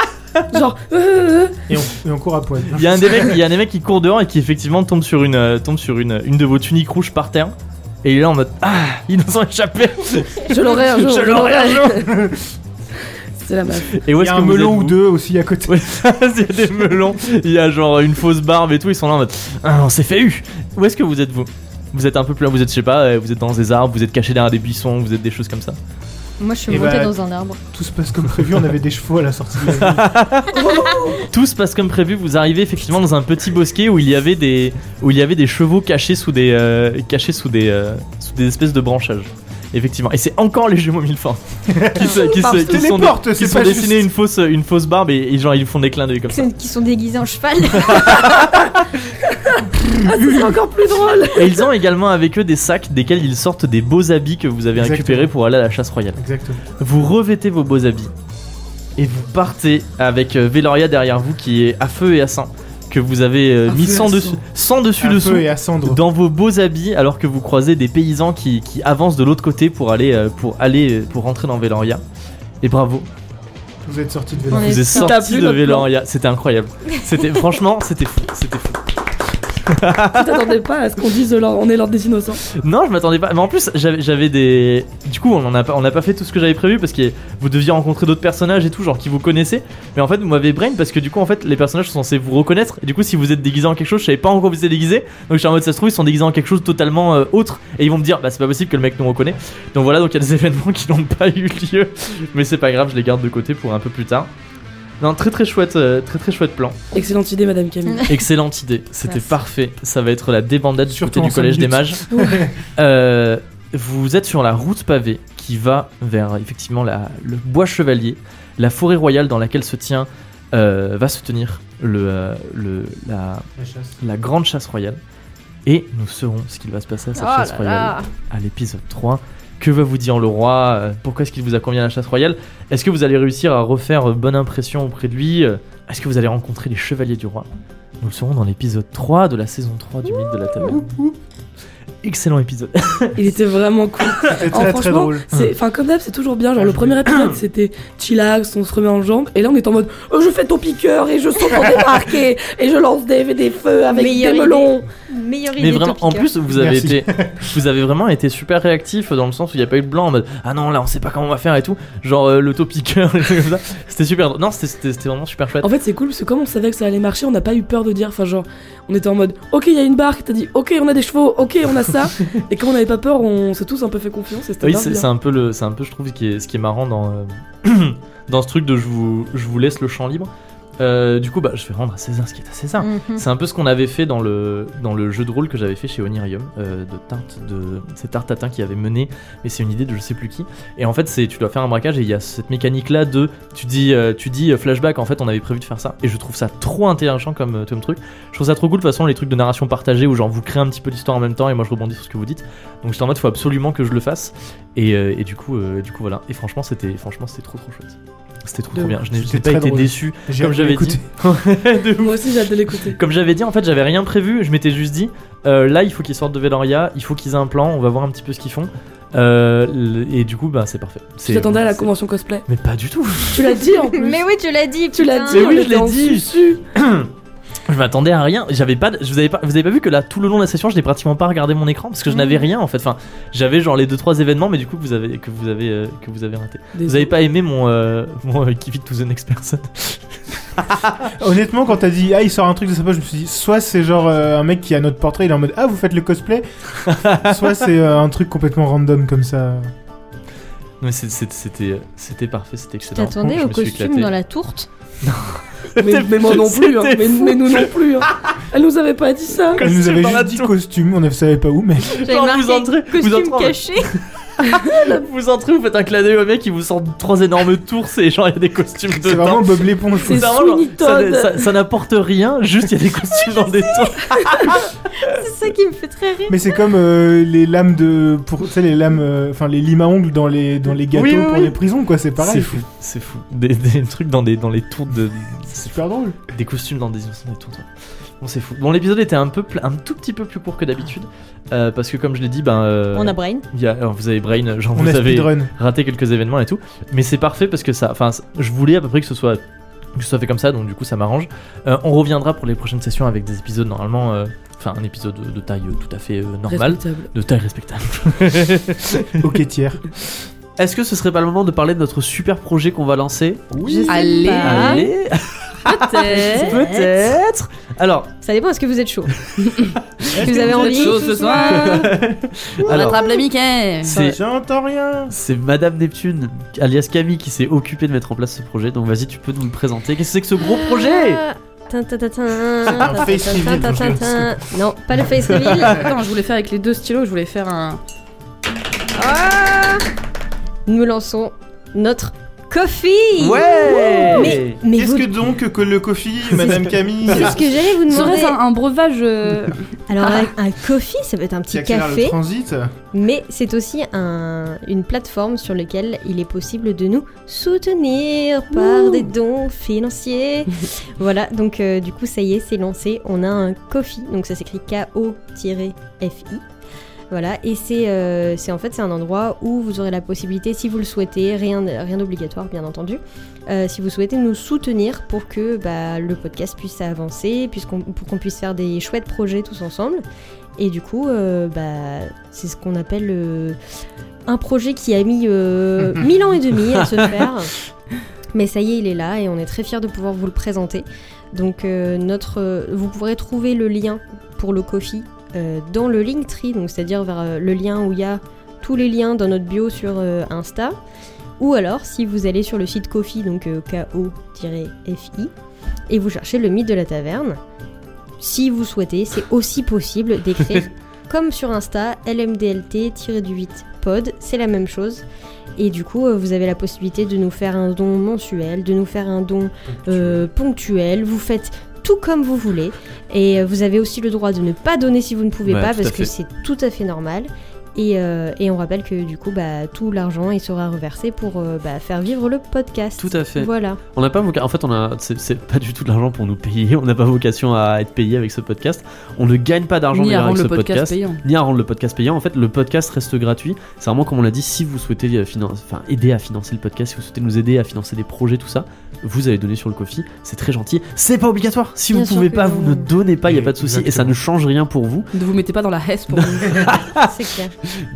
Speaker 7: Genre, euh, euh,
Speaker 2: Et on, et on court à poil.
Speaker 1: Il y a un des mecs, il y a un des mecs qui court dehors et qui effectivement tombe sur une euh, tombe sur une une de vos tuniques rouges par terre. Et il est là en mode ah ils nous ont échappé.
Speaker 7: je l'aurai un jour.
Speaker 1: Je l'aurai un jour.
Speaker 7: C'est la meuf.
Speaker 1: Et où
Speaker 2: Il
Speaker 1: est-ce
Speaker 2: y
Speaker 1: que
Speaker 2: a un
Speaker 1: vous
Speaker 2: melon
Speaker 1: êtes,
Speaker 2: ou
Speaker 1: vous
Speaker 2: deux aussi à côté.
Speaker 1: Ouais, il y a des melons, il y a genre une fausse barbe et tout, ils sont là en mode Ah, on s'est fait eu Où est-ce que vous êtes vous Vous êtes un peu plus loin, vous êtes, je sais pas, euh, vous êtes dans des arbres, vous êtes caché derrière des buissons, vous êtes des choses comme ça.
Speaker 3: Moi, je suis
Speaker 2: Et
Speaker 3: montée
Speaker 2: bah-
Speaker 3: dans un arbre.
Speaker 2: Tout se passe comme prévu, on avait des chevaux à la sortie de la ville.
Speaker 1: Tout se passe comme prévu, vous arrivez effectivement dans un petit bosquet où il y avait des, où il y avait des chevaux cachés sous des, euh, cachés sous des, euh, sous des espèces de branchages. Effectivement, et c'est encore les jumeaux Milford qui, se- qui, se-
Speaker 2: Parce que
Speaker 1: qui
Speaker 2: les
Speaker 1: sont,
Speaker 2: portes,
Speaker 1: qui
Speaker 2: c'est
Speaker 1: sont
Speaker 2: pas
Speaker 1: dessinés
Speaker 2: juste.
Speaker 1: une fausse, une fausse barbe et, et genre ils lui font des clins d'œil comme ça.
Speaker 3: Qui sont déguisés en cheval. Oh
Speaker 7: Ah, ce serait encore plus drôle.
Speaker 1: Et ils ont également avec eux des sacs desquels ils sortent des beaux habits que vous avez
Speaker 2: Exactement.
Speaker 1: récupérés pour aller à la chasse royale.
Speaker 2: Exactement.
Speaker 1: Vous revêtez vos beaux habits et vous partez avec euh, Veloria derrière vous qui est à feu et à sang que vous avez euh,
Speaker 7: À
Speaker 1: mis
Speaker 7: feu et
Speaker 1: sans
Speaker 7: à
Speaker 1: dessus,
Speaker 7: sang.
Speaker 1: sans dessus
Speaker 2: À
Speaker 1: dessous
Speaker 2: feu et à cendre.
Speaker 1: dans vos beaux habits alors que vous croisez des paysans qui, qui avancent de l'autre côté pour aller euh, pour aller euh, pour rentrer dans Veloria. Et bravo,
Speaker 2: Vous êtes sortis de vélo.
Speaker 3: On est-
Speaker 1: vous êtes
Speaker 3: ça.
Speaker 4: T'as
Speaker 1: sorti
Speaker 4: plu
Speaker 1: de
Speaker 4: notre plan.
Speaker 1: Veloria, c'était incroyable. C'était franchement, c'était fou, c'était fou.
Speaker 7: Tu t'attendais pas à ce qu'on dise l'or- on est l'ordre des innocents.
Speaker 1: Non, je m'attendais pas. Mais en plus, j'avais j'avais des. Du coup, on en a pas, on n'a pas fait tout ce que j'avais prévu parce que vous deviez rencontrer d'autres personnages et tout, genre qui vous connaissaient. Mais en fait, vous m'avez brain parce que du coup, en fait, les personnages sont censés vous reconnaître. Et du coup, si vous êtes déguisé en quelque chose, je savais pas en quoi vous étiez déguisé. Donc, je suis en mode, ça se trouve, ils sont déguisés en quelque chose de totalement euh, autre. Et ils vont me dire, bah, c'est pas possible que le mec nous reconnaît. Donc voilà, donc il y a des événements qui n'ont pas eu lieu. Mais c'est pas grave, je les garde de côté pour un peu plus tard. Non, très très chouette, euh, très très chouette plan.
Speaker 7: Excellente idée, Madame Camille.
Speaker 1: Excellente idée, c'était
Speaker 3: Merci.
Speaker 1: parfait. Ça va être la débandade du côté
Speaker 2: Surtout en
Speaker 1: du
Speaker 2: cinq
Speaker 1: collège des
Speaker 2: minutes.
Speaker 1: mages. Euh, vous êtes sur la route pavée qui va vers effectivement la- le bois chevalier, la forêt royale dans laquelle se tient, euh, va se tenir le, euh, le- la,
Speaker 2: La chasse.
Speaker 1: la grande chasse royale. Et nous saurons ce qu'il va se passer à
Speaker 3: Oh
Speaker 1: cette chasse royale à l'épisode 3. Que va vous dire le roi Euh, Pourquoi est-ce qu'il vous a convié à la chasse royale Est-ce que vous allez réussir à refaire euh, bonne impression auprès de lui Euh, Est-ce que vous allez rencontrer les chevaliers du roi Nous le saurons dans l'épisode 3 de la saison 3 du mythe de la taverne. Excellent épisode.
Speaker 7: Il était vraiment cool.
Speaker 2: C'était
Speaker 7: Oh,
Speaker 2: très très
Speaker 7: franchement,
Speaker 2: drôle.
Speaker 7: c'est- Enfin, comme d'hab, c'est toujours bien. Genre,
Speaker 2: Ah,
Speaker 7: le
Speaker 2: je
Speaker 7: premier épisode, c'était chillax, on se remet en jambe. Et là, on est en mode, euh, je fais ton piqueur et je saute en débarqué et je lance des, des feux avec
Speaker 3: Meilleure
Speaker 7: des
Speaker 3: idée.
Speaker 7: melons.
Speaker 3: Meilleure idée.
Speaker 1: Mais vraiment, en
Speaker 3: Topica.
Speaker 1: plus, vous avez,
Speaker 2: Merci.
Speaker 1: été, vous avez vraiment été super réactif dans le sens où il n'y a pas eu de blanc en mode Ah non, là on sait pas comment on va faire et tout. Genre euh, le topiqueur, et tout comme ça. C'était super. Non, c'était- c'était c'était vraiment super chouette.
Speaker 7: En fait, c'est cool parce que comme on savait que ça allait marcher, on n'a pas eu peur de dire. Enfin, genre, on était en mode, ok, il y a une barque. T'as dit, ok, on a des chevaux. Ok, on a ça. et comme on n'avait pas peur, on s'est tous un peu fait confiance. Et c'était
Speaker 1: Oui,
Speaker 7: grave
Speaker 1: c'est
Speaker 7: bien.
Speaker 1: c'est un peu le, c'est un peu je trouve ce qui est, ce qui est marrant dans euh, dans ce truc de je vous, je vous laisse le champ libre, Euh, du coup, bah, je vais rendre à César ce qui est à César.
Speaker 2: Mm-hmm.
Speaker 3: Mhm.
Speaker 1: C'est un peu ce qu'on avait fait dans le, dans le jeu de rôle que j'avais fait chez Onirium, euh, de Tarte, de c'est Tarte Tatin qui avait mené, mais c'est une idée de je sais plus qui. Et en fait, c'est tu dois faire un braquage et il y a cette mécanique là de tu dis euh, tu dis euh, flashback. En fait, on avait prévu de faire ça. Et je trouve ça trop intéressant comme, euh, comme truc. Je trouve ça trop cool de toute façon les trucs de narration partagée où genre vous créez un petit peu l'histoire en même temps et moi je rebondis sur ce que vous dites. Donc j'étais en mode faut absolument que je le fasse. Et, euh, et du coup euh, du coup voilà. Et franchement c'était franchement c'était trop trop chouette. C'était trop, trop
Speaker 2: De
Speaker 1: bien.
Speaker 2: ouf.
Speaker 1: Je n'ai
Speaker 2: C'était
Speaker 1: j'ai pas
Speaker 2: très
Speaker 1: été
Speaker 2: drôle.
Speaker 1: déçu.
Speaker 2: J'ai
Speaker 1: Comme j'avais
Speaker 2: écouté.
Speaker 1: dit. De ouf.
Speaker 7: Moi aussi, j'ai hâte de l'écouter.
Speaker 1: Comme j'avais dit, en fait, j'avais rien prévu. Je m'étais juste dit, euh, là, il faut qu'ils sortent de Veloria, il faut qu'ils aient un plan, on va voir un petit peu ce qu'ils font. Euh, le- et du coup, bah, c'est parfait.
Speaker 7: Tu
Speaker 1: C'est-
Speaker 7: t'attendais à la
Speaker 1: c'est-
Speaker 7: convention cosplay.
Speaker 1: Mais pas du tout.
Speaker 7: Tu l'as dit en plus.
Speaker 3: Mais oui, tu l'as dit.
Speaker 7: Tu l'as
Speaker 3: putain.
Speaker 7: dit,
Speaker 1: Mais oui,
Speaker 7: on
Speaker 1: je
Speaker 7: était
Speaker 1: l'ai
Speaker 7: en
Speaker 1: dit.
Speaker 7: susu.
Speaker 1: Je m'attendais à rien. J'avais pas, de- je vous avais pas, vous avez pas vu que là, tout le long de la session, je n'ai pratiquement pas regardé mon écran
Speaker 7: Mmh.
Speaker 1: parce que je n'avais rien en fait. Enfin, j'avais genre les deux trois événements, mais du coup, que vous avez, que vous avez, euh, que vous avez raté. Vous avez pas aimé mon, euh, mon euh, Give it to the next person.
Speaker 2: Honnêtement, quand t'as dit ah il sort un truc de sa poche, je me suis dit soit c'est genre euh, un mec qui a notre portrait, il est en mode ah vous faites le cosplay, soit c'est euh, un truc complètement random comme ça.
Speaker 1: Mais c'est- c'est- c'était, c'était parfait, c'était
Speaker 3: Tu
Speaker 1: excellent.
Speaker 3: t'attendais
Speaker 1: Je
Speaker 3: au
Speaker 1: me suis
Speaker 3: costume
Speaker 1: éclaté.
Speaker 3: dans la tourte
Speaker 7: Mais, mais moi non plus, hein. mais, mais nous non plus. hein. Elle nous avait pas dit ça.
Speaker 2: Elle nous
Speaker 1: Costume
Speaker 2: avait
Speaker 1: dans la
Speaker 2: juste dit costume, on ne savait pas où, mais
Speaker 3: J'avais
Speaker 1: Genre,
Speaker 3: marqué
Speaker 1: vous entrez- vous
Speaker 3: costume
Speaker 1: entrez en-
Speaker 3: caché.
Speaker 1: Vous entrez, vous faites un clin d'œil au mec, il vous sort trois énormes tours et genre il y a des costumes
Speaker 2: c'est
Speaker 1: dedans.
Speaker 2: vraiment Bob l'éponge.
Speaker 7: C'est
Speaker 1: C'est vraiment, genre,
Speaker 7: Sweeney
Speaker 1: ça,
Speaker 7: Todd.
Speaker 1: ça- ça n'apporte rien, juste il y a des costumes dans des tours.
Speaker 3: C'est ça qui me fait très rire.
Speaker 2: Mais c'est comme euh, les lames de pour tu sais les lames euh, enfin les limes à ongles dans les dans les gâteaux
Speaker 1: Oui, oui,
Speaker 2: pour
Speaker 1: oui.
Speaker 2: les prisons quoi, c'est
Speaker 1: C'est
Speaker 2: pareil.
Speaker 1: fou, c'est fou. Des, des trucs dans, des, dans les tours de.
Speaker 2: C'est super drôle.
Speaker 1: Des costumes dans des, dans des tours. Bon, c'est fou. Bon, l'épisode était un, peu, pl- un tout petit peu plus court que d'habitude. euh, parce que, comme je l'ai dit, ben. euh,
Speaker 3: On a brain.
Speaker 1: il y a- alors, vous avez Brain, genre
Speaker 2: On
Speaker 1: vous
Speaker 2: a
Speaker 1: avez.
Speaker 2: speedrun.
Speaker 1: raté quelques événements et tout. Mais c'est parfait parce que ça. Enfin, c- je voulais à peu près que ce soit. Que ce soit fait comme ça, donc du coup ça m'arrange. Euh, on reviendra pour les prochaines sessions avec des épisodes normalement. euh, Enfin, un épisode de, de taille euh, tout à fait euh, normale,
Speaker 7: Respectable.
Speaker 1: de taille respectable.
Speaker 2: OK tiers.
Speaker 1: Est-ce que ce serait pas le moment de parler de notre super projet qu'on va lancer Eh,
Speaker 2: Oui.
Speaker 3: Allez.
Speaker 1: Allez
Speaker 4: Peut-être.
Speaker 1: Peut-être Alors,
Speaker 3: Ça dépend, est-ce que vous êtes chaud Vous avez
Speaker 4: Vous êtes
Speaker 3: envie
Speaker 4: chaud ce soir On
Speaker 1: alors
Speaker 4: attrape le
Speaker 3: hein.
Speaker 4: Mickey
Speaker 1: c'est
Speaker 2: Bah, J'entends rien.
Speaker 1: c'est Madame Neptune, alias Camille, qui s'est occupée de mettre en place ce projet. Donc vas-y, tu peux nous le présenter. Qu'est-ce que c'est que ce gros projet
Speaker 3: Ah, Tin, tin, tin, tin,
Speaker 2: Un face
Speaker 3: tin,
Speaker 2: reveal,
Speaker 3: tin, tin,
Speaker 2: je
Speaker 3: tin. Non, pas le face reveal.
Speaker 4: Attends, je voulais faire avec les deux stylos, je voulais faire un.
Speaker 3: Ah Nous lançons notre coffee
Speaker 1: Ouais
Speaker 3: Mais, mais vous-
Speaker 2: donc que le coffee madame Camille
Speaker 3: c'est ce que j'allais vous demander.
Speaker 4: Serait-ce un, un breuvage euh,
Speaker 3: Alors un- un coffee, ça peut être un petit
Speaker 2: le
Speaker 3: café,
Speaker 2: transit
Speaker 3: mais c'est aussi un- une plateforme sur laquelle il est possible de nous soutenir par des dons financiers. voilà, donc euh, du coup ça y est, c'est lancé. On a un coffee, donc ça s'écrit K-O-F-I. Voilà, et c'est euh, c'est- en fait c'est un endroit où vous aurez la possibilité, si vous le souhaitez, rien rien d'obligatoire bien entendu, euh, si vous souhaitez nous soutenir pour que bah, le podcast puisse avancer, puisqu'on- pour qu'on puisse faire des chouettes projets tous ensemble. Et du coup, euh, bah, c'est ce qu'on appelle euh, un projet qui a mis euh, mille ans et demi à se faire. Mais ça y est, il est là et on est très fiers de pouvoir vous le présenter. Donc, euh, notre, euh, vous pourrez trouver le lien pour le Kofi euh, dans le Linktree, donc c'est-à-dire vers euh, le lien où il y a tous les liens dans notre bio sur euh, Insta. Ou alors, si vous allez sur le site Kofi, donc euh, K-O-F-I, et vous cherchez le mythe de la taverne, si vous souhaitez, c'est aussi possible d'écrire comme sur Insta, LMDLT-8 pod, c'est la même chose. Et du coup, euh, vous avez la possibilité de nous faire un don mensuel, de nous faire un don euh, ponctuel. Vous faites tout comme vous voulez. Et euh, vous avez aussi le droit de ne pas donner si vous ne pouvez
Speaker 1: Ouais,
Speaker 3: pas,
Speaker 1: tout à
Speaker 3: parce que
Speaker 1: fait.
Speaker 3: c'est tout à fait normal. Et, euh, et on rappelle que du coup, bah, tout l'argent il sera reversé pour euh, bah, faire vivre le podcast.
Speaker 1: Tout à fait.
Speaker 3: Voilà.
Speaker 1: On n'a pas vocation. En fait, on a. C'est c'est pas du tout de l'argent pour nous payer. On n'a pas vocation à être payé avec ce podcast. On ne gagne pas d'argent
Speaker 4: ni
Speaker 1: d'ailleurs
Speaker 4: à
Speaker 1: avec
Speaker 4: rendre
Speaker 1: ce
Speaker 4: le podcast,
Speaker 1: podcast.
Speaker 4: payant.
Speaker 1: ni à rendre le podcast payant. En fait, le podcast reste gratuit. C'est vraiment comme on l'a dit, si vous souhaitez euh, finan- enfin, aider à financer le podcast, si vous souhaitez nous aider à financer des projets, tout ça, vous allez donner sur le Kofi. C'est très gentil. C'est pas obligatoire. Si
Speaker 3: Bien
Speaker 1: vous
Speaker 3: sûr
Speaker 1: pouvez
Speaker 3: que
Speaker 1: pas,
Speaker 3: non.
Speaker 1: vous ne donnez pas. Il y a pas de souci et ça
Speaker 2: Exactement.
Speaker 1: ne change rien pour vous. Ah
Speaker 4: Ne vous mettez pas dans la hesse pour nous.
Speaker 3: C'est clair.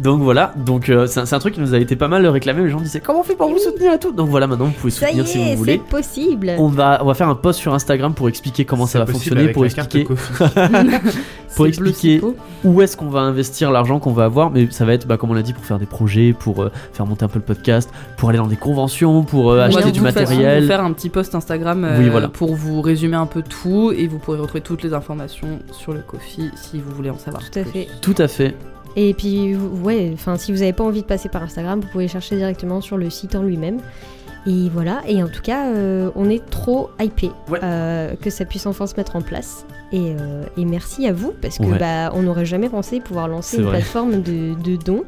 Speaker 1: Donc voilà, donc euh, c'est un, c'est un truc qui nous a été pas mal réclamé. Les gens disaient comment on fait pour vous soutenir à tout Donc voilà, maintenant vous pouvez
Speaker 3: Ça y
Speaker 1: soutenir si vous
Speaker 3: est, c'est
Speaker 1: voulez.
Speaker 3: possible.
Speaker 1: On va, on va faire un post sur Instagram pour expliquer comment ça va fonctionner, pour expliquer Pour
Speaker 8: C'est bleu,
Speaker 1: expliquer-
Speaker 8: c'est faux.
Speaker 1: où est-ce qu'on va investir l'argent qu'on va avoir, mais ça va être, bah, comme on l'a dit, pour faire des projets, pour euh, faire monter un peu le podcast, pour aller dans des conventions, pour euh,
Speaker 8: On va
Speaker 1: acheter
Speaker 8: de
Speaker 1: du
Speaker 8: toute façon vous
Speaker 1: matériel.
Speaker 8: faire un petit post Instagram euh,
Speaker 1: Oui, voilà.
Speaker 8: pour vous résumer un peu tout et vous pourrez retrouver toutes les informations sur le Kofi si vous voulez en savoir.
Speaker 3: Tout à
Speaker 8: plus.
Speaker 3: fait.
Speaker 1: Tout à fait.
Speaker 3: Et puis, vous- ouais, enfin, si vous n'avez pas envie de passer par Instagram, vous pouvez chercher directement sur le site en lui-même. Et voilà, et en tout cas, euh, on est trop hypé
Speaker 1: Ouais.
Speaker 3: euh, que ça puisse enfin se mettre en place. Et, euh, et merci à vous, parce que
Speaker 1: Ouais.
Speaker 3: bah, on n'aurait jamais pensé pouvoir lancer
Speaker 1: C'est
Speaker 3: une
Speaker 1: vrai.
Speaker 3: plateforme de, de dons.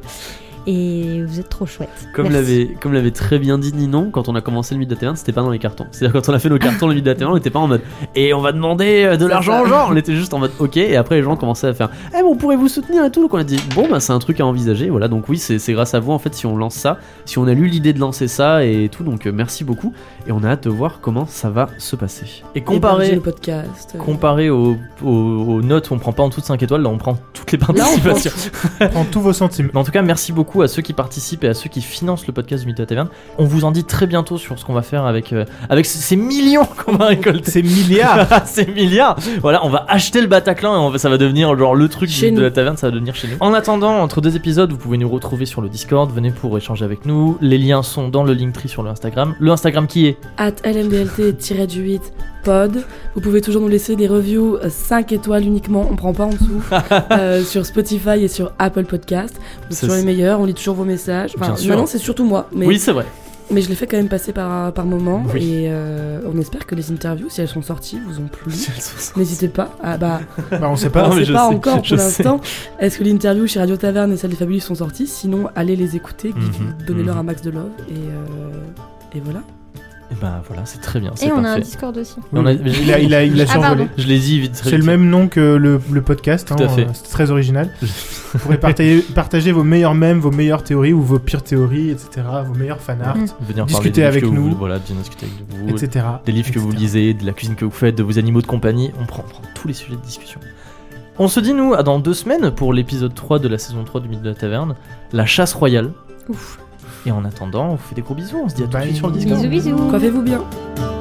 Speaker 3: Et vous êtes trop chouette.
Speaker 1: Comme l'avait, comme l'avait très bien dit Ninon, quand on a commencé le Mythe d'Athéna, c'était pas dans les cartons. C'est-à-dire quand on a fait nos cartons le Mythe d'Athéna, on n'était pas en mode et on va demander euh, de l'argent aux gens. On était juste en mode ok. Et après les gens commençaient à faire eh mais on pourrait vous soutenir et tout. Donc on a dit bon bah c'est un truc à envisager. Voilà donc oui c'est, c'est grâce à vous en fait si on lance ça, si on a eu l'idée de lancer ça et tout. Donc euh, merci beaucoup et on a hâte de voir comment ça va se passer.
Speaker 7: Et
Speaker 4: Héberger
Speaker 7: comparé,
Speaker 4: le podcast. euh,
Speaker 7: comparé aux, aux- aux notes, on prend pas en dessous de 5 étoiles, là on prend toutes les
Speaker 4: Là, on prend
Speaker 7: participations.
Speaker 2: Prends tous vos centimes.
Speaker 7: Mais en tout cas, merci beaucoup à ceux qui participent et à ceux qui financent le podcast du Mythe de la Taverne. On vous en dit très bientôt sur ce qu'on va faire avec, euh, avec ces- ces millions qu'on va récolter.
Speaker 2: C'est milliards.
Speaker 7: ces milliards Voilà, on va acheter le Bataclan et on va- ça va devenir genre le truc
Speaker 4: Chez
Speaker 7: de
Speaker 4: nous.
Speaker 7: la taverne, ça va devenir chez nous. En attendant, entre deux épisodes, vous pouvez nous retrouver sur le Discord, venez pour échanger avec nous. Les liens sont dans le Linktree sur le Instagram. Le Instagram qui est
Speaker 4: at lmdlt-8 pod. Vous pouvez toujours nous laisser des reviews 5 étoiles uniquement, on prend pas en dessous, euh, sur Spotify et sur Apple Podcast. Vous êtes
Speaker 7: Ça,
Speaker 4: toujours les
Speaker 7: c'est-
Speaker 4: meilleurs, on lit toujours vos messages. Enfin,
Speaker 7: Bien sûr.
Speaker 4: maintenant, c'est surtout moi, mais,
Speaker 7: Oui, c'est vrai.
Speaker 4: mais je les fais quand même passer par, par moment.
Speaker 7: Oui.
Speaker 4: Et euh, on espère que les interviews, si elles sont sorties, vous ont plu. N'hésitez pas. Ah bah,
Speaker 2: Bah, on sait
Speaker 7: Non,
Speaker 2: pas.
Speaker 4: on
Speaker 7: mais
Speaker 4: sait
Speaker 7: je
Speaker 4: pas
Speaker 7: sais,
Speaker 4: encore
Speaker 7: je
Speaker 4: pour
Speaker 7: sais.
Speaker 4: l'instant. Est-ce que l'interview chez Radio Taverne et celle des Fabulous sont sorties Sinon, allez les écouter,
Speaker 7: Mhm,
Speaker 4: donnez-leur
Speaker 7: mhm.
Speaker 4: un max de love. Et, euh, et voilà.
Speaker 7: Et bah voilà, c'est très bien, c'est
Speaker 3: Et on a un
Speaker 7: parfait.
Speaker 3: Discord aussi.
Speaker 7: On a- mais je-
Speaker 2: Il a, il a, il a
Speaker 3: Ah,
Speaker 2: survolé.
Speaker 3: pardon.
Speaker 7: Je les dit vite. très
Speaker 2: C'est le
Speaker 7: vite.
Speaker 2: même nom que le, le podcast.
Speaker 7: Tout à
Speaker 2: hein,
Speaker 7: fait.
Speaker 2: euh, C'est très original. Vous pourrez partager, partager vos meilleurs mèmes, vos meilleures théories ou vos pires théories, etc. Vos meilleurs fanarts,
Speaker 3: Mm.
Speaker 7: Venir parler
Speaker 2: Discuter
Speaker 7: des livres
Speaker 2: avec
Speaker 7: que vous
Speaker 2: nous.
Speaker 7: voulez, Voilà, venir discuter avec vous.
Speaker 2: etc.
Speaker 7: des livres que vous
Speaker 2: etc.
Speaker 7: lisez, de la cuisine que vous faites, de vos animaux de compagnie. On prend, on prend tous les sujets de discussion. On se dit, nous, à dans deux semaines pour l'épisode 3 de la saison 3 du Mythe de la Taverne, la chasse royale.
Speaker 3: Ouf.
Speaker 7: Et en attendant, on vous fait des gros bisous. On se dit à tout de
Speaker 2: Bye.
Speaker 7: suite sur le Discord.
Speaker 3: Bisous, bisous.
Speaker 4: Coiffez-vous bien.
Speaker 2: Bisous.